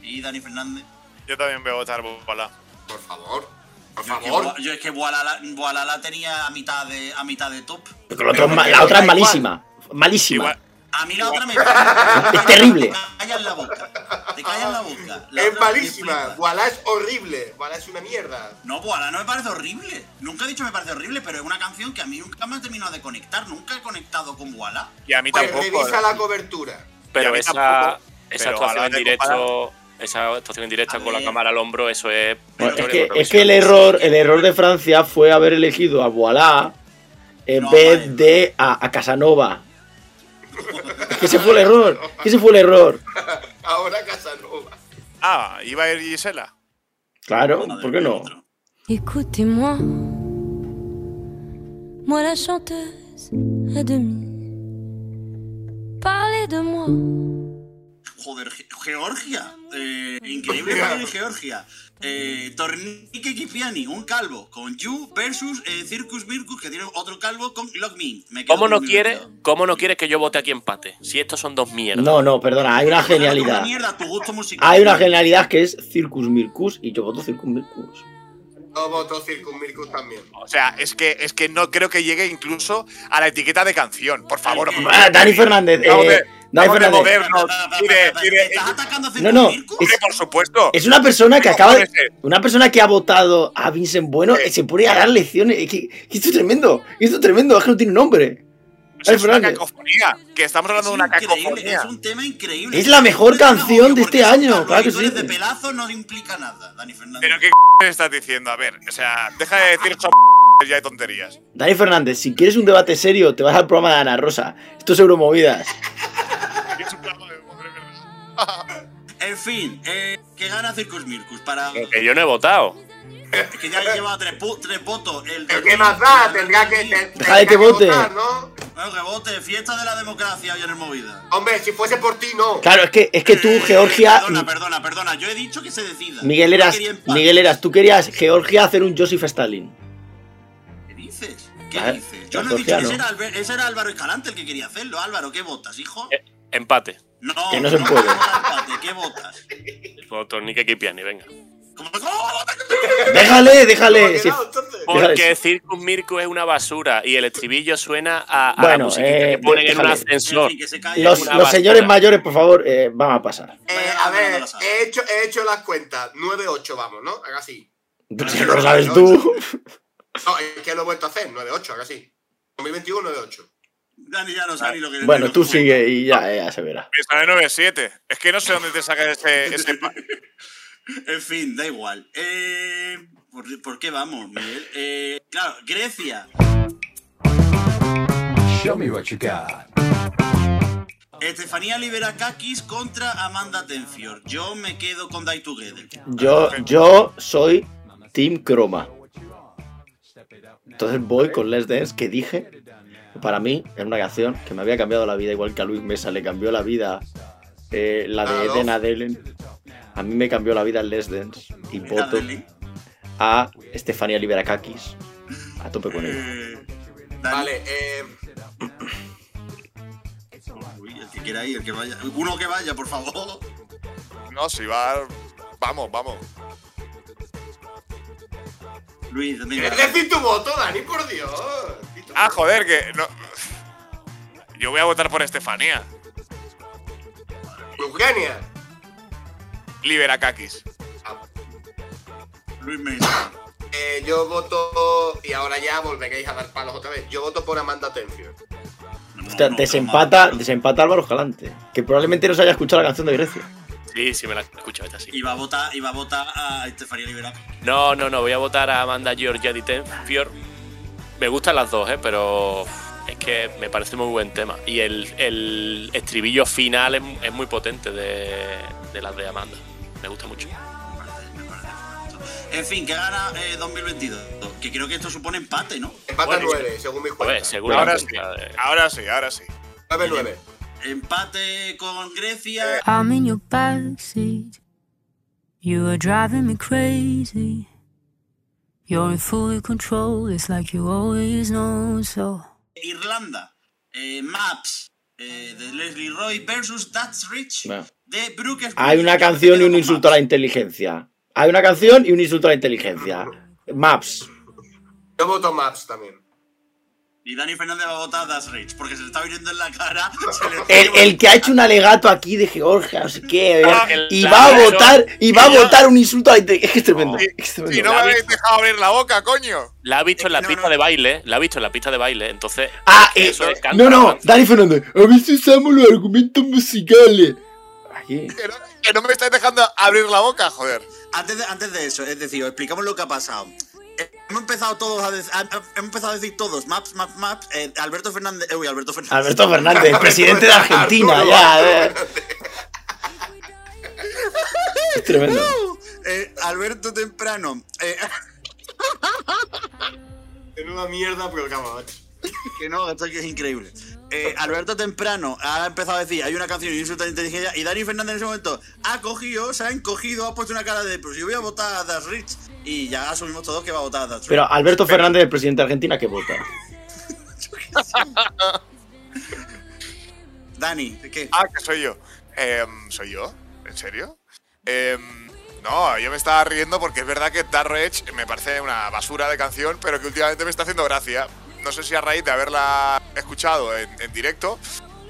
[SPEAKER 6] Y Dani Fernández.
[SPEAKER 2] Yo también voy a votar Bola.
[SPEAKER 5] Por favor. Por
[SPEAKER 6] Yo es que
[SPEAKER 5] favor.
[SPEAKER 6] Boa- Yo es que Boala la, Boala la tenía a mitad de, a mitad de top.
[SPEAKER 4] Porque el otro es ma- la otra es malísima. Malísima.
[SPEAKER 2] Igual-
[SPEAKER 6] A mí la otra me flipa.
[SPEAKER 4] Es terrible.
[SPEAKER 6] Te callas la boca. Te callas la boca. La
[SPEAKER 5] Es
[SPEAKER 6] otra me
[SPEAKER 5] malísima.
[SPEAKER 6] flipa.
[SPEAKER 5] Voilà es horrible. Voilà es una mierda.
[SPEAKER 6] No, Boala no me parece horrible. Nunca he dicho me parece horrible, pero es una canción que a mí nunca me ha terminado de conectar. Nunca he conectado con Boala.
[SPEAKER 2] Y a mí
[SPEAKER 5] Pues
[SPEAKER 2] tampoco. eh.
[SPEAKER 5] revisa la cobertura.
[SPEAKER 2] Y a
[SPEAKER 3] Pero
[SPEAKER 2] mí
[SPEAKER 3] esa,
[SPEAKER 2] tampoco,
[SPEAKER 3] esa
[SPEAKER 2] pero a la
[SPEAKER 3] actuación en
[SPEAKER 2] hora de
[SPEAKER 3] directo, esa actuación en directo
[SPEAKER 6] A
[SPEAKER 3] con la
[SPEAKER 6] ver.
[SPEAKER 3] cámara al hombro, eso es.
[SPEAKER 4] Bueno, es,
[SPEAKER 3] victoria
[SPEAKER 4] que,
[SPEAKER 3] de
[SPEAKER 4] es que el error, el error de Francia fue haber elegido a voilà en
[SPEAKER 6] No,
[SPEAKER 4] vez
[SPEAKER 6] vale.
[SPEAKER 4] de a, a Casanova. Es que ese fue el error. es que ese fue el error.
[SPEAKER 5] Ahora Casanova.
[SPEAKER 2] Ah, iba a ir Gisela.
[SPEAKER 4] Claro, ¿por qué no?
[SPEAKER 8] Écoutez-moi, moi la chanteuse à demi. Parlez de moi.
[SPEAKER 6] Joder, Ge- Georgia. Eh, increíble papel de Georgia. Eh, Tornique Kipiani, un calvo, con You versus eh, Circus Mircus, que tiene otro calvo con Lock Me. Me quedo
[SPEAKER 3] ¿Cómo
[SPEAKER 6] con
[SPEAKER 3] no,
[SPEAKER 6] Lock
[SPEAKER 3] quiere,
[SPEAKER 6] Me.
[SPEAKER 3] ¿Cómo no quiere que yo vote aquí empate? Si estos son dos mierdas.
[SPEAKER 4] No, no, perdona, hay una
[SPEAKER 6] Una
[SPEAKER 4] genialidad.
[SPEAKER 6] mierda, tu gusto musical.
[SPEAKER 4] Hay una genialidad que es Circus Mircus y yo voto Circus Mircus.
[SPEAKER 5] No voto Circunmircus también.
[SPEAKER 2] O sea, es que, es que no creo que llegue incluso a la etiqueta de canción. Por favor.
[SPEAKER 4] Ah, Dani Fernández, eh,
[SPEAKER 2] Vamos de-
[SPEAKER 4] Dani
[SPEAKER 2] vamos de
[SPEAKER 4] Fernández.
[SPEAKER 2] moderno. Y de- y de-
[SPEAKER 6] ¿Estás atacando a
[SPEAKER 4] No,
[SPEAKER 6] Circus
[SPEAKER 4] no,
[SPEAKER 6] Mircus?
[SPEAKER 2] Hombre, por supuesto.
[SPEAKER 4] Es una persona
[SPEAKER 2] ¿Qué
[SPEAKER 4] que acaba de,
[SPEAKER 2] cojones es?
[SPEAKER 4] Una persona que ha votado a Vincent Bueno
[SPEAKER 2] Sí.
[SPEAKER 4] eh, se pone a dar lecciones. Es que, que esto es tremendo. que Esto es tremendo. Es que no tiene nombre.
[SPEAKER 2] Eso es una
[SPEAKER 4] Fernández.
[SPEAKER 2] cacofonía. Que estamos hablando de una
[SPEAKER 6] Es increíble,
[SPEAKER 2] cacofonía.
[SPEAKER 6] Es un tema increíble.
[SPEAKER 4] Es la mejor
[SPEAKER 6] Es una
[SPEAKER 4] canción
[SPEAKER 6] joya,
[SPEAKER 4] de
[SPEAKER 6] porque
[SPEAKER 4] este
[SPEAKER 6] son
[SPEAKER 4] año,
[SPEAKER 6] calvos
[SPEAKER 4] claro que
[SPEAKER 6] y tú eres
[SPEAKER 4] sí.
[SPEAKER 6] de pelazo no implica nada, Dani Fernández.
[SPEAKER 2] Pero qué c estás diciendo, a ver. O sea, deja de decir c- ya de tonterías.
[SPEAKER 4] Dani Fernández, si quieres un debate serio, te vas al programa de Ana Rosa. Esto es Euromovidas.
[SPEAKER 2] Es un programa de madre mía.
[SPEAKER 6] En fin, eh, que gana Circus Mircus para.
[SPEAKER 4] Eh,
[SPEAKER 3] Que yo no he votado.
[SPEAKER 6] que ya lleva tres, pu- tres votos. El
[SPEAKER 5] Pero qué más da, tendrá que. te-
[SPEAKER 4] Deja de
[SPEAKER 5] tendrá
[SPEAKER 4] que vote.
[SPEAKER 5] votar, ¿no?
[SPEAKER 6] Bueno, que vote, fiesta de la democracia hoy en el Movida.
[SPEAKER 5] Hombre, si fuese por ti, no.
[SPEAKER 4] Claro, es que, es que tú,
[SPEAKER 6] Eh,
[SPEAKER 4] Georgia.
[SPEAKER 6] Perdona, perdona, perdona. Yo he dicho que se decida.
[SPEAKER 4] Miguel
[SPEAKER 6] Yo
[SPEAKER 4] Eras,
[SPEAKER 6] quería empate.
[SPEAKER 4] Miguel Eras, tú querías Georgia hacer un Joseph Stalin.
[SPEAKER 6] ¿Qué dices? ¿Qué
[SPEAKER 4] Ah,
[SPEAKER 6] dices? Yo no he dicho
[SPEAKER 4] Georgia no.
[SPEAKER 6] que ese era, Albe- ese era Álvaro Escalante el que quería hacerlo. Álvaro, ¿qué votas, hijo?
[SPEAKER 3] Eh, Empate.
[SPEAKER 6] No,
[SPEAKER 4] que no se
[SPEAKER 6] no
[SPEAKER 4] puede.
[SPEAKER 6] vamos al empate, ¿Qué votas?
[SPEAKER 3] Voto Nick Kipiani, venga.
[SPEAKER 6] ¿Cómo, cómo va a votar?
[SPEAKER 4] Déjale,
[SPEAKER 5] ¿Cómo ha
[SPEAKER 4] déjale.
[SPEAKER 5] quedado,
[SPEAKER 4] sí.
[SPEAKER 5] entonces?
[SPEAKER 2] Oh,
[SPEAKER 3] Porque Circus Mircus es una basura y el estribillo suena a, a
[SPEAKER 4] Bueno,
[SPEAKER 3] la musiquita
[SPEAKER 4] eh,
[SPEAKER 3] que ponen en un
[SPEAKER 4] déjale.
[SPEAKER 6] En
[SPEAKER 3] ascensor.
[SPEAKER 6] fin, que se calle.
[SPEAKER 4] Los,
[SPEAKER 3] una
[SPEAKER 4] los
[SPEAKER 3] basura.
[SPEAKER 4] señores mayores, por favor, eh, van a pasar.
[SPEAKER 5] Eh,
[SPEAKER 6] Venga,
[SPEAKER 5] a
[SPEAKER 6] venga, no
[SPEAKER 5] ver,
[SPEAKER 6] lo
[SPEAKER 5] he hecho, he hecho las cuentas. 9-8, vamos, ¿no? Haga así.
[SPEAKER 4] Pues Lo sabes tú.
[SPEAKER 5] No, es que lo he vuelto a hacer. 9-8, haga así. 2021, 9-8.
[SPEAKER 6] Dani ya no sabe ni lo que
[SPEAKER 4] Bueno,
[SPEAKER 6] lo
[SPEAKER 4] tú
[SPEAKER 6] que-
[SPEAKER 4] sigue y ya, ya se verá.
[SPEAKER 2] Está de 9-7. Es que no sé dónde te sacas ese, ese pa-
[SPEAKER 6] En fin, da igual. Eh, ¿por, por qué vamos, Miguel? Eh, claro, Grecia.
[SPEAKER 9] Show me what you got.
[SPEAKER 6] Estefanía Liberakakis contra Amanda Tenfior. Yo me quedo con Die Together.
[SPEAKER 4] Yo, yo soy Team Chroma. Entonces voy con Les Dance, que dije, que para mí es una canción que me había cambiado la vida, igual que a Luis Mesa le cambió la vida eh, la
[SPEAKER 5] Ah,
[SPEAKER 4] de
[SPEAKER 5] no.
[SPEAKER 4] Dena Delen. A mí me cambió la vida Les Dance y voto
[SPEAKER 6] Dale.
[SPEAKER 4] a Estefania Liberakakis. A tope con ella.
[SPEAKER 6] Eh, Dani.
[SPEAKER 5] Vale, eh,
[SPEAKER 6] Uy, el que quiera ir, el que vaya. Uno que vaya, por favor.
[SPEAKER 2] No, si va. Vamos, vamos.
[SPEAKER 6] Luis, venga.
[SPEAKER 5] ¿quieres decir tu voto, Dani? Por Dios. Di tu
[SPEAKER 2] Ah,
[SPEAKER 5] voto.
[SPEAKER 2] joder, que. No. Yo voy a votar por Estefanía.
[SPEAKER 5] Eugenia.
[SPEAKER 2] Liberakakis.
[SPEAKER 6] Luis Mesa.
[SPEAKER 5] Eh, yo voto. Y ahora ya volveréis a dar palos otra vez. Yo voto por Amanda Tenfield.
[SPEAKER 6] No,
[SPEAKER 4] Hostia,
[SPEAKER 6] no,
[SPEAKER 4] desempata,
[SPEAKER 6] toma.
[SPEAKER 4] desempata Álvaro Jalante, que probablemente no se haya escuchado la canción de Grecia.
[SPEAKER 3] Sí, sí, me la escucho, esta sí.
[SPEAKER 6] Iba a votar, iba a, votar a Estefanía Liberakakis.
[SPEAKER 3] No, no, no, voy a votar a Amanda Georgia Di Tenfior. Me gustan las dos, eh, pero es que me parece muy buen tema. Y el, el estribillo final es, es muy potente de, de las de Amanda. Me gusta mucho.
[SPEAKER 6] En fin, que gana eh, 2022. que creo que esto supone empate, ¿no?
[SPEAKER 5] Empata
[SPEAKER 3] Bueno, pues,
[SPEAKER 5] 9, según mis
[SPEAKER 3] A ver,
[SPEAKER 5] cuentas.
[SPEAKER 3] seguro.
[SPEAKER 2] Ahora sí, ahora sí, ahora sí.
[SPEAKER 5] 9-9.
[SPEAKER 6] Empate con Grecia.
[SPEAKER 8] I'm in your backseat. You are driving me crazy. You're in full control, it's like you always know so.
[SPEAKER 6] Irlanda. eh, Maps. eh, de Leslie Roy versus That's Rich.
[SPEAKER 4] Bueno.
[SPEAKER 6] De Brooks.
[SPEAKER 4] Hay una canción y un insulto a la inteligencia. Hay una canción y un insulto a la inteligencia. Maps.
[SPEAKER 5] Yo voto Maps también.
[SPEAKER 6] Y Dani Fernández va a votar That's Rich porque se le está viendo en la cara. se le-
[SPEAKER 4] El, el que ha hecho un alegato aquí de Georgia, no sé qué.
[SPEAKER 2] Ah,
[SPEAKER 4] eh, Y
[SPEAKER 3] el-
[SPEAKER 4] va a
[SPEAKER 3] claro.
[SPEAKER 4] votar, y va a
[SPEAKER 3] Mira.
[SPEAKER 4] votar un insulto a la inteligencia. Es que es tremendo.
[SPEAKER 2] Sí,
[SPEAKER 4] es
[SPEAKER 2] Y
[SPEAKER 4] tremendo.
[SPEAKER 2] no me habéis dejado abrir la boca, coño.
[SPEAKER 3] La ha visto en la
[SPEAKER 6] No,
[SPEAKER 3] pista
[SPEAKER 6] no.
[SPEAKER 3] de baile, la ha visto en la pista de baile, entonces.
[SPEAKER 4] Ah, eh,
[SPEAKER 3] eso le canta
[SPEAKER 4] no,
[SPEAKER 3] la
[SPEAKER 4] no,
[SPEAKER 3] canción.
[SPEAKER 4] Dani Fernández. A veces usamos los argumentos musicales. Aquí.
[SPEAKER 2] Que no, que no me estáis dejando abrir la boca, joder.
[SPEAKER 10] Antes de, antes de eso, es decir, os explicamos lo que ha pasado. Eh, Hemos empezado todos a, dec- a- a- hemos empezado a decir todos, maps, maps, maps, eh, Alberto Fernández, eh, uy, Alberto Fernández.
[SPEAKER 4] Alberto Fernández, presidente de Argentina,
[SPEAKER 5] Arturo,
[SPEAKER 4] ya. eh. Es tremendo.
[SPEAKER 10] Eh, Alberto Temprano. eh,
[SPEAKER 5] Es una mierda programa, macho.
[SPEAKER 10] que no, esto que es increíble. Eh, Alberto Temprano ha empezado a decir, hay una canción y insulta a la inteligencia, y Dani Fernández en ese momento ha cogido, se ha encogido, ha puesto una cara de, pues yo voy a votar a Das Rich, y ya asumimos todos que va a votar a Das Rich.
[SPEAKER 4] Pero Alberto Fernández, el presidente de Argentina, que vota.
[SPEAKER 10] Dani, ¿qué?
[SPEAKER 2] Ah, que soy yo. Em, ¿Soy yo? ¿En serio? Em, no, yo me estaba riendo porque es verdad que Dark Rage me parece una basura de canción, pero que últimamente me está haciendo gracia. No sé si a raíz de haberla escuchado en, en directo,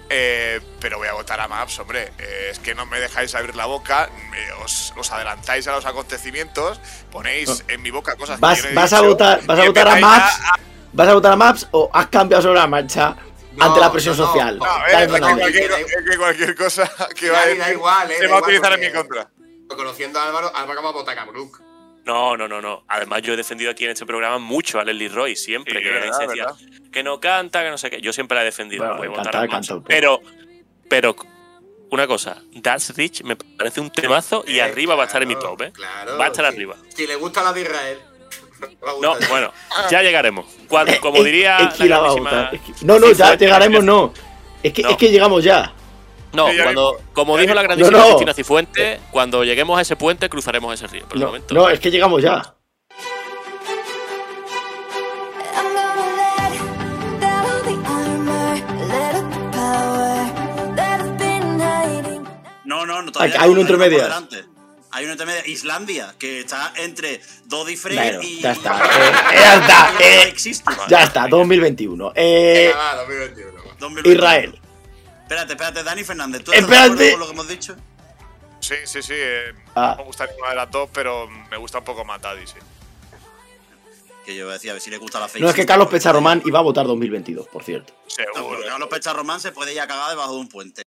[SPEAKER 2] eh, pero voy a votar a Maps, hombre. Eh, es que no me dejáis abrir la boca, eh, os, os adelantáis a los acontecimientos, ponéis en mi boca cosas
[SPEAKER 4] ¿Vas,
[SPEAKER 2] que yo no he
[SPEAKER 4] vas a
[SPEAKER 2] dicho,
[SPEAKER 4] votar, vas a
[SPEAKER 2] y
[SPEAKER 4] votar a
[SPEAKER 2] empezáis
[SPEAKER 4] Maps? ¿Vas a votar a Maps o has cambiado sobre la marcha ante
[SPEAKER 5] No,
[SPEAKER 4] la presión
[SPEAKER 5] no, no.
[SPEAKER 4] social?
[SPEAKER 5] No,
[SPEAKER 2] No, eh,
[SPEAKER 4] Dale,
[SPEAKER 2] es, que
[SPEAKER 4] Fernández.
[SPEAKER 2] cualquier, es que cualquier cosa que va a
[SPEAKER 5] Da, da
[SPEAKER 2] decir
[SPEAKER 5] igual, eh.
[SPEAKER 2] se
[SPEAKER 5] da
[SPEAKER 2] va a
[SPEAKER 5] igual
[SPEAKER 2] utilizar en mi
[SPEAKER 5] porque-
[SPEAKER 2] contra.
[SPEAKER 5] Conociendo a Álvaro, Álvaro va a votar a Brook.
[SPEAKER 3] No, no, no, no. Además, yo he defendido aquí en este programa mucho a Leslie Roy, siempre.
[SPEAKER 2] Sí,
[SPEAKER 3] que,
[SPEAKER 2] verdad,
[SPEAKER 3] se decía, que no canta, que no sé qué. Yo siempre la he defendido.
[SPEAKER 4] Bueno,
[SPEAKER 3] voy a
[SPEAKER 4] cantar,
[SPEAKER 3] votar a Maps.
[SPEAKER 4] canta un poco.
[SPEAKER 3] pero, pero, una cosa. That's Rich me parece un temazo y
[SPEAKER 5] Eh,
[SPEAKER 3] arriba va a estar en mi
[SPEAKER 5] claro,
[SPEAKER 3] top, ¿eh?
[SPEAKER 5] Claro.
[SPEAKER 3] Va a estar
[SPEAKER 5] sí.
[SPEAKER 3] arriba.
[SPEAKER 5] Si le gusta la de Israel. va a
[SPEAKER 3] No,
[SPEAKER 5] gustar.
[SPEAKER 3] bueno, ya llegaremos. Cuando- como
[SPEAKER 4] Eh,
[SPEAKER 3] diría.
[SPEAKER 4] es que
[SPEAKER 3] la
[SPEAKER 4] la va a
[SPEAKER 3] grandísima-
[SPEAKER 4] votar. Es que- no, no,
[SPEAKER 3] Sí,
[SPEAKER 4] ya
[SPEAKER 3] fue-
[SPEAKER 4] llegaremos, no. Es que,
[SPEAKER 3] No.
[SPEAKER 4] es que llegamos ya.
[SPEAKER 3] No,
[SPEAKER 2] Sí, ya
[SPEAKER 3] cuando, como
[SPEAKER 2] Ya
[SPEAKER 3] dijo la
[SPEAKER 2] mismo.
[SPEAKER 3] grandísima
[SPEAKER 4] No, no.
[SPEAKER 3] Cristina Cifuente, cuando lleguemos a ese puente cruzaremos ese río. Pero de
[SPEAKER 4] No,
[SPEAKER 3] momento.
[SPEAKER 4] no, es que llegamos ya.
[SPEAKER 8] I'm gonna let down the armor, let up the power that I've been hiding.
[SPEAKER 6] No, no, no.
[SPEAKER 4] Hay- hay uno entre
[SPEAKER 6] uno por
[SPEAKER 4] medias.
[SPEAKER 6] delante. Hay una intermedia, Islandia, que está entre Dodi Frey
[SPEAKER 4] Bueno,
[SPEAKER 6] y.
[SPEAKER 4] ya está. eh, ya está.
[SPEAKER 6] Ya
[SPEAKER 4] eh,
[SPEAKER 6] existe.
[SPEAKER 4] ya está, 2021. Eh,
[SPEAKER 5] Venga, va, 2021, va.
[SPEAKER 6] 2021.
[SPEAKER 4] Israel.
[SPEAKER 6] Espérate, espérate, Dani Fernández. ¿Tú estás de
[SPEAKER 4] Espérate.
[SPEAKER 6] acuerdo con lo que hemos dicho?
[SPEAKER 2] Sí, sí, sí. eh,
[SPEAKER 4] Ah.
[SPEAKER 2] No me gusta ninguna de las dos, pero me gusta un poco más Daddy, sí.
[SPEAKER 6] Que yo decía, a ver si le gusta la fe.
[SPEAKER 4] No, es que Carlos Pecharromán iba a votar 2022, por cierto.
[SPEAKER 6] No,
[SPEAKER 2] Seguro.
[SPEAKER 6] pero Carlos Pecha Román se puede ya cagar debajo de un puente.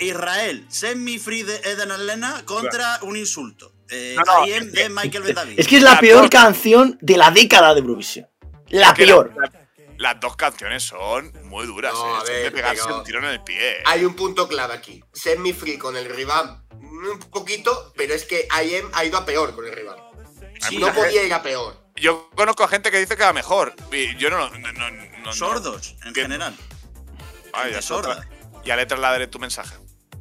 [SPEAKER 6] Israel, send me free de Eden Alena contra un insulto. Eh,
[SPEAKER 2] No, no,
[SPEAKER 6] I am de Michael Bedavid.
[SPEAKER 4] Es que es la
[SPEAKER 2] La
[SPEAKER 4] peor
[SPEAKER 2] torta.
[SPEAKER 4] canción de la década de Eurovisión. La
[SPEAKER 2] Que
[SPEAKER 4] peor.
[SPEAKER 2] la- la- las dos canciones son muy duras,
[SPEAKER 5] No,
[SPEAKER 2] eh.
[SPEAKER 5] a
[SPEAKER 2] Son
[SPEAKER 5] ver,
[SPEAKER 2] de pegarse
[SPEAKER 5] pero-
[SPEAKER 2] un tiro en el pie. eh.
[SPEAKER 5] Hay un punto clave aquí. Semi free con el rival un poquito, pero es que IM ha ido a peor con el rival.
[SPEAKER 6] Sí,
[SPEAKER 5] no podía ir a peor.
[SPEAKER 2] Yo conozco a gente que dice que va mejor. Y yo no. no, no, no- no-
[SPEAKER 6] sordos, en
[SPEAKER 2] Que-
[SPEAKER 6] general.
[SPEAKER 2] Ay,
[SPEAKER 6] gente
[SPEAKER 2] ya
[SPEAKER 6] sorda.
[SPEAKER 2] otra. Ya le trasladaré tu mensaje.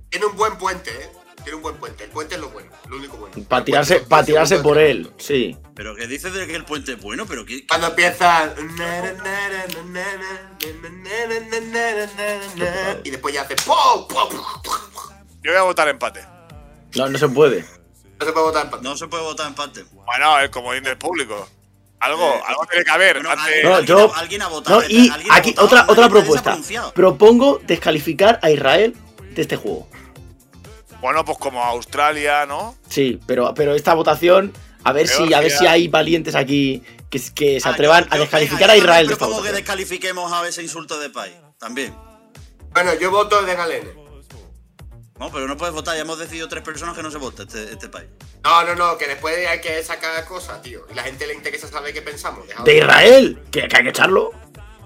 [SPEAKER 5] Tiene un buen puente, ¿eh? Tiene un buen puente. El puente es lo bueno, lo único bueno.
[SPEAKER 4] Para
[SPEAKER 5] El
[SPEAKER 4] tirarse,
[SPEAKER 5] puente,
[SPEAKER 4] pa'
[SPEAKER 5] el
[SPEAKER 4] tirarse
[SPEAKER 5] segundo
[SPEAKER 4] por
[SPEAKER 5] es
[SPEAKER 4] él, sí.
[SPEAKER 6] Pero que dices de que el puente es bueno, pero que.
[SPEAKER 5] Cuando empieza. na, na, na, na, na, na, na, na, na, na, na, na, na, Y después ya hace. ¡pum, pum, pum, pum!
[SPEAKER 2] Yo voy a votar empate.
[SPEAKER 4] No, no se puede.
[SPEAKER 5] No se puede votar en pantalla.
[SPEAKER 6] No se puede votar empate.
[SPEAKER 2] Bueno, el comodín del público. Algo, algo tiene que haber.
[SPEAKER 6] Bueno,
[SPEAKER 2] antes-
[SPEAKER 4] No,
[SPEAKER 6] Eh, alguien-
[SPEAKER 4] yo-
[SPEAKER 6] alguien ha votado.
[SPEAKER 4] No, y
[SPEAKER 6] alguien ha
[SPEAKER 4] aquí
[SPEAKER 6] votado,
[SPEAKER 4] otra,
[SPEAKER 6] nadie-
[SPEAKER 4] otra
[SPEAKER 6] nadie se ha
[SPEAKER 4] propuesta.
[SPEAKER 6] pronunciado.
[SPEAKER 4] Propongo descalificar a Israel de este juego.
[SPEAKER 2] Bueno, pues como Australia, ¿no?
[SPEAKER 4] Sí, pero, pero esta votación, a ver si, a ver si hay valientes aquí que, s- que se
[SPEAKER 6] Ah,
[SPEAKER 4] atrevan
[SPEAKER 6] yo-
[SPEAKER 4] a
[SPEAKER 6] yo-
[SPEAKER 4] descalificar
[SPEAKER 6] venga,
[SPEAKER 4] a
[SPEAKER 6] yo
[SPEAKER 4] Israel de esta
[SPEAKER 6] propongo que
[SPEAKER 4] votación.
[SPEAKER 6] descalifiquemos a ese insulto de país. También.
[SPEAKER 5] Bueno, yo voto de Galene.
[SPEAKER 6] No, pero no puedes votar. Ya hemos decidido tres personas que no se vota este, este país.
[SPEAKER 5] No, no, no, que después hay que sacar cosas, tío. Y la gente le interesa saber qué pensamos. Dejadlo.
[SPEAKER 4] De Israel, que, que hay que echarlo.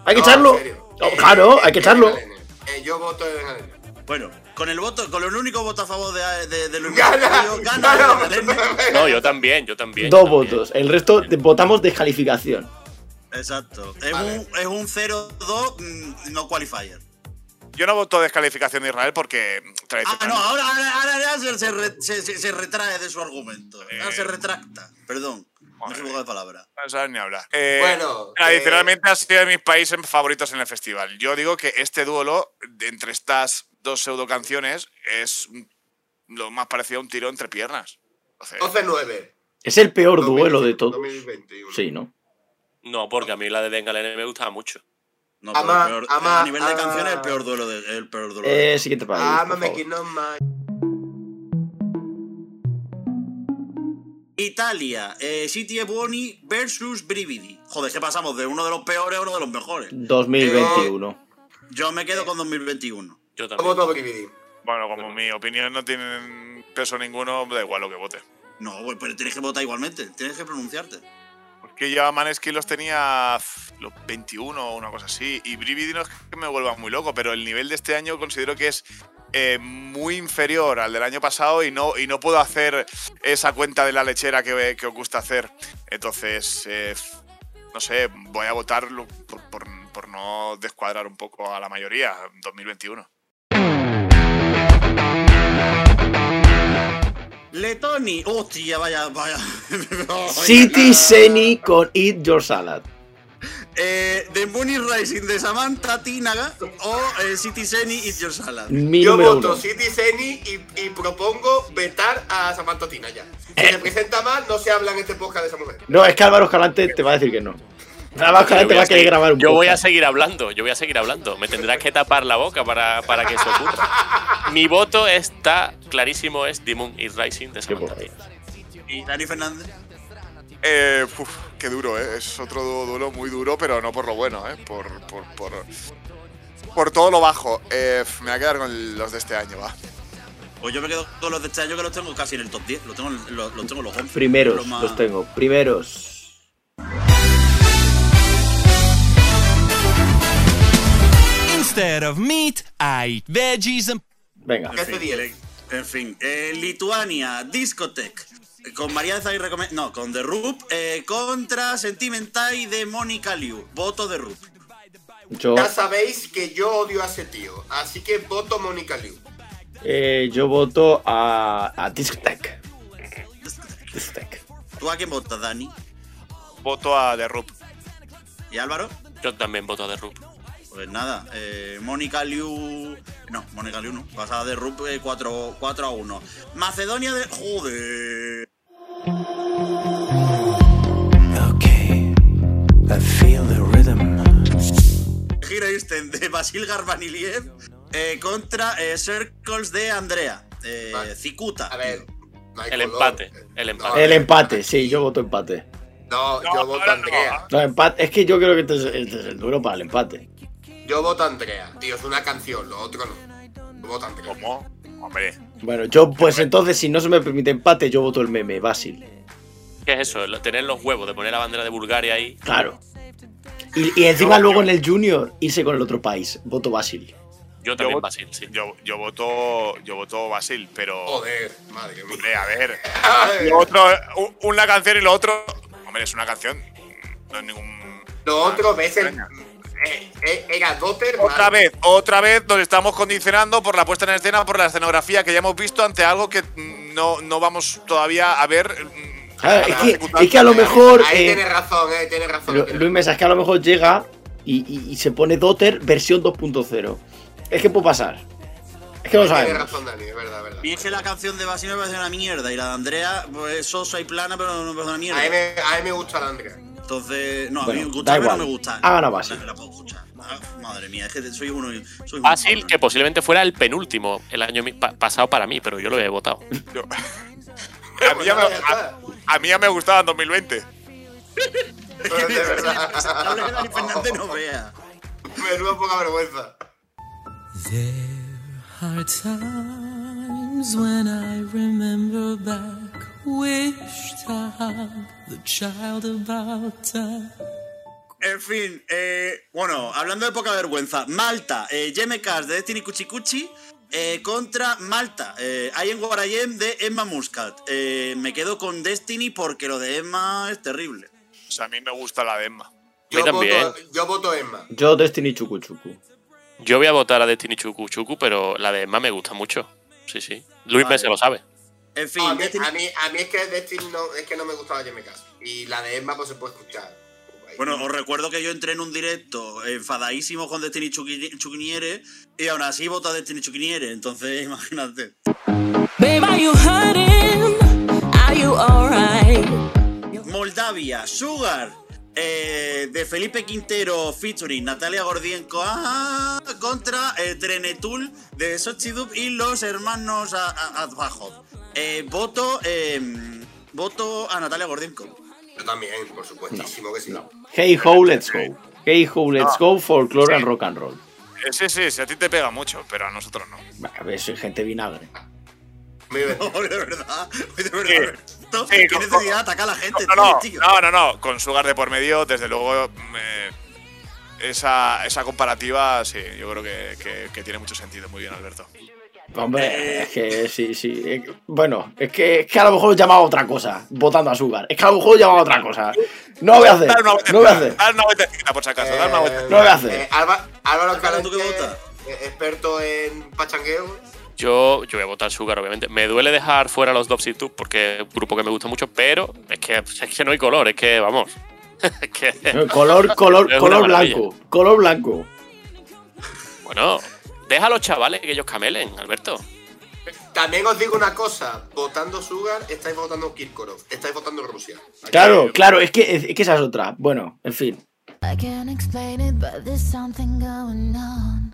[SPEAKER 4] Hay que
[SPEAKER 5] No,
[SPEAKER 4] echarlo.
[SPEAKER 5] en serio.
[SPEAKER 4] Oh,
[SPEAKER 5] Eh,
[SPEAKER 4] claro,
[SPEAKER 5] eh,
[SPEAKER 4] hay que
[SPEAKER 5] eh,
[SPEAKER 4] echarlo.
[SPEAKER 5] Galene. Eh, yo voto de Galene.
[SPEAKER 6] Pues Bueno, con el voto, con el único voto a favor de, de, de Luis
[SPEAKER 5] Gana,
[SPEAKER 6] Manuel Carrillo, gana,
[SPEAKER 5] gana.
[SPEAKER 6] Magdalena.
[SPEAKER 3] No, yo también, yo también. yo
[SPEAKER 4] Dos
[SPEAKER 3] también.
[SPEAKER 4] votos. El resto de- votamos descalificación.
[SPEAKER 6] Exacto. Es
[SPEAKER 5] Vale.
[SPEAKER 6] un, es un 0-2 mm, no qualifier.
[SPEAKER 2] Yo no voto descalificación de Israel porque mm,
[SPEAKER 6] Ah, no,
[SPEAKER 2] tradicionalmente.
[SPEAKER 6] ahora, ahora, ahora ya se, se re- se- se- se retrae de su argumento. Ahora
[SPEAKER 2] Eh.
[SPEAKER 6] se retracta. Perdón. Me he
[SPEAKER 2] Joder.
[SPEAKER 6] equivocado de palabra.
[SPEAKER 2] No sabes ni hablar. Eh,
[SPEAKER 5] Bueno,
[SPEAKER 2] Tradicionalmente ha sido de mis países favoritos en el festival. Yo digo que este duelo, de entre estas dos pseudo canciones, es un- lo más parecido a un tiro entre piernas. Entonces,
[SPEAKER 5] 12-9.
[SPEAKER 4] Es el peor duelo de todo.
[SPEAKER 5] 2021.
[SPEAKER 4] Sí, ¿no?
[SPEAKER 3] No, porque a mí la de Dengalene me gusta mucho.
[SPEAKER 6] No,
[SPEAKER 5] Ama-
[SPEAKER 6] pero el peor-
[SPEAKER 5] ama-
[SPEAKER 6] a nivel de
[SPEAKER 5] ama-
[SPEAKER 6] canciones es el peor duelo de, el peor duelo de-
[SPEAKER 4] Eh, siguiente país.
[SPEAKER 5] Ah,
[SPEAKER 4] por
[SPEAKER 5] mame,
[SPEAKER 4] favor.
[SPEAKER 5] que no más.
[SPEAKER 6] Italia, eh, City e Buoni versus Brividi. Joder, que pasamos de uno de los peores a uno de los mejores.
[SPEAKER 4] 2021.
[SPEAKER 6] Yo me quedo con 2021.
[SPEAKER 3] Yo
[SPEAKER 5] Yo
[SPEAKER 3] también.
[SPEAKER 5] voto Brividi.
[SPEAKER 2] bueno, como mi opinión no tiene peso ninguno, da igual lo que vote.
[SPEAKER 6] No, güey, pero tienes que votar igualmente, tienes que pronunciarte.
[SPEAKER 2] Porque yo a Maneskin los tenía f, los 21 o una cosa así. Y Brividi no es que me vuelva muy loco, pero el nivel de este año considero que es eh, muy inferior al del año pasado y no, y no puedo hacer esa cuenta de la lechera que, que os gusta hacer. Entonces, eh, f, no sé, voy a votarlo por, por- por no descuadrar un poco a la mayoría 2021.
[SPEAKER 6] Letoni, hostia, vaya, vaya.
[SPEAKER 4] City Seni con Eat Your Salad.
[SPEAKER 6] Eh, The Money Rising de Samantha Tinaga o eh, City Seni y Your Salad.
[SPEAKER 4] Mi
[SPEAKER 5] Yo
[SPEAKER 4] número
[SPEAKER 5] voto
[SPEAKER 4] uno.
[SPEAKER 5] City Seni y, y propongo vetar a Samantha Tina ya. Si
[SPEAKER 4] Eh.
[SPEAKER 5] se presenta mal, no se habla en este podcast de esa mujer.
[SPEAKER 4] No, es que Álvaro Escalante te va a decir que no.
[SPEAKER 3] Yo
[SPEAKER 4] Álvaro Escalante
[SPEAKER 3] voy
[SPEAKER 4] va
[SPEAKER 3] a
[SPEAKER 4] a querer
[SPEAKER 3] seguir-
[SPEAKER 4] grabar un
[SPEAKER 3] yo voy a
[SPEAKER 4] podcast.
[SPEAKER 3] seguir hablando, yo voy a seguir hablando. Me tendrás que tapar la boca para, para que eso ocurra. Mi voto está clarísimo, es Demon is Rising de
[SPEAKER 4] Qué
[SPEAKER 3] Samantha.
[SPEAKER 4] porquería.
[SPEAKER 6] ¿Y Dani Fernández?
[SPEAKER 2] Eh, uf, qué duro, ¿eh? Es otro du- duelo muy duro, pero no por lo bueno, ¿eh? Por, por, por, por todo lo bajo. Eh, me voy a quedar con los de este año, va.
[SPEAKER 6] Pues yo me quedo con los de este año que los tengo casi en el top 10. Los tengo, en- los, los tengo los 11.
[SPEAKER 4] Primeros,
[SPEAKER 6] Lo más-
[SPEAKER 4] los tengo. Primeros.
[SPEAKER 8] Instead of meat, I eat veggies and
[SPEAKER 4] Venga.
[SPEAKER 6] En fin,
[SPEAKER 5] F10.
[SPEAKER 6] En fin, eh, Lituania, Discotech. eh, Con María de Zay recome- No, con The Roop. eh, contra Sentimental de Mónica Liu. Voto de Roop.
[SPEAKER 4] Yo,
[SPEAKER 5] Ya sabéis que yo odio a ese tío, así que voto Mónica Liu.
[SPEAKER 4] eh, yo voto a, a Discotech. Discotech.
[SPEAKER 6] ¿Tú a quién votas, Dani?
[SPEAKER 2] Voto a The Roop.
[SPEAKER 6] ¿Y Álvaro?
[SPEAKER 3] Yo también voto de Rup.
[SPEAKER 6] Pues nada, eh, Mónica Liu. No, Mónica Liu no. Pasada de Rup 4, a 1. Macedonia de. Joder.
[SPEAKER 8] Okay, I feel the rhythm.
[SPEAKER 6] Gira Einstein de Basil Garbaniliev eh, contra eh, Circles de Andrea. Eh,
[SPEAKER 5] Vale.
[SPEAKER 6] Cicuta.
[SPEAKER 5] A ver. no hay
[SPEAKER 3] El
[SPEAKER 5] color.
[SPEAKER 3] empate, el empate.
[SPEAKER 4] El empate, sí, yo voto empate.
[SPEAKER 5] No,
[SPEAKER 2] No,
[SPEAKER 5] yo voto
[SPEAKER 2] ahora
[SPEAKER 5] a
[SPEAKER 2] no.
[SPEAKER 5] Andrea.
[SPEAKER 4] No, ¿ah? empate. Es que yo creo que este es, este es el duro para el empate.
[SPEAKER 5] Yo voto a Andrea. Tío, es una canción, lo otro no. Yo voto a Andrea.
[SPEAKER 2] ¿Cómo? Hombre.
[SPEAKER 4] Bueno, yo pues entonces si no se me permite empate, yo voto el meme, Basil.
[SPEAKER 3] ¿Qué es eso? Lo- Tener los huevos de poner la bandera de Bulgaria ahí.
[SPEAKER 4] Claro. Y, y encima luego en el junior irse con el otro país. Voto Basil.
[SPEAKER 3] Yo también,
[SPEAKER 2] voto-
[SPEAKER 3] Basil, sí.
[SPEAKER 2] Yo, yo voto. Yo voto Basil, pero.
[SPEAKER 5] Joder, madre mía.
[SPEAKER 2] Hombre, a ver.
[SPEAKER 5] Ay,
[SPEAKER 2] Lo otro. eh, u- Una canción y lo otro. Hombre, es una canción. No es ningún.
[SPEAKER 5] Lo otro ves el.
[SPEAKER 2] Venga.
[SPEAKER 5] eh, eh, Era Dotter.
[SPEAKER 2] Otra vez, otra vez nos estamos condicionando por la puesta en escena, por la escenografía que ya hemos visto ante algo que mm, no, no vamos todavía a ver. mm,
[SPEAKER 4] Claro,
[SPEAKER 2] a
[SPEAKER 4] Ah, es,
[SPEAKER 2] la
[SPEAKER 4] que,
[SPEAKER 2] ejecutar.
[SPEAKER 4] es que a lo mejor.
[SPEAKER 5] Ahí
[SPEAKER 4] eh,
[SPEAKER 5] tienes razón, eh, tienes razón.
[SPEAKER 4] Lu-
[SPEAKER 5] tienes
[SPEAKER 4] Luis Mesa, es que a lo mejor llega y, y- y se pone Dotter versión 2.0. Es que puede pasar. Es que no
[SPEAKER 5] razón. Tienes
[SPEAKER 4] sabemos.
[SPEAKER 5] razón, Dani, es verdad, es verdad.
[SPEAKER 6] Y es que la canción de Basil me parece una mierda y la de Andrea pues, es sosa y plana, pero no me parece una
[SPEAKER 5] A mí,
[SPEAKER 6] mierda.
[SPEAKER 5] me- a mí me gusta la Andrea.
[SPEAKER 6] Entonces, no, a
[SPEAKER 4] Bueno,
[SPEAKER 6] mí me
[SPEAKER 4] da
[SPEAKER 6] gusta, pero
[SPEAKER 4] igual.
[SPEAKER 6] no me gusta.
[SPEAKER 4] Ha ganado Basil.
[SPEAKER 6] La- la puedo escuchar. Ah, Madre mía, es que soy uno. Soy un
[SPEAKER 3] Basil,
[SPEAKER 6] cabrón.
[SPEAKER 3] que posiblemente fuera el penúltimo el año mi- pa- pasado para mí, pero yo lo he votado.
[SPEAKER 2] Yo- a, mí ya me, a, a mí ya me gustaba en 2020.
[SPEAKER 5] Pero de
[SPEAKER 6] La habla de Dani Fernández
[SPEAKER 5] verdad.
[SPEAKER 6] no vea.
[SPEAKER 5] Me da poca vergüenza.
[SPEAKER 8] There are times when I remember back, wished I had the child about time.
[SPEAKER 6] En fin, eh, bueno, hablando de poca vergüenza, Malta, eh, Yeme Cast de Destiny Cuchicuchi eh, contra Malta, eh, I Am What I Am de Emma Muscat. Eh, me quedo con Destiny porque lo de Emma es terrible.
[SPEAKER 2] O sea, a mí me gusta la de Emma.
[SPEAKER 3] mí también.
[SPEAKER 5] Voto, yo voto Emma.
[SPEAKER 4] Yo Destiny Chucu Chucu.
[SPEAKER 3] Yo voy a votar a Destiny Chuku Chuku, pero la de Emma me gusta mucho. Sí, sí. Luis
[SPEAKER 6] Vale.
[SPEAKER 3] Mesa lo sabe.
[SPEAKER 6] En fin,
[SPEAKER 5] No, a, mí,
[SPEAKER 6] Destiny-
[SPEAKER 5] a, mí, a mí es que Destiny no, es que no me gustaba Jamie Cass. Y la de Emma pues se puede escuchar.
[SPEAKER 6] Bueno, os recuerdo que yo entré en un directo enfadadísimo con Destiny Chuqui- Chuquiniere y aún así voto a Destiny Chuquiniere, entonces imagínate.
[SPEAKER 7] Babe, are you hurting? Are you alright?
[SPEAKER 6] Moldavia, Sugar, eh, de Felipe Quintero featuring Natalia Gordienko ah, contra eh, Trenetul de Sochidub y los hermanos a- a- Adbajov. Eh, voto, em, voto a Natalia Gordienko.
[SPEAKER 5] Yo también, por supuestísimo que sí.
[SPEAKER 4] Hey ho, let's go. Hey ho, let's go, folklore and rock and roll.
[SPEAKER 2] Eh, Sí, sí, sí, a ti te pega mucho, pero a nosotros no.
[SPEAKER 4] Bah, A ver, soy gente vinagre.
[SPEAKER 5] Muy bien.
[SPEAKER 6] Hoy de verdad, hoy
[SPEAKER 2] Sí.
[SPEAKER 6] de verdad. Roberto,
[SPEAKER 2] Sí,
[SPEAKER 6] ¿Qué
[SPEAKER 2] con-
[SPEAKER 6] necesidad de atacar a la gente?
[SPEAKER 2] No, no,
[SPEAKER 6] tío?
[SPEAKER 2] no, no, no, con Sugar de por medio, desde luego, eh, esa, esa comparativa, sí, yo creo que, que- que tiene mucho sentido. Muy bien, Alberto.
[SPEAKER 4] Hombre, es que sí, sí. eh, Bueno, es que, es que a lo mejor lo llamaba otra cosa, votando a Sugar. Es que a lo mejor lo llamaba otra cosa. No voy a hacer,
[SPEAKER 2] Dar una
[SPEAKER 4] no voy a
[SPEAKER 2] vueltecita,
[SPEAKER 4] hacer.
[SPEAKER 2] dar una vueltecita, por si acaso, dar una vueltecita.
[SPEAKER 4] No lo haces.
[SPEAKER 5] Eh, Alba- Álvaro
[SPEAKER 6] Álvaro, ¿tú qué
[SPEAKER 5] Calante,
[SPEAKER 6] votas?
[SPEAKER 5] eh, experto en pachangueo.
[SPEAKER 3] Yo, yo voy a votar Sugar, obviamente. Me duele dejar fuera a los Dobbs y Tube porque es un grupo que me gusta mucho, pero es que, es que no hay color, es que vamos. es que,
[SPEAKER 4] No, Color, color,
[SPEAKER 3] Es una
[SPEAKER 4] color
[SPEAKER 3] maravilla.
[SPEAKER 4] blanco. Color blanco.
[SPEAKER 3] bueno, deja a los chavales que ellos camelen, Alberto.
[SPEAKER 5] También os digo una cosa, votando Sugar estáis votando Kirkorov, estáis votando Rusia.
[SPEAKER 4] Claro, claro, es que, es que esa es otra. Bueno, en fin.
[SPEAKER 7] I can't explain it, but there's something going on.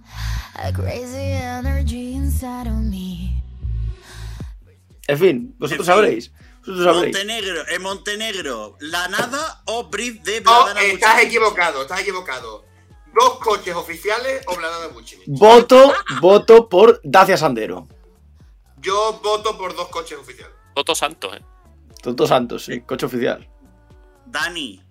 [SPEAKER 7] A crazy energy inside of me.
[SPEAKER 4] En fin, vosotros
[SPEAKER 6] En fin.
[SPEAKER 4] sabréis. Vosotros sabréis.
[SPEAKER 6] Montenegro, en Montenegro, la nada o Brit de
[SPEAKER 5] No,
[SPEAKER 6] Bladana
[SPEAKER 5] Oh, estás
[SPEAKER 6] Vucinic.
[SPEAKER 5] equivocado, estás equivocado. Dos coches oficiales o Blanada Buchini.
[SPEAKER 4] Voto, voto por Dacia Sandero.
[SPEAKER 5] Yo voto por dos coches oficiales.
[SPEAKER 3] Toto Santos, ¿eh?
[SPEAKER 4] Tonto Santos, sí, coche oficial.
[SPEAKER 6] Dani,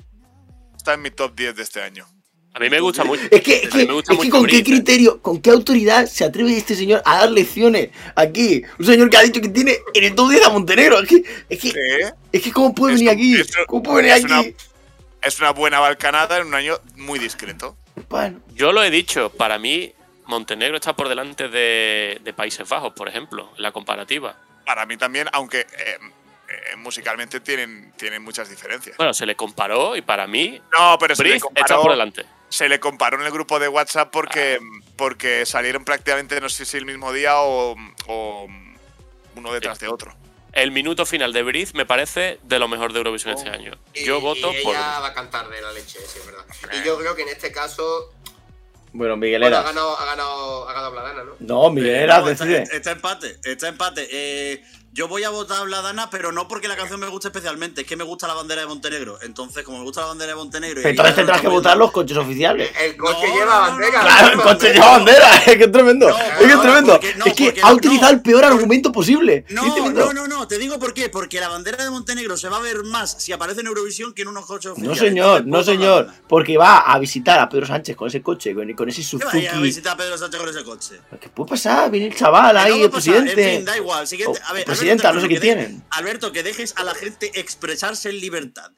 [SPEAKER 2] Está en mi top 10 de este año.
[SPEAKER 3] A mí me gusta mucho.
[SPEAKER 4] Es que, es
[SPEAKER 3] A mí
[SPEAKER 4] que,
[SPEAKER 3] me gusta
[SPEAKER 4] es que
[SPEAKER 3] mucho
[SPEAKER 4] con qué
[SPEAKER 3] Brit, ¿eh?
[SPEAKER 4] criterio, con qué autoridad se atreve este señor a dar lecciones aquí. Un señor que ha dicho que tiene en el top 10 a Montenegro. Es que, es que, es que ¿cómo puede
[SPEAKER 2] Es
[SPEAKER 4] venir
[SPEAKER 2] un-
[SPEAKER 4] aquí?
[SPEAKER 2] es un-
[SPEAKER 4] ¿Cómo puede venir
[SPEAKER 2] es una-
[SPEAKER 4] aquí?
[SPEAKER 2] Es una buena balcanada en un año muy discreto.
[SPEAKER 4] Bueno,
[SPEAKER 3] Yo lo he dicho, para mí Montenegro está por delante de, de Países Bajos, por ejemplo, en la comparativa.
[SPEAKER 2] Para mí también, aunque eh, eh, musicalmente tienen, tienen muchas diferencias.
[SPEAKER 3] Bueno, se le comparó y para mí
[SPEAKER 2] No, pero se le
[SPEAKER 3] Brit está por
[SPEAKER 2] comparó
[SPEAKER 3] delante. Ah.
[SPEAKER 2] se le comparó en el grupo de WhatsApp porque, porque salieron prácticamente, no sé si el mismo día o, o uno
[SPEAKER 3] Eh,
[SPEAKER 2] detrás de otro.
[SPEAKER 3] El minuto final de Briz me parece de lo mejor de Eurovisión
[SPEAKER 4] Oh.
[SPEAKER 3] este año.
[SPEAKER 5] Y-
[SPEAKER 3] Yo voto
[SPEAKER 5] y ella
[SPEAKER 3] por.
[SPEAKER 5] va a cantar de la leche, sí, es verdad. Y yo creo que en este caso
[SPEAKER 4] bueno,
[SPEAKER 5] bueno, ha
[SPEAKER 4] Miguelera.
[SPEAKER 5] ganado, ha ganado, ha ganado Bladana, ¿no?
[SPEAKER 4] No, Miguelera,
[SPEAKER 6] Eh, No, está,
[SPEAKER 4] decide.
[SPEAKER 6] está empate, está empate. Eh, yo voy a votar a Bladana, pero no porque la canción me guste especialmente, es que me gusta la bandera de Montenegro. Entonces, como me gusta la bandera de Montenegro. y
[SPEAKER 4] Pero Entonces
[SPEAKER 6] ahí ya no
[SPEAKER 4] tendrás que
[SPEAKER 6] estamos
[SPEAKER 4] votar
[SPEAKER 6] viendo-
[SPEAKER 4] los coches oficiales.
[SPEAKER 5] El coche
[SPEAKER 6] No,
[SPEAKER 5] lleva
[SPEAKER 6] no,
[SPEAKER 5] bandera.
[SPEAKER 6] no, Eh, no,
[SPEAKER 4] Claro, el coche lleva bandera, es que es tremendo,
[SPEAKER 6] No,
[SPEAKER 4] es que es
[SPEAKER 6] no,
[SPEAKER 4] tremendo.
[SPEAKER 6] porque- no,
[SPEAKER 4] es que
[SPEAKER 6] porque
[SPEAKER 4] ha
[SPEAKER 6] no,
[SPEAKER 4] utilizado
[SPEAKER 6] no.
[SPEAKER 4] el peor argumento posible. ¿Sí te
[SPEAKER 6] No,
[SPEAKER 4] entiendo?
[SPEAKER 6] no, no, no, te digo por qué, porque la bandera de Montenegro se va a ver más si aparece en Eurovisión que en unos coches
[SPEAKER 4] No,
[SPEAKER 6] oficiales.
[SPEAKER 4] señor,
[SPEAKER 6] Entonces, pues,
[SPEAKER 4] no,
[SPEAKER 6] voto a
[SPEAKER 4] señor,
[SPEAKER 6] Bladana.
[SPEAKER 4] porque va a visitar a Pedro Sánchez con ese coche, con, con ese
[SPEAKER 6] ¿Qué vaya a
[SPEAKER 4] Suzuki.
[SPEAKER 6] visitar a Pedro Sánchez con ese coche?
[SPEAKER 4] ¿Qué puede pasar? Viene el chaval
[SPEAKER 6] Que no
[SPEAKER 4] ahí,
[SPEAKER 6] va a
[SPEAKER 4] el
[SPEAKER 6] pasar,
[SPEAKER 4] presidente.
[SPEAKER 6] En fin, da igual. Siguiente.
[SPEAKER 4] O
[SPEAKER 6] A ver,
[SPEAKER 4] presidenta, no sé
[SPEAKER 6] Alberto,
[SPEAKER 4] qué
[SPEAKER 6] que de-
[SPEAKER 4] tienen.
[SPEAKER 6] Alberto, que dejes a la gente expresarse en libertad.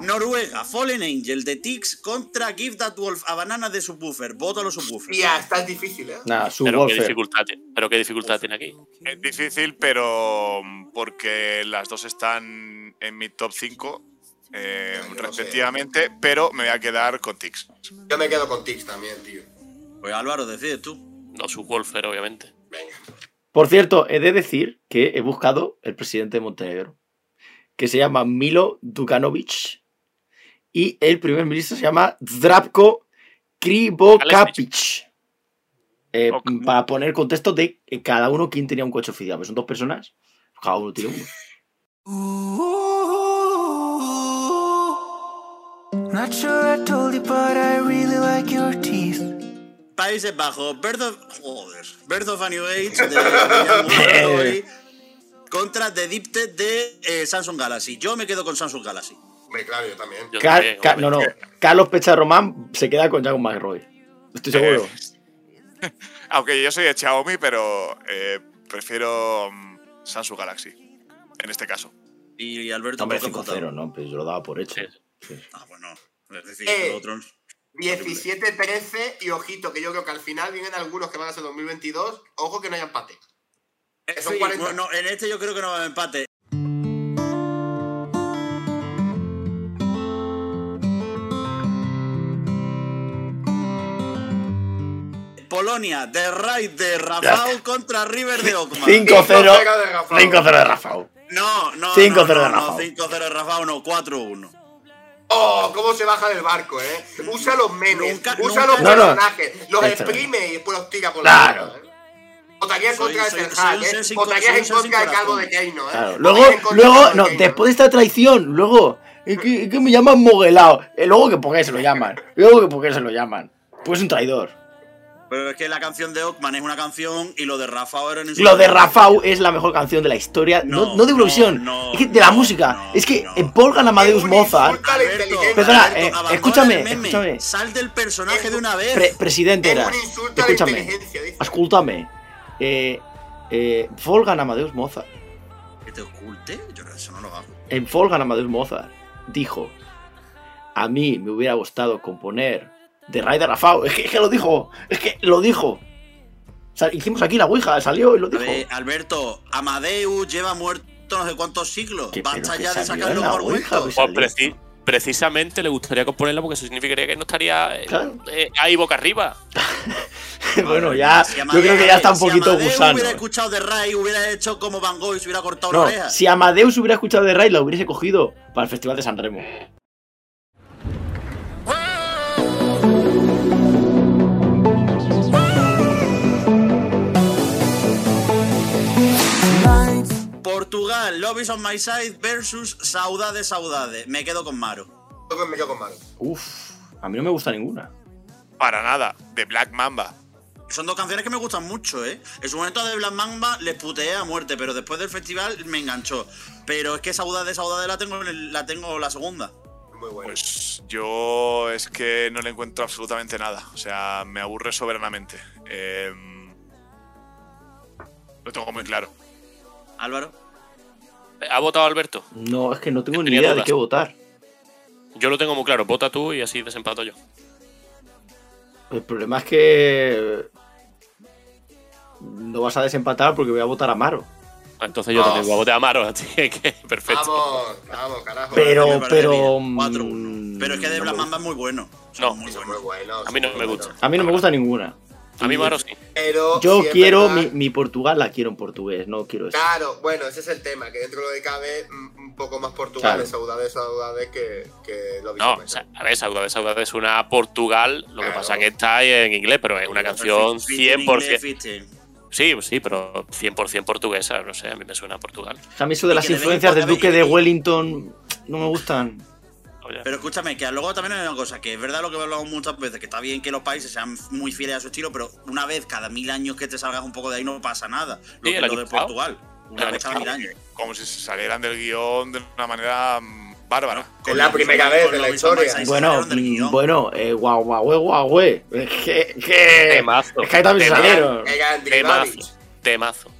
[SPEAKER 6] Noruega, Fallen Angel de Tix contra Give That Wolf a Banana de Subwoofer. Voto a los Subwoofers.
[SPEAKER 5] Tía, está difícil, ¿eh?
[SPEAKER 4] Nada, su
[SPEAKER 3] Pero qué,
[SPEAKER 4] golfer.
[SPEAKER 3] dificultad, tiene- pero qué dificultad tiene aquí.
[SPEAKER 2] Es difícil, pero mm, porque las dos están en mi top 5 eh,
[SPEAKER 5] Ya, yo lo sé.
[SPEAKER 2] respectivamente, pero me voy a quedar con Tix.
[SPEAKER 5] Yo me quedo con Tix también, tío.
[SPEAKER 6] Pues Álvaro, decides tú.
[SPEAKER 3] No su golfer, obviamente.
[SPEAKER 5] Venga.
[SPEAKER 4] Por cierto, he de decir que he buscado el presidente de Montenegro, que se llama Milo Dukanovic, y el primer ministro se llama Zdravko Krivokapic. Eh,
[SPEAKER 2] Ok.
[SPEAKER 4] Para poner contexto de eh, cada uno quién tenía un coche oficial, pues son dos personas, cada uno tiene uno.
[SPEAKER 11] Ooh, not sure I told you, but I really like your teeth.
[SPEAKER 6] Países Bajos, Birth of, joder, Birth of a New Age de, de Jan Murray, contra The Deep Tech de eh, Samsung Galaxy. Yo me quedo con Samsung Galaxy.
[SPEAKER 5] Me claro, yo también.
[SPEAKER 3] Yo
[SPEAKER 4] Car-
[SPEAKER 3] también,
[SPEAKER 4] Ca- no, no. Carlos Pecharromán se queda con Jacob McRoy.
[SPEAKER 3] Eh,
[SPEAKER 4] Estoy seguro.
[SPEAKER 2] Aunque yo soy de Xiaomi, pero eh, prefiero mm, Samsung Galaxy. En este caso.
[SPEAKER 6] Y Alberto
[SPEAKER 4] Hombre,
[SPEAKER 6] Pérez
[SPEAKER 4] 5-0, ¿no? Pero yo lo daba por hecho.
[SPEAKER 6] Ah, bueno. Es decir,
[SPEAKER 5] Eh.
[SPEAKER 6] el otro-
[SPEAKER 5] 17-13 y ojito, que yo creo que al final vienen algunos que van a ser 2022. Ojo que no haya empate.
[SPEAKER 6] Eh,
[SPEAKER 5] Son
[SPEAKER 6] sí,
[SPEAKER 5] 40.
[SPEAKER 6] bueno, en este yo creo que no va a haber empate. Polonia, The Raid de Rafał contra River de Okma.
[SPEAKER 4] 5-0.
[SPEAKER 5] 5-0 de Rafao.
[SPEAKER 4] 5-0 de Rafa.
[SPEAKER 6] No, no.
[SPEAKER 4] 5-0 de
[SPEAKER 6] no, no,
[SPEAKER 4] Rafał.
[SPEAKER 6] No, 5-0 de Rafał, no, 4-1.
[SPEAKER 5] Oh, cómo se baja del barco, eh. Usa los memes,
[SPEAKER 6] Nunca-
[SPEAKER 5] usa
[SPEAKER 6] nunca-
[SPEAKER 4] No,
[SPEAKER 5] los
[SPEAKER 4] no.
[SPEAKER 5] personajes, los
[SPEAKER 4] Esto es.
[SPEAKER 5] exprime y después los tira por
[SPEAKER 4] Claro.
[SPEAKER 5] la cara. Votarías
[SPEAKER 6] Soy-
[SPEAKER 5] contra
[SPEAKER 6] soy-
[SPEAKER 5] el
[SPEAKER 6] soy
[SPEAKER 5] Hack,
[SPEAKER 6] un
[SPEAKER 5] eh.
[SPEAKER 6] ser sin
[SPEAKER 5] Votarías
[SPEAKER 6] corazón,
[SPEAKER 5] en
[SPEAKER 6] soy un
[SPEAKER 5] contra
[SPEAKER 6] ser
[SPEAKER 5] del
[SPEAKER 6] sin
[SPEAKER 5] calvo
[SPEAKER 6] corazón.
[SPEAKER 5] de Keino, eh.
[SPEAKER 4] Claro.
[SPEAKER 5] Votarías
[SPEAKER 4] Luego,
[SPEAKER 5] en contra del
[SPEAKER 4] luego,
[SPEAKER 5] calvo
[SPEAKER 4] no,
[SPEAKER 5] de Keino.
[SPEAKER 4] después de esta traición, luego, es que, es que me llaman moguelao. Eh, Luego que por qué se lo llaman. Luego que por qué se lo llaman. Pues es un traidor.
[SPEAKER 6] Pero es que la canción de Ockman es una canción y lo de Rafał era en su-
[SPEAKER 4] Lo de Rafau es la mejor canción de la historia, no,
[SPEAKER 6] No,
[SPEAKER 4] no de Eurovisión,
[SPEAKER 6] no, no,
[SPEAKER 4] es que de la
[SPEAKER 6] no,
[SPEAKER 4] música.
[SPEAKER 6] no,
[SPEAKER 4] es que
[SPEAKER 6] no.
[SPEAKER 4] en Volgan Amadeus
[SPEAKER 5] Es un
[SPEAKER 4] Mozart,
[SPEAKER 5] insulto a la
[SPEAKER 6] Alberto,
[SPEAKER 5] inteligencia.
[SPEAKER 4] Perdona,
[SPEAKER 6] Alberto,
[SPEAKER 4] eh,
[SPEAKER 6] abandona
[SPEAKER 4] escúchame,
[SPEAKER 6] el meme,
[SPEAKER 4] escúchame.
[SPEAKER 6] Sal del personaje de una vez.
[SPEAKER 4] pre- presidente
[SPEAKER 5] Es
[SPEAKER 4] era.
[SPEAKER 5] un insulto a la
[SPEAKER 4] Escúchame,
[SPEAKER 5] inteligencia, dice.
[SPEAKER 4] escúchame. Eh, eh, Volgan Amadeus Mozart,
[SPEAKER 6] ¿Que te oculte? Yo eso no lo hago.
[SPEAKER 4] en Volgan Amadeus Mozart, dijo: A mí me hubiera gustado componer de Ray de Rafau. Es que, es que lo dijo, es que lo dijo. Sa- hicimos aquí la ouija, salió y lo
[SPEAKER 6] A
[SPEAKER 4] dijo.
[SPEAKER 6] ver, Eh, Alberto, Amadeus lleva muerto no sé cuántos siglos.
[SPEAKER 4] Que- pero
[SPEAKER 6] Basta
[SPEAKER 4] que
[SPEAKER 6] ya de
[SPEAKER 4] salió en
[SPEAKER 6] sacarlo
[SPEAKER 4] la
[SPEAKER 6] por
[SPEAKER 4] Ouija,
[SPEAKER 6] hueco.
[SPEAKER 4] pues.
[SPEAKER 3] Pues preci- precisamente le gustaría componerla porque eso significaría que no estaría eh,
[SPEAKER 4] Claro.
[SPEAKER 3] eh, ahí boca arriba.
[SPEAKER 4] pues, bueno, ya,
[SPEAKER 6] Si
[SPEAKER 4] yo creo que ya está un
[SPEAKER 6] si
[SPEAKER 4] poquito
[SPEAKER 6] Amadeus
[SPEAKER 4] gusano.
[SPEAKER 6] hubiera escuchado de Ray, hubiera hecho como Van Gogh y se hubiera cortado
[SPEAKER 4] No,
[SPEAKER 6] la oreja.
[SPEAKER 4] si Amadeus hubiera escuchado de Ray, la hubiese cogido para el Festival de San Remo.
[SPEAKER 6] Portugal, Lobbies on My Side versus Saudade, Saudade. Me quedo con Maro.
[SPEAKER 5] Yo creo que me quedo con Mario.
[SPEAKER 4] Uf, a mí no me gusta ninguna.
[SPEAKER 2] Para nada. De Black Mamba.
[SPEAKER 6] Son dos canciones que me gustan mucho, ¿eh? En su momento de Black Mamba les puteé a muerte, pero después del festival me enganchó. Pero es que Saudade, Saudade la tengo, en el- la tengo la segunda.
[SPEAKER 5] Muy bueno.
[SPEAKER 2] Pues yo es que no le encuentro absolutamente nada. O sea, me aburre soberanamente. Em, lo tengo muy claro.
[SPEAKER 6] Álvaro.
[SPEAKER 3] ¿Ha votado Alberto?
[SPEAKER 4] No, es que no tengo ni
[SPEAKER 3] Tenía
[SPEAKER 4] idea de
[SPEAKER 3] dudas.
[SPEAKER 4] qué votar.
[SPEAKER 3] Yo lo tengo muy claro. Vota tú y así desempato yo.
[SPEAKER 4] El problema es que. No vas a desempatar porque voy a votar a Maro.
[SPEAKER 3] Entonces yo
[SPEAKER 5] Ah.
[SPEAKER 3] te digo, voté a Maro. Así que perfecto.
[SPEAKER 5] Vamos, vamos, carajo.
[SPEAKER 4] Pero-
[SPEAKER 6] Me parece
[SPEAKER 4] pero,
[SPEAKER 6] bien.
[SPEAKER 4] mm,
[SPEAKER 6] 4-1. Pero es que de
[SPEAKER 4] no
[SPEAKER 6] Black
[SPEAKER 4] me
[SPEAKER 6] Mamba es muy bueno.
[SPEAKER 3] No.
[SPEAKER 6] Muy
[SPEAKER 5] Eso es
[SPEAKER 6] bueno.
[SPEAKER 5] muy bueno.
[SPEAKER 3] A mí no
[SPEAKER 5] eso es
[SPEAKER 3] me
[SPEAKER 5] muy
[SPEAKER 3] gusta.
[SPEAKER 5] bueno.
[SPEAKER 4] A mí no me gusta ninguna.
[SPEAKER 3] A mí Maro sí.
[SPEAKER 5] Pero
[SPEAKER 4] Yo
[SPEAKER 5] sí es
[SPEAKER 4] quiero.
[SPEAKER 5] verdad-
[SPEAKER 4] Mi, mi Portugal la quiero en portugués, no quiero eso.
[SPEAKER 5] Claro, bueno, ese es el tema, que dentro de lo que cabe, mm, un poco más Portugal
[SPEAKER 4] Claro.
[SPEAKER 5] de saudades, saudades que, que lo pues,
[SPEAKER 3] No, o sea, a ver, Saudade, Saudade es una Portugal. Lo que
[SPEAKER 5] Claro.
[SPEAKER 3] pasa que está en inglés, pero es una canción
[SPEAKER 6] Fifty en inglés,
[SPEAKER 3] 100%.
[SPEAKER 6] 50.
[SPEAKER 3] Sí, sí, pero 100% portuguesa. No sé, a mí me suena a Portugal.
[SPEAKER 4] A mí eso de
[SPEAKER 6] y
[SPEAKER 4] las
[SPEAKER 6] que le den
[SPEAKER 4] influencias del
[SPEAKER 6] poca-
[SPEAKER 4] Duque
[SPEAKER 6] y-
[SPEAKER 4] de
[SPEAKER 6] y-
[SPEAKER 4] Wellington no me gustan.
[SPEAKER 3] Oye,
[SPEAKER 6] Pero eh, escúchame, que luego también hay una cosa, que es verdad lo que hablamos muchas veces, que está bien que los países sean muy fieles a su estilo, pero una vez cada mil años que te salgas un poco de ahí no pasa nada. Lo,
[SPEAKER 3] Sí, el
[SPEAKER 6] lo
[SPEAKER 3] año
[SPEAKER 6] de
[SPEAKER 3] pasado.
[SPEAKER 6] Portugal.
[SPEAKER 3] El
[SPEAKER 6] Una
[SPEAKER 3] año
[SPEAKER 6] vez cada mil
[SPEAKER 3] pasado.
[SPEAKER 6] años.
[SPEAKER 2] Como si se salieran del guión de una manera mm, bárbara.
[SPEAKER 5] Es la primera vez en la historia.
[SPEAKER 4] Bueno, mm, bueno, eh, guau, guau, guau, guau. Es que. que-
[SPEAKER 3] Temazo.
[SPEAKER 4] Es que ahí también se
[SPEAKER 3] Temazo.
[SPEAKER 4] salieron.
[SPEAKER 3] Temazo. Temazo.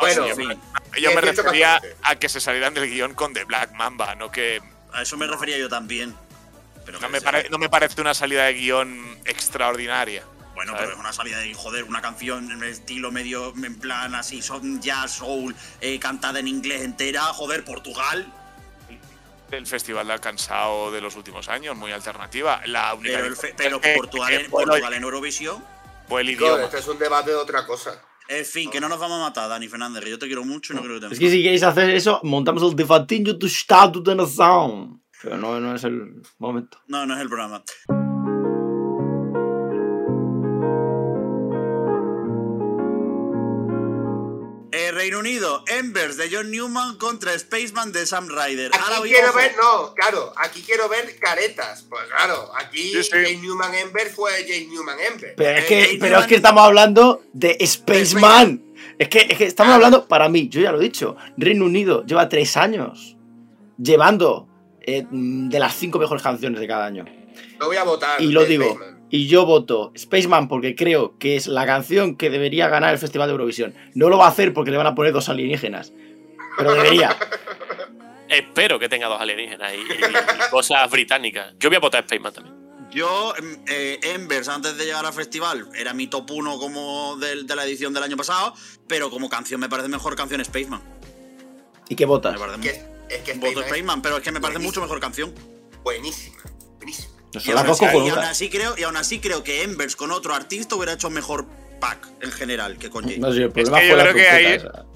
[SPEAKER 5] Bueno,
[SPEAKER 2] yo,
[SPEAKER 6] en fin.
[SPEAKER 2] yo me
[SPEAKER 5] 18-14.
[SPEAKER 2] refería a que se salieran del guión con The Black Mamba, no que
[SPEAKER 6] A eso me refería yo también. Pero
[SPEAKER 2] no
[SPEAKER 6] que
[SPEAKER 2] me,
[SPEAKER 6] se-
[SPEAKER 2] pare- no me parece una salida de guión extraordinaria.
[SPEAKER 6] Bueno,
[SPEAKER 2] ¿sabes?
[SPEAKER 6] pero es una salida de joder, una canción en estilo medio, en plan así, son jazz, soul, eh, cantada en inglés entera, joder, Portugal.
[SPEAKER 2] El festival ha cansado de los últimos años, muy alternativa. La única
[SPEAKER 6] Pero, el fe-
[SPEAKER 2] diferencia
[SPEAKER 6] pero
[SPEAKER 5] Eh,
[SPEAKER 2] es que-
[SPEAKER 6] Portugal,
[SPEAKER 2] que
[SPEAKER 6] en,
[SPEAKER 2] fue lo-
[SPEAKER 6] Portugal en Eurovisión.
[SPEAKER 2] fue el
[SPEAKER 5] Digo,
[SPEAKER 2] idioma.
[SPEAKER 5] esto es un debate de otra cosa.
[SPEAKER 6] En fin, que no nos vamos a matar, Dani Fernández, que yo te quiero mucho y no creo que te
[SPEAKER 4] Es que si queréis hacer eso, montamos el debatinho do Estado da Nação. Pero no, no es el momento.
[SPEAKER 6] No, no es el programa. Eh, Reino Reino Unido, Embers de John Newman contra Spaceman de Sam Ryder. Ahora
[SPEAKER 5] Aquí
[SPEAKER 6] voy,
[SPEAKER 5] quiero
[SPEAKER 6] ojo.
[SPEAKER 5] ver, no, claro, aquí quiero ver caretas. Pues claro, aquí
[SPEAKER 2] Sí, sí.
[SPEAKER 5] James Newman Ember fue James Newman Ember.
[SPEAKER 4] Pero es
[SPEAKER 6] Eh,
[SPEAKER 4] que,
[SPEAKER 6] James
[SPEAKER 4] pero es que
[SPEAKER 6] Wan-
[SPEAKER 4] estamos hablando de Spaceman. Ah. Es que, es que estamos hablando, para mí, yo ya lo he dicho, Reino Unido lleva tres años llevando eh, mm, de las cinco mejores canciones de cada año.
[SPEAKER 5] Lo voy a votar.
[SPEAKER 4] Y lo
[SPEAKER 5] Dave
[SPEAKER 4] digo,
[SPEAKER 5] Bateman.
[SPEAKER 4] y yo voto Spaceman porque creo que es la canción que debería ganar el Festival de Eurovisión. No lo va a hacer porque le van a poner dos alienígenas. Pero debería.
[SPEAKER 3] Espero que tenga dos alienígenas y, y- y cosas británicas. Yo voy a votar Spaceman también.
[SPEAKER 6] Yo, em, eh, Embers, antes de llegar al festival, era mi top 1 como del- de la edición del año pasado, pero como canción me parece mejor canción Spaceman.
[SPEAKER 4] ¿Y qué votas?
[SPEAKER 6] Me parece
[SPEAKER 5] Que
[SPEAKER 6] que
[SPEAKER 5] es, es que
[SPEAKER 6] voto
[SPEAKER 5] Spaceman es
[SPEAKER 6] Spaceman, pero es que me parece
[SPEAKER 5] buenísimo.
[SPEAKER 6] mucho mejor canción.
[SPEAKER 5] buenísima. Buenísima.
[SPEAKER 4] No
[SPEAKER 6] Y
[SPEAKER 4] son
[SPEAKER 6] aún,
[SPEAKER 4] las dos
[SPEAKER 6] así, y aún
[SPEAKER 4] cojonudas.
[SPEAKER 6] así creo, y aún así creo que Embers con otro artista hubiera hecho mejor pack en general que con Jay.
[SPEAKER 4] No sé, el problema
[SPEAKER 2] que yo
[SPEAKER 4] fue la
[SPEAKER 2] creo que
[SPEAKER 4] trompeta
[SPEAKER 2] ahí-
[SPEAKER 4] esa.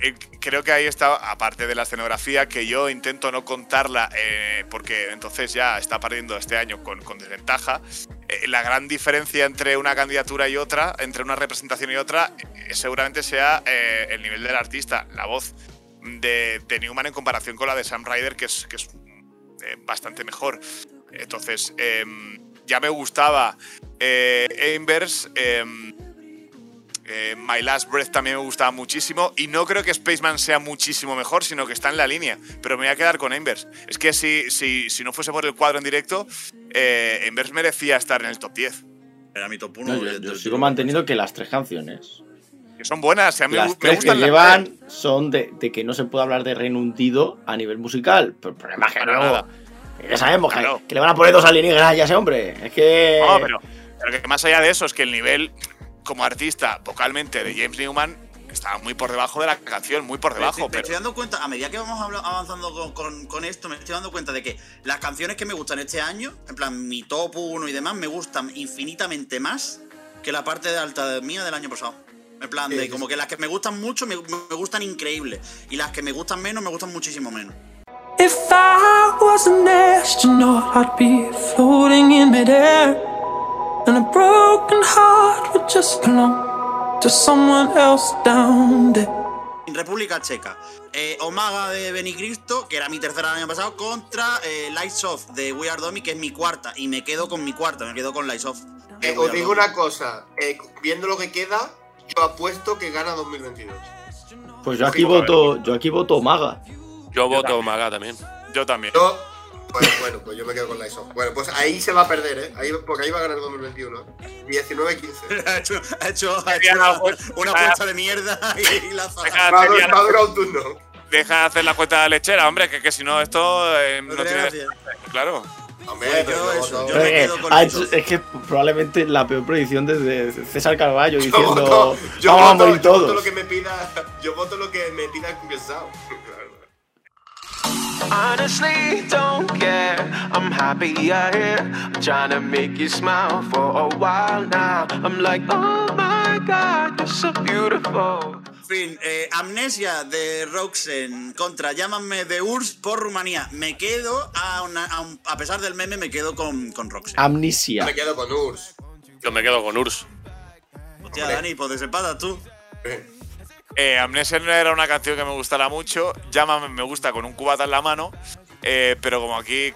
[SPEAKER 2] Eh, Creo que ahí está, aparte de la escenografía, que yo intento no contarla, eh, porque entonces ya está perdiendo este año con, con desventaja. Eh, la gran diferencia entre una candidatura y otra, entre una representación y otra, eh, seguramente sea eh, el nivel del artista, la voz de, de Newman en comparación con la de Sam Ryder, que es, que es eh, bastante mejor. Entonces, em, ya me gustaba eh, Embers. em, eh, My Last Breath también me gustaba muchísimo. Y no creo que Spaceman sea muchísimo mejor, sino que está en la línea. Pero me voy a quedar con Embers. Es que si, si, si no fuese por el cuadro en directo, eh, Embers merecía estar en el top 10.
[SPEAKER 6] Era mi top 1.
[SPEAKER 4] No, yo, yo sigo manteniendo que las tres canciones,
[SPEAKER 2] Que son buenas, y a mí me
[SPEAKER 4] las
[SPEAKER 2] gu- me
[SPEAKER 4] tres que
[SPEAKER 2] gustan las tres.
[SPEAKER 4] llevan, son de, de que no se puede hablar de Reino Hundido a nivel musical. Pero el problema es que
[SPEAKER 2] Para
[SPEAKER 4] luego-
[SPEAKER 2] nada.
[SPEAKER 4] Ya sabemos que,
[SPEAKER 2] Claro.
[SPEAKER 4] que le van a poner dos alienígenas ya a ese hombre. Es que.
[SPEAKER 2] No, pero, pero que más allá de eso, es que el nivel como artista vocalmente de James Newman estaba muy por debajo de la canción, muy por
[SPEAKER 6] Me estoy,
[SPEAKER 2] debajo.
[SPEAKER 6] me
[SPEAKER 2] Pero
[SPEAKER 6] estoy dando cuenta, a medida que vamos habla- avanzando con, con- con esto, me estoy dando cuenta de que las canciones que me gustan este año, en plan mi top 1 y demás, me gustan infinitamente más que la parte de alta de- mía del año pasado. En plan
[SPEAKER 5] Sí,
[SPEAKER 6] de
[SPEAKER 5] sí,
[SPEAKER 6] como que las que me gustan mucho me, me gustan increíble y las que me gustan menos me gustan muchísimo menos.
[SPEAKER 8] If I was an astronaut, I'd be floating in midair. And a broken heart would just belong to someone else down there.
[SPEAKER 6] En República Checa, eh, Omaga de Benicristo, que era mi tercera el año pasado, contra eh, Lights Off de We Are Domi, que es mi cuarta. Y me quedo con mi cuarta, me quedo con Lights Off. de We
[SPEAKER 5] Eh, os
[SPEAKER 6] Are
[SPEAKER 5] digo
[SPEAKER 6] Dummy.
[SPEAKER 5] una cosa, eh, viendo lo que queda, yo apuesto que gana 2022.
[SPEAKER 4] Pues yo aquí
[SPEAKER 2] Sí, a ver.
[SPEAKER 4] voto. Yo aquí voto Maga.
[SPEAKER 3] Yo voto
[SPEAKER 2] también.
[SPEAKER 3] Maga también.
[SPEAKER 2] yo también.
[SPEAKER 5] Yo, bueno, bueno, pues yo me quedo con la ISO. Bueno, pues ahí se va a perder, ¿eh? Ahí, porque ahí va a ganar 2021. 19-15.
[SPEAKER 6] ha hecho, ha hecho, ha
[SPEAKER 2] Sería
[SPEAKER 6] hecho
[SPEAKER 2] la
[SPEAKER 6] una,
[SPEAKER 2] voz-
[SPEAKER 6] una
[SPEAKER 2] la-
[SPEAKER 6] apuesta de mierda y, la
[SPEAKER 2] Deja,
[SPEAKER 5] Va a
[SPEAKER 2] sería-
[SPEAKER 5] dur- va a durar un turno.
[SPEAKER 2] deja de hacer la cuenta lechera, hombre, que, que si no esto eh, no tiene...
[SPEAKER 6] gracia.
[SPEAKER 2] Claro.
[SPEAKER 5] Hombre,
[SPEAKER 6] Bueno,
[SPEAKER 5] yo
[SPEAKER 6] eso,
[SPEAKER 5] voto-
[SPEAKER 6] yo- me
[SPEAKER 4] Eh,
[SPEAKER 6] quedo con
[SPEAKER 4] ha
[SPEAKER 6] eso.
[SPEAKER 4] hecho- es que probablemente la peor predicción desde César Carballo
[SPEAKER 5] yo
[SPEAKER 4] diciendo.
[SPEAKER 5] voto- yo
[SPEAKER 4] vamos a
[SPEAKER 5] voto-
[SPEAKER 4] morir
[SPEAKER 5] yo voto lo
[SPEAKER 4] todos.
[SPEAKER 5] que me pida, yo voto lo que me pida el congresado.
[SPEAKER 8] Honestly, don't care. I'm happy you're here. I'm trying to make you smile for a while now. I'm like, oh my god, you're so beautiful.
[SPEAKER 6] En fin, eh, Amnesia de Roxen contra Llámame de URSS por Rumanía. Me quedo, a, una- a, un- a pesar del meme, me quedo con, con Roxen.
[SPEAKER 4] Amnesia.
[SPEAKER 5] Me quedo con Urs.
[SPEAKER 3] Yo me quedo con Urs.
[SPEAKER 6] Hostia,
[SPEAKER 5] hombre.
[SPEAKER 6] Dani, pues desempatas tú.
[SPEAKER 2] Eh, Amnesia no era una canción que me gustara mucho. Llama me gusta con un cubata en la mano. eh, pero como aquí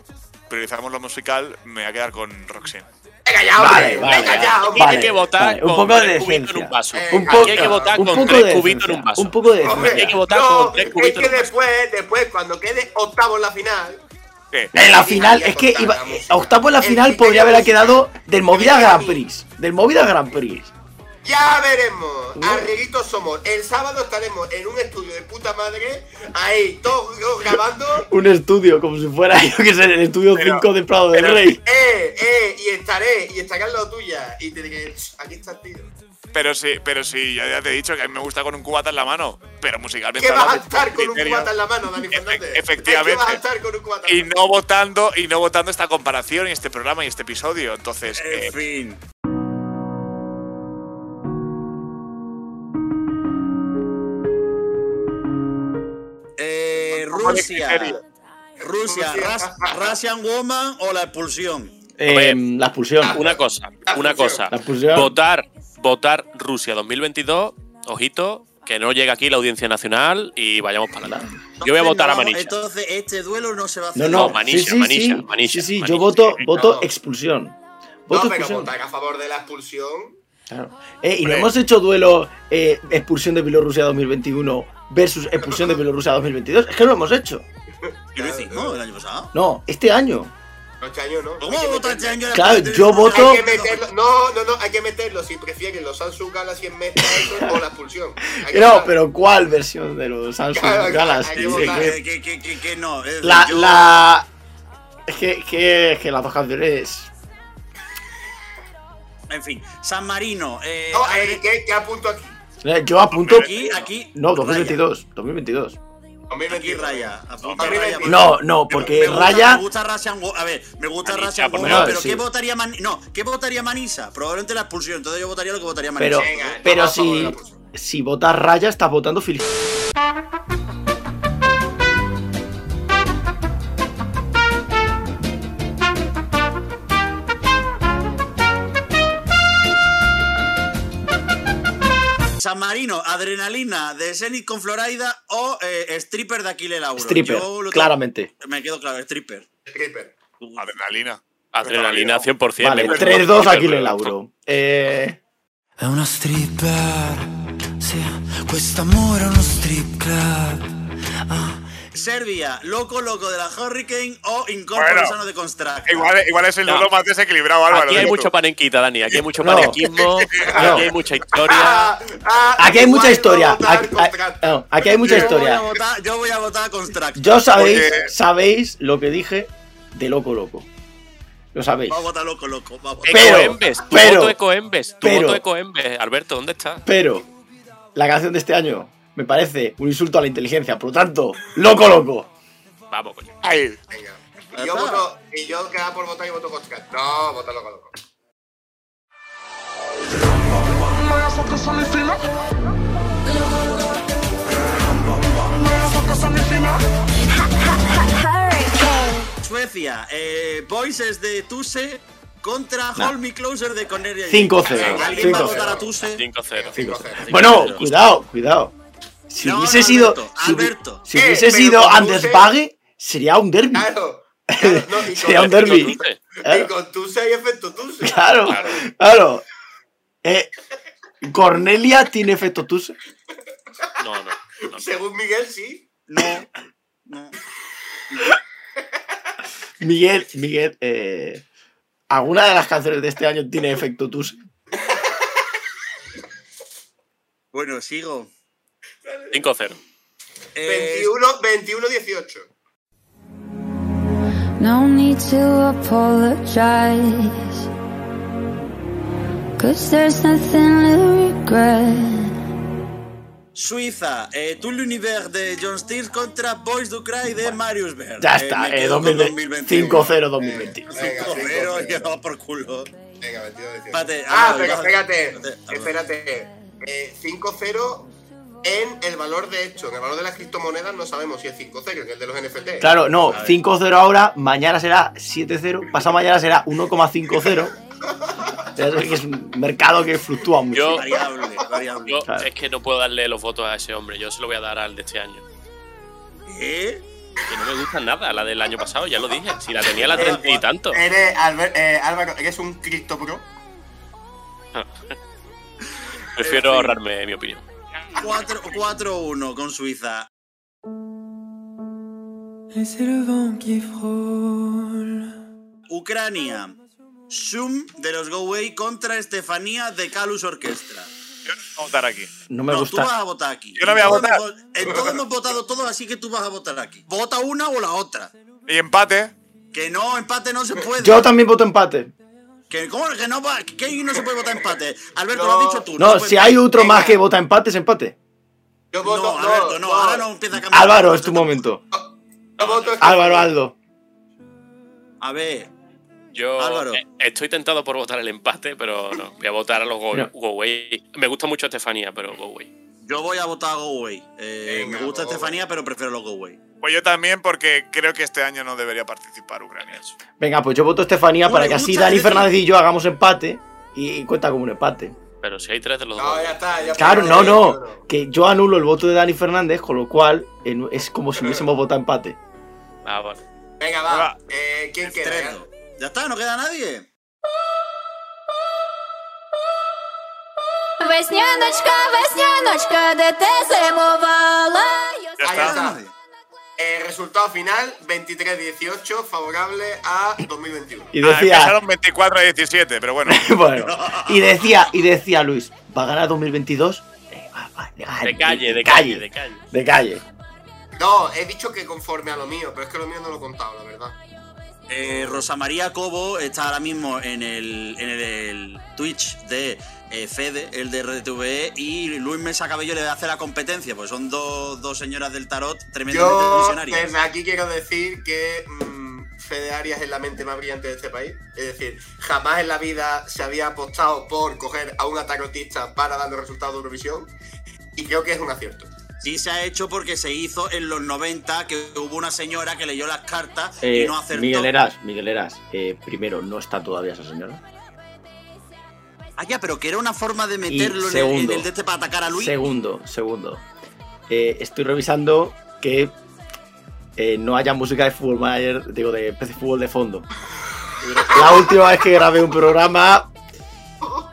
[SPEAKER 2] priorizamos lo musical, me voy a quedar con Roxanne.
[SPEAKER 5] Venga ya,
[SPEAKER 4] Vale,
[SPEAKER 5] hombre.
[SPEAKER 4] vale,
[SPEAKER 5] Venga ya, hombre.
[SPEAKER 4] vale,
[SPEAKER 3] Tiene que votar
[SPEAKER 4] vale,
[SPEAKER 3] con
[SPEAKER 4] un poco de
[SPEAKER 3] tres cubitos en
[SPEAKER 4] decencia.
[SPEAKER 3] un vaso.
[SPEAKER 5] Eh,
[SPEAKER 4] Un
[SPEAKER 5] Aquí
[SPEAKER 4] poco,
[SPEAKER 3] hay que votar
[SPEAKER 4] un
[SPEAKER 3] con
[SPEAKER 4] poco
[SPEAKER 3] tres
[SPEAKER 4] de
[SPEAKER 3] cubitos en
[SPEAKER 4] decencia,
[SPEAKER 3] un vaso.
[SPEAKER 4] Un poco de
[SPEAKER 5] Hombre,
[SPEAKER 4] decencia.
[SPEAKER 3] Hay que votar
[SPEAKER 5] no,
[SPEAKER 3] con tres
[SPEAKER 5] es
[SPEAKER 3] cubitos
[SPEAKER 5] que
[SPEAKER 3] de más.
[SPEAKER 5] después, después, cuando quede octavo en la final,
[SPEAKER 2] Eh,
[SPEAKER 4] En la final, es que iba, eh, octavo en la final podría haber quedado del Movida Grand Prix. Del Movida Grand Prix.
[SPEAKER 5] Ya veremos.
[SPEAKER 4] Uh.
[SPEAKER 5] Arriguitos somos. El sábado estaremos en un estudio de puta madre. Ahí, todos grabando.
[SPEAKER 4] Un estudio, como si fuera yo que sé, el estudio
[SPEAKER 2] Pero-
[SPEAKER 4] 5 de Prado del
[SPEAKER 2] pero-
[SPEAKER 4] Rey.
[SPEAKER 5] Eh, eh, y estaré, y estaré al lado tuya. Y te diré, "Ch, aquí está el tío.
[SPEAKER 2] pero sí, pero sí, ya, ya te he dicho que a mí me gusta con un cubata en la mano. Pero musicalmente.
[SPEAKER 5] ¿Qué vas a
[SPEAKER 2] hablando,
[SPEAKER 5] estar con un
[SPEAKER 2] criterio,
[SPEAKER 5] cubata en la mano, Dani
[SPEAKER 2] Efe-
[SPEAKER 5] Fernández?
[SPEAKER 2] efectivamente.
[SPEAKER 5] ¿Qué vas a estar con un cubata en
[SPEAKER 2] Y
[SPEAKER 5] la mano?
[SPEAKER 2] no votando, y no votando esta comparación y este programa y este episodio. Entonces, eh,
[SPEAKER 6] En fin. Eh, Rusia.
[SPEAKER 2] criterio.
[SPEAKER 6] Rusia, Ras- Russian Woman o la expulsión.
[SPEAKER 3] Hombre.
[SPEAKER 4] Eh, la expulsión.
[SPEAKER 6] ah,
[SPEAKER 3] Una cosa, una cosa.
[SPEAKER 4] La expulsión.
[SPEAKER 3] Votar, votar Rusia 2022, ojito, que no llegue aquí la audiencia nacional y vayamos para adelante. Yo voy a votar a
[SPEAKER 6] Entonces, no,
[SPEAKER 3] Manilla.
[SPEAKER 6] Entonces, este duelo no se va a hacer.
[SPEAKER 4] No, no,
[SPEAKER 3] No, Manilla,
[SPEAKER 4] sí, sí,
[SPEAKER 3] Manilla,
[SPEAKER 4] sí,
[SPEAKER 3] Manilla,
[SPEAKER 4] sí, sí,
[SPEAKER 3] Manilla.
[SPEAKER 4] yo voto, voto
[SPEAKER 5] No.
[SPEAKER 4] expulsión.
[SPEAKER 5] No,
[SPEAKER 4] Voto
[SPEAKER 5] pero
[SPEAKER 4] expulsión.
[SPEAKER 5] votar a favor de la expulsión.
[SPEAKER 4] Claro. Eh, y no
[SPEAKER 2] Hombre.
[SPEAKER 4] hemos hecho duelo eh, expulsión de Bielorrusia 2021 versus expulsión de Bielorrusia 2022. Es que no lo hemos hecho.
[SPEAKER 6] Yo lo hicimos el año pasado.
[SPEAKER 4] No, este año.
[SPEAKER 5] No, este año no.
[SPEAKER 6] ¿Cómo
[SPEAKER 5] Hay que
[SPEAKER 6] votas este
[SPEAKER 5] meterlo.
[SPEAKER 6] año?
[SPEAKER 4] Claro, yo voto-
[SPEAKER 5] Hay que meterlo. No, no, no, hay que meterlo. Si prefieren los Samsung Galaxy en mes o la expulsión. Hay que
[SPEAKER 4] No,
[SPEAKER 5] votar.
[SPEAKER 4] pero ¿cuál versión de los Samsung
[SPEAKER 5] Claro, claro,
[SPEAKER 4] Galaxy?
[SPEAKER 5] hay que
[SPEAKER 4] Es
[SPEAKER 5] votar.
[SPEAKER 4] que-
[SPEAKER 6] eh, Que, que, que, que, que no. es decir,
[SPEAKER 4] La,
[SPEAKER 6] yo-
[SPEAKER 4] la. Es que, es que, es que las dos canciones.
[SPEAKER 6] En fin, San Marino. Eh,
[SPEAKER 5] No,
[SPEAKER 6] a ver,
[SPEAKER 5] eh, ¿qué, qué apunto aquí?
[SPEAKER 4] Eh, Yo apunto.
[SPEAKER 6] aquí, aquí.
[SPEAKER 4] No, 2022. 2022.
[SPEAKER 6] Aquí
[SPEAKER 5] 2022.
[SPEAKER 6] raya. Apunta
[SPEAKER 5] No,
[SPEAKER 6] raya.
[SPEAKER 5] no,
[SPEAKER 4] No, no, porque
[SPEAKER 6] Me gusta-
[SPEAKER 4] Raya.
[SPEAKER 6] Me gusta Russian Wo- A ver, me gusta
[SPEAKER 3] Manisa,
[SPEAKER 6] Russian
[SPEAKER 3] por
[SPEAKER 6] Wo-
[SPEAKER 4] favor,
[SPEAKER 6] pero
[SPEAKER 4] sí.
[SPEAKER 6] ¿qué votaría Manisa? No, ¿qué votaría Manisa? Probablemente la expulsión. Entonces yo votaría lo que votaría Manisa.
[SPEAKER 4] Pero,
[SPEAKER 5] Venga,
[SPEAKER 4] pero
[SPEAKER 5] no, por favor,
[SPEAKER 4] si,
[SPEAKER 5] no, por favor.
[SPEAKER 4] si votas Raya, estás votando Fili.
[SPEAKER 6] San Marino, adrenalina de Zenith con Florida o eh, stripper de Aquiles Lauro.
[SPEAKER 4] Stripper,
[SPEAKER 6] Yo lo tengo-
[SPEAKER 4] claramente.
[SPEAKER 6] Me quedo claro, stripper.
[SPEAKER 5] Stripper.
[SPEAKER 2] Adrenalina.
[SPEAKER 3] Adrenalina 100%.
[SPEAKER 4] Vale,
[SPEAKER 3] me-
[SPEAKER 4] 3-2
[SPEAKER 3] me-
[SPEAKER 4] aquí le lauro. Eh,
[SPEAKER 8] È una stripper, sì, quest'amore è uno strip club. Ah,
[SPEAKER 6] Serbia, loco loco de la Hurricane o incorporo
[SPEAKER 2] Bueno.
[SPEAKER 6] sano de Constract.
[SPEAKER 2] Igual, igual es el
[SPEAKER 3] No.
[SPEAKER 2] duelo más desequilibrado, Álvaro.
[SPEAKER 3] Aquí hay
[SPEAKER 2] dilo tú.
[SPEAKER 3] mucha panenquita, Dani. Aquí hay mucho
[SPEAKER 4] No.
[SPEAKER 3] panequismo. Aquí hay mucha historia.
[SPEAKER 5] Ah, ah,
[SPEAKER 4] aquí hay
[SPEAKER 5] igual
[SPEAKER 4] mucha
[SPEAKER 5] no
[SPEAKER 4] historia.
[SPEAKER 5] votar
[SPEAKER 4] Aquí,
[SPEAKER 5] contra-
[SPEAKER 4] ah, no, aquí hay mucha
[SPEAKER 6] yo Voy a
[SPEAKER 4] historia.
[SPEAKER 6] votar, yo voy a votar a Constract.
[SPEAKER 4] Yo sabéis,
[SPEAKER 2] Oye.
[SPEAKER 4] sabéis lo que dije de loco loco. Lo sabéis.
[SPEAKER 6] Vamos a votar loco loco. Vamos.
[SPEAKER 4] Pero,
[SPEAKER 3] Ecoembes, tu
[SPEAKER 4] pero,
[SPEAKER 3] voto Ecoembes, tu
[SPEAKER 4] pero.
[SPEAKER 3] voto Ecoembes. Alberto, ¿dónde estás?
[SPEAKER 4] Pero la canción de este año me parece un insulto a la inteligencia. Por lo tanto, loco loco.
[SPEAKER 3] Vamos, coño.
[SPEAKER 2] Ay,
[SPEAKER 5] Venga.
[SPEAKER 6] Ya
[SPEAKER 5] Y yo
[SPEAKER 6] está.
[SPEAKER 5] voto, y yo quedaba por votar y voto contra. No, vota loco, loco.
[SPEAKER 6] Suecia, eh, Voices de Tuse contra
[SPEAKER 4] No.
[SPEAKER 6] Hold Me Closer de Cornelia.
[SPEAKER 4] 5-0,
[SPEAKER 6] ¿Alguien va a
[SPEAKER 5] 5-0.
[SPEAKER 6] votar a Tuse?
[SPEAKER 3] 5-0.
[SPEAKER 5] 5-0.
[SPEAKER 4] Bueno,
[SPEAKER 6] Pero-
[SPEAKER 4] cuidado, cuidado. Si
[SPEAKER 6] No,
[SPEAKER 4] hubiese
[SPEAKER 6] no,
[SPEAKER 4] sido.
[SPEAKER 6] Alberto,
[SPEAKER 4] si hubi-
[SPEAKER 6] Alberto.
[SPEAKER 4] si
[SPEAKER 5] Eh,
[SPEAKER 4] hubiese
[SPEAKER 5] pero
[SPEAKER 4] sido
[SPEAKER 5] como
[SPEAKER 4] Anders
[SPEAKER 5] usted-
[SPEAKER 4] Bagge, sería un derby.
[SPEAKER 5] Claro. claro, no, y
[SPEAKER 4] Sería
[SPEAKER 5] con-
[SPEAKER 4] un derby.
[SPEAKER 5] Y
[SPEAKER 4] Claro,
[SPEAKER 5] con Tuse hay efecto Tuse.
[SPEAKER 4] claro. claro. Eh, Cornelia tiene efecto Tuse.
[SPEAKER 3] No, no. no.
[SPEAKER 5] Según Miguel, sí.
[SPEAKER 6] No. no.
[SPEAKER 4] Miguel, Miguel, eh, ¿alguna de las canciones de este año tiene efecto Tuse?
[SPEAKER 6] Bueno, sigo.
[SPEAKER 3] 5-0.
[SPEAKER 6] Eh,
[SPEAKER 5] 21, 21, 18.
[SPEAKER 7] No need to apologize. Cause there's nothing to regret.
[SPEAKER 6] Suiza, eh, Tout l'univers de John Steers contra Boys Do Cry de Marius Berg.
[SPEAKER 4] Ya está,
[SPEAKER 6] me
[SPEAKER 4] eh,
[SPEAKER 6] quedo con 2021.
[SPEAKER 4] 5-0 2020.
[SPEAKER 6] Eh,
[SPEAKER 5] Venga,
[SPEAKER 6] 5-0,
[SPEAKER 5] 5-0.
[SPEAKER 6] ya va por culo.
[SPEAKER 5] Venga, 22, 18.
[SPEAKER 6] Espérate,
[SPEAKER 5] ah,
[SPEAKER 6] Álvaro,
[SPEAKER 5] pero
[SPEAKER 6] Álvaro,
[SPEAKER 5] espérate.
[SPEAKER 6] espérate,
[SPEAKER 5] Espérate. Eh, 5-0 en el valor de hecho. En el valor de las criptomonedas no sabemos si es 5-0, en el de los NFT.
[SPEAKER 4] Claro, no, 5-0 ahora, mañana será 7-0, pasado mañana será 1,50. Ya sabes que Es un mercado que fluctúa mucho.
[SPEAKER 3] Yo-
[SPEAKER 6] Variable, variable.
[SPEAKER 3] Yo
[SPEAKER 4] Claro.
[SPEAKER 3] es que no puedo darle los votos a ese hombre. Yo se lo voy a dar al de este año.
[SPEAKER 6] ¿Eh?
[SPEAKER 3] Que no me gusta nada la del año pasado, ya lo dije. Si la tenía la treinta y tanto.
[SPEAKER 5] Eres, Albert- eh, Álvaro, eres un cripto pro.
[SPEAKER 3] Prefiero ahorrarme mi opinión.
[SPEAKER 6] 4 4-1 con Suiza.
[SPEAKER 8] Et c'est le vent qui frôle.
[SPEAKER 6] Ucrania, Zoom de los Go Away contra Estefanía de Calus Orquestra.
[SPEAKER 2] Yo no voy a votar aquí.
[SPEAKER 4] No me
[SPEAKER 6] no, tú vas
[SPEAKER 4] gusta.
[SPEAKER 6] a votar aquí.
[SPEAKER 2] Yo no voy a
[SPEAKER 6] Todos
[SPEAKER 2] votar.
[SPEAKER 6] hemos- eh, todos hemos votado todos, así que tú vas a votar aquí. Vota una o la otra.
[SPEAKER 2] Y empate.
[SPEAKER 6] Que no, empate no se puede.
[SPEAKER 4] Yo también voto empate.
[SPEAKER 6] Que, ¿Cómo que no, va- que no se puede votar empate? Alberto,
[SPEAKER 5] No.
[SPEAKER 6] lo has dicho tú.
[SPEAKER 4] No,
[SPEAKER 6] se puede-
[SPEAKER 4] si hay otro
[SPEAKER 5] venga.
[SPEAKER 4] más que vota empate, es empate.
[SPEAKER 5] Yo
[SPEAKER 6] No,
[SPEAKER 5] voto. No,
[SPEAKER 6] Alberto, no, ahora no empieza a cambiar.
[SPEAKER 4] Álvaro, es tu momento.
[SPEAKER 5] Yo voto
[SPEAKER 4] Álvaro, Aldo.
[SPEAKER 6] A ver,
[SPEAKER 3] Yo
[SPEAKER 6] Álvaro.
[SPEAKER 3] eh, estoy tentado por votar el empate, pero no. Voy a votar a los Go,
[SPEAKER 4] No.
[SPEAKER 3] Go Away. Me gusta mucho Estefanía, pero Go Away.
[SPEAKER 6] yo voy a votar a Go Away. Eh,
[SPEAKER 5] Venga,
[SPEAKER 6] me gusta
[SPEAKER 5] Go Away.
[SPEAKER 6] Estefanía, pero prefiero los Go Away.
[SPEAKER 2] Pues yo también, porque creo que este año no debería participar Ucrania.
[SPEAKER 4] Venga, pues yo voto Estefanía
[SPEAKER 6] No
[SPEAKER 4] para
[SPEAKER 6] le
[SPEAKER 4] que así
[SPEAKER 6] gusta,
[SPEAKER 4] Dani
[SPEAKER 6] es decir-
[SPEAKER 4] Fernández y yo hagamos empate y cuenta como un empate.
[SPEAKER 3] Pero si hay tres de los dos.
[SPEAKER 5] No, eh. ya está. Ya
[SPEAKER 4] Claro,
[SPEAKER 5] está.
[SPEAKER 4] no, no. Que yo anulo el voto de Dani Fernández, con lo cual en- es como si hubiésemos votado empate.
[SPEAKER 3] Ah, vale.
[SPEAKER 5] Venga,
[SPEAKER 2] Va.
[SPEAKER 5] va. Eh, ¿Quién queda?
[SPEAKER 6] Trezo. Ya está, no queda nadie.
[SPEAKER 7] Весняночка, весняночка, де ти зимувала?
[SPEAKER 2] Ya
[SPEAKER 5] Ahí
[SPEAKER 2] está.
[SPEAKER 5] está. Eh, resultado final: 23-18, favorable a 2021.
[SPEAKER 4] Y
[SPEAKER 2] Ah,
[SPEAKER 4] decía,
[SPEAKER 2] empezaron 24 a 17, pero bueno.
[SPEAKER 4] bueno, y decía, y decía Luis, ¿va a ganar 2022? Eh, va- va-
[SPEAKER 3] De calle, de calle, de calle.
[SPEAKER 4] De calle.
[SPEAKER 5] No, he dicho que conforme a lo mío, pero es que lo mío no lo he contado, la verdad.
[SPEAKER 6] Eh, Rosa María Cobo está ahora mismo en el, en el, el Twitch de eh, Fede, el de RTVE, E, y Luis Mesa Cabello le hace la competencia, pues son dos, dos señoras del tarot tremendamente
[SPEAKER 5] Yo
[SPEAKER 6] visionarias.
[SPEAKER 5] desde aquí quiero decir que mm, Fede Arias es la mente más brillante de este país. Es decir, jamás en la vida se había apostado por coger a una tarotista para dar los resultados de Eurovisión. Y creo que es un acierto.
[SPEAKER 6] Sí se ha hecho porque se hizo en los 90, que hubo una señora que leyó las cartas
[SPEAKER 4] Eh,
[SPEAKER 6] y no acertó.
[SPEAKER 4] Miguel Eras, Miguel Eras, eh, primero, no está todavía esa señora.
[SPEAKER 6] Ah, ya, pero que era una forma de meterlo en el- en el,
[SPEAKER 4] segundo.
[SPEAKER 6] de este para atacar a Luis.
[SPEAKER 4] Segundo, segundo. Eh, estoy revisando que eh, no haya música de fútbol manager, digo, de PC fútbol de fondo. La última vez que grabé un programa,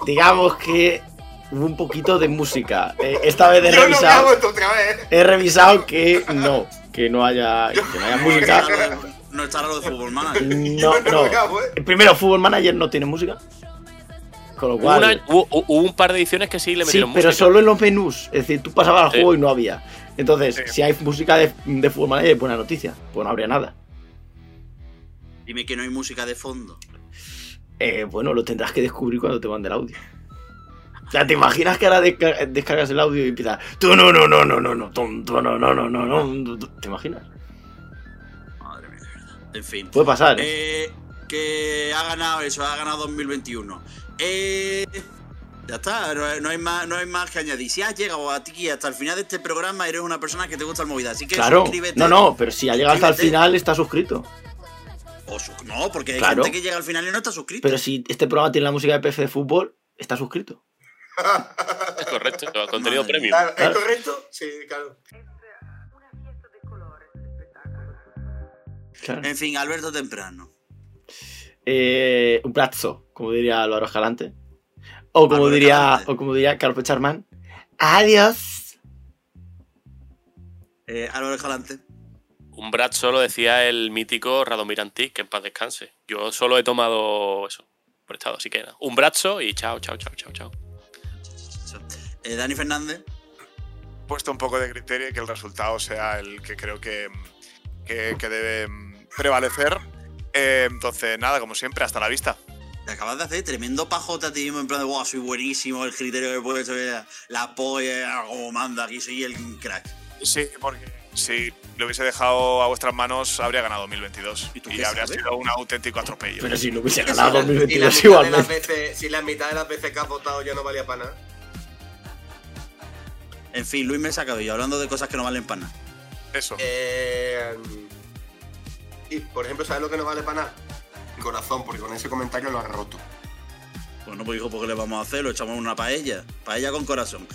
[SPEAKER 4] digamos que hubo un poquito de música. Eh, esta vez he
[SPEAKER 5] Yo no me hago
[SPEAKER 4] revisado,
[SPEAKER 5] esto otra vez.
[SPEAKER 4] he revisado que no, que no haya, que no haya
[SPEAKER 6] No
[SPEAKER 4] música.
[SPEAKER 6] estará lo de- no estará lo de fútbol, man.
[SPEAKER 4] No,
[SPEAKER 5] Yo
[SPEAKER 4] no.
[SPEAKER 5] me hago, eh.
[SPEAKER 4] Eh, Primero, fútbol manager no tiene música. Con lo
[SPEAKER 3] Hubo,
[SPEAKER 4] cual.
[SPEAKER 3] una- hubo- hubo un par de ediciones que sí le
[SPEAKER 4] Sí,
[SPEAKER 3] metieron
[SPEAKER 4] pero
[SPEAKER 3] música.
[SPEAKER 4] solo en los menús. Es decir, tú pasabas al
[SPEAKER 3] Sí.
[SPEAKER 4] juego y no había. Entonces,
[SPEAKER 2] Sí.
[SPEAKER 4] si hay música de, de Fútbol Manager, buena noticia. Pues no habría nada.
[SPEAKER 6] Dime que no hay música de fondo.
[SPEAKER 4] Eh, bueno, lo tendrás que descubrir cuando te mande el audio. O sea, ¿te imaginas que ahora desca- descargas el audio y empiezas tú no, no, no, no, no, no, tum, tú, no, no, no, no, no, tú, tú"? ¿Te imaginas?
[SPEAKER 6] Madre mía, de verdad. En fin.
[SPEAKER 4] Puede pasar, ¿eh?
[SPEAKER 6] Eh, que ha ganado eso, ha ganado 2021. Eh, ya está, no, no hay más, no hay más que añadir. Si has llegado a ti hasta el final de este programa, eres una persona que te gusta el movida. Así que
[SPEAKER 4] claro.
[SPEAKER 6] suscríbete.
[SPEAKER 4] No, no, pero si ha llegado hasta el
[SPEAKER 6] suscríbete.
[SPEAKER 4] final, está suscrito.
[SPEAKER 6] O su- no, porque hay
[SPEAKER 4] Claro.
[SPEAKER 6] gente que llega al final y no está suscrito.
[SPEAKER 4] Pero si este programa tiene la música de PF de fútbol, está suscrito.
[SPEAKER 3] Es correcto, contenido
[SPEAKER 6] Madre
[SPEAKER 3] premium.
[SPEAKER 5] Claro, ¿Es
[SPEAKER 4] Claro.
[SPEAKER 5] correcto? Sí, claro.
[SPEAKER 4] Claro.
[SPEAKER 6] En fin, Alberto Temprano.
[SPEAKER 4] Eh, un plazo, como diría Álvaro Escalante. O como
[SPEAKER 6] Álvaro
[SPEAKER 4] diría.
[SPEAKER 6] Escalante.
[SPEAKER 4] O como diría Carlos Pecharman. Adiós.
[SPEAKER 6] Eh, Álvaro Escalante.
[SPEAKER 3] Un Brad solo decía el mítico Radomir Antic, que en paz descanse. Yo solo he tomado eso, prestado, así que nada. Un brazo y chao, chao, chao, chao, chao.
[SPEAKER 6] Eh, Dani Fernández.
[SPEAKER 2] puesto un poco de criterio y que el resultado sea el que creo que, que, que debe mm, prevalecer. Eh, entonces, nada, como siempre, hasta la vista.
[SPEAKER 6] Te acabas de hacer tremendo pajota a ti mismo en plan de wow, soy buenísimo, el criterio que puedes la polla, como manda, aquí soy el crack.
[SPEAKER 2] Sí, porque si lo hubiese dejado a vuestras manos, habría ganado 2022.
[SPEAKER 6] ¿Y tú
[SPEAKER 2] Y,
[SPEAKER 6] qué
[SPEAKER 2] habría
[SPEAKER 6] sabes?
[SPEAKER 2] sido un auténtico atropello.
[SPEAKER 4] Pero si no hubiese
[SPEAKER 5] Si
[SPEAKER 4] ganado
[SPEAKER 5] la- si la
[SPEAKER 4] 2022
[SPEAKER 5] mitad de las
[SPEAKER 4] igualmente.
[SPEAKER 5] veces- Si la mitad de las veces que has votado ya no valía para nada.
[SPEAKER 6] En fin, Luis Mesa Cabello, hablando de cosas que no valen para nada.
[SPEAKER 2] Eso.
[SPEAKER 5] Eh, y, por ejemplo, ¿sabes lo que no vale para nada? Mi corazón, porque con ese comentario lo has roto.
[SPEAKER 6] Bueno, pues hijo, ¿por qué le vamos a hacer? Lo echamos en una paella. Paella con corazón.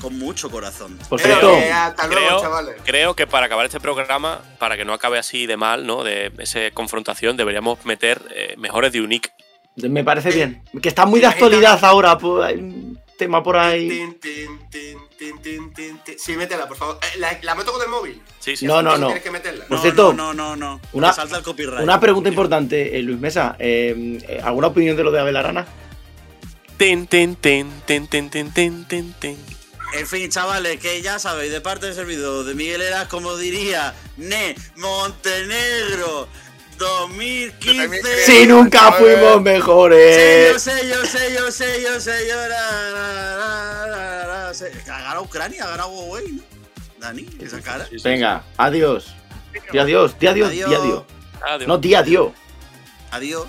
[SPEAKER 6] Con mucho corazón.
[SPEAKER 4] Por
[SPEAKER 5] Pero
[SPEAKER 4] cierto,
[SPEAKER 5] que hasta luego,
[SPEAKER 3] creo-
[SPEAKER 5] chavales.
[SPEAKER 3] Creo que para acabar este programa, para que no acabe así de mal, ¿no? De esa confrontación, deberíamos meter eh, mejores de Unique.
[SPEAKER 4] me parece bien. Que eh, está muy de actualidad ahora. pues, hay un tema por ahí.
[SPEAKER 5] Tin, tin, tin, tin, tin, tin, tin. Sí, métela, por favor. Eh, la, la meto con el móvil.
[SPEAKER 3] Sí, sí.
[SPEAKER 4] No, no,
[SPEAKER 5] Eso
[SPEAKER 4] no.
[SPEAKER 5] Tienes que meterla.
[SPEAKER 4] Por
[SPEAKER 6] no,
[SPEAKER 4] cierto,
[SPEAKER 6] no, no, no, no.
[SPEAKER 4] una-
[SPEAKER 6] Me salta el copyright.
[SPEAKER 4] Una pregunta importante, eh, Luis Mesa. eh, eh, ¿Alguna opinión de lo de Abel Arana?
[SPEAKER 3] Tin, tin, tin, tin, tin, tin, tin, tin, tin.
[SPEAKER 6] En fin, chavales, que ya sabéis, de parte del servidor de Miguel Eras, como diría, Ne Montenegro 2015.
[SPEAKER 4] Si nunca
[SPEAKER 2] a ver.
[SPEAKER 4] fuimos
[SPEAKER 6] Sello,
[SPEAKER 4] mejores.
[SPEAKER 6] sello, sello, sello, sello. ra, ra, ra, ra, ra, se- Ha ganado Ucrania, ha ganado Huawei, ¿no? Dani, esa cara.
[SPEAKER 4] Venga, adiós. Di adiós, di adiós, di
[SPEAKER 3] Ah,
[SPEAKER 6] Adiós.
[SPEAKER 4] adiós.
[SPEAKER 3] Adiós.
[SPEAKER 4] No, di adiós.
[SPEAKER 6] Adiós.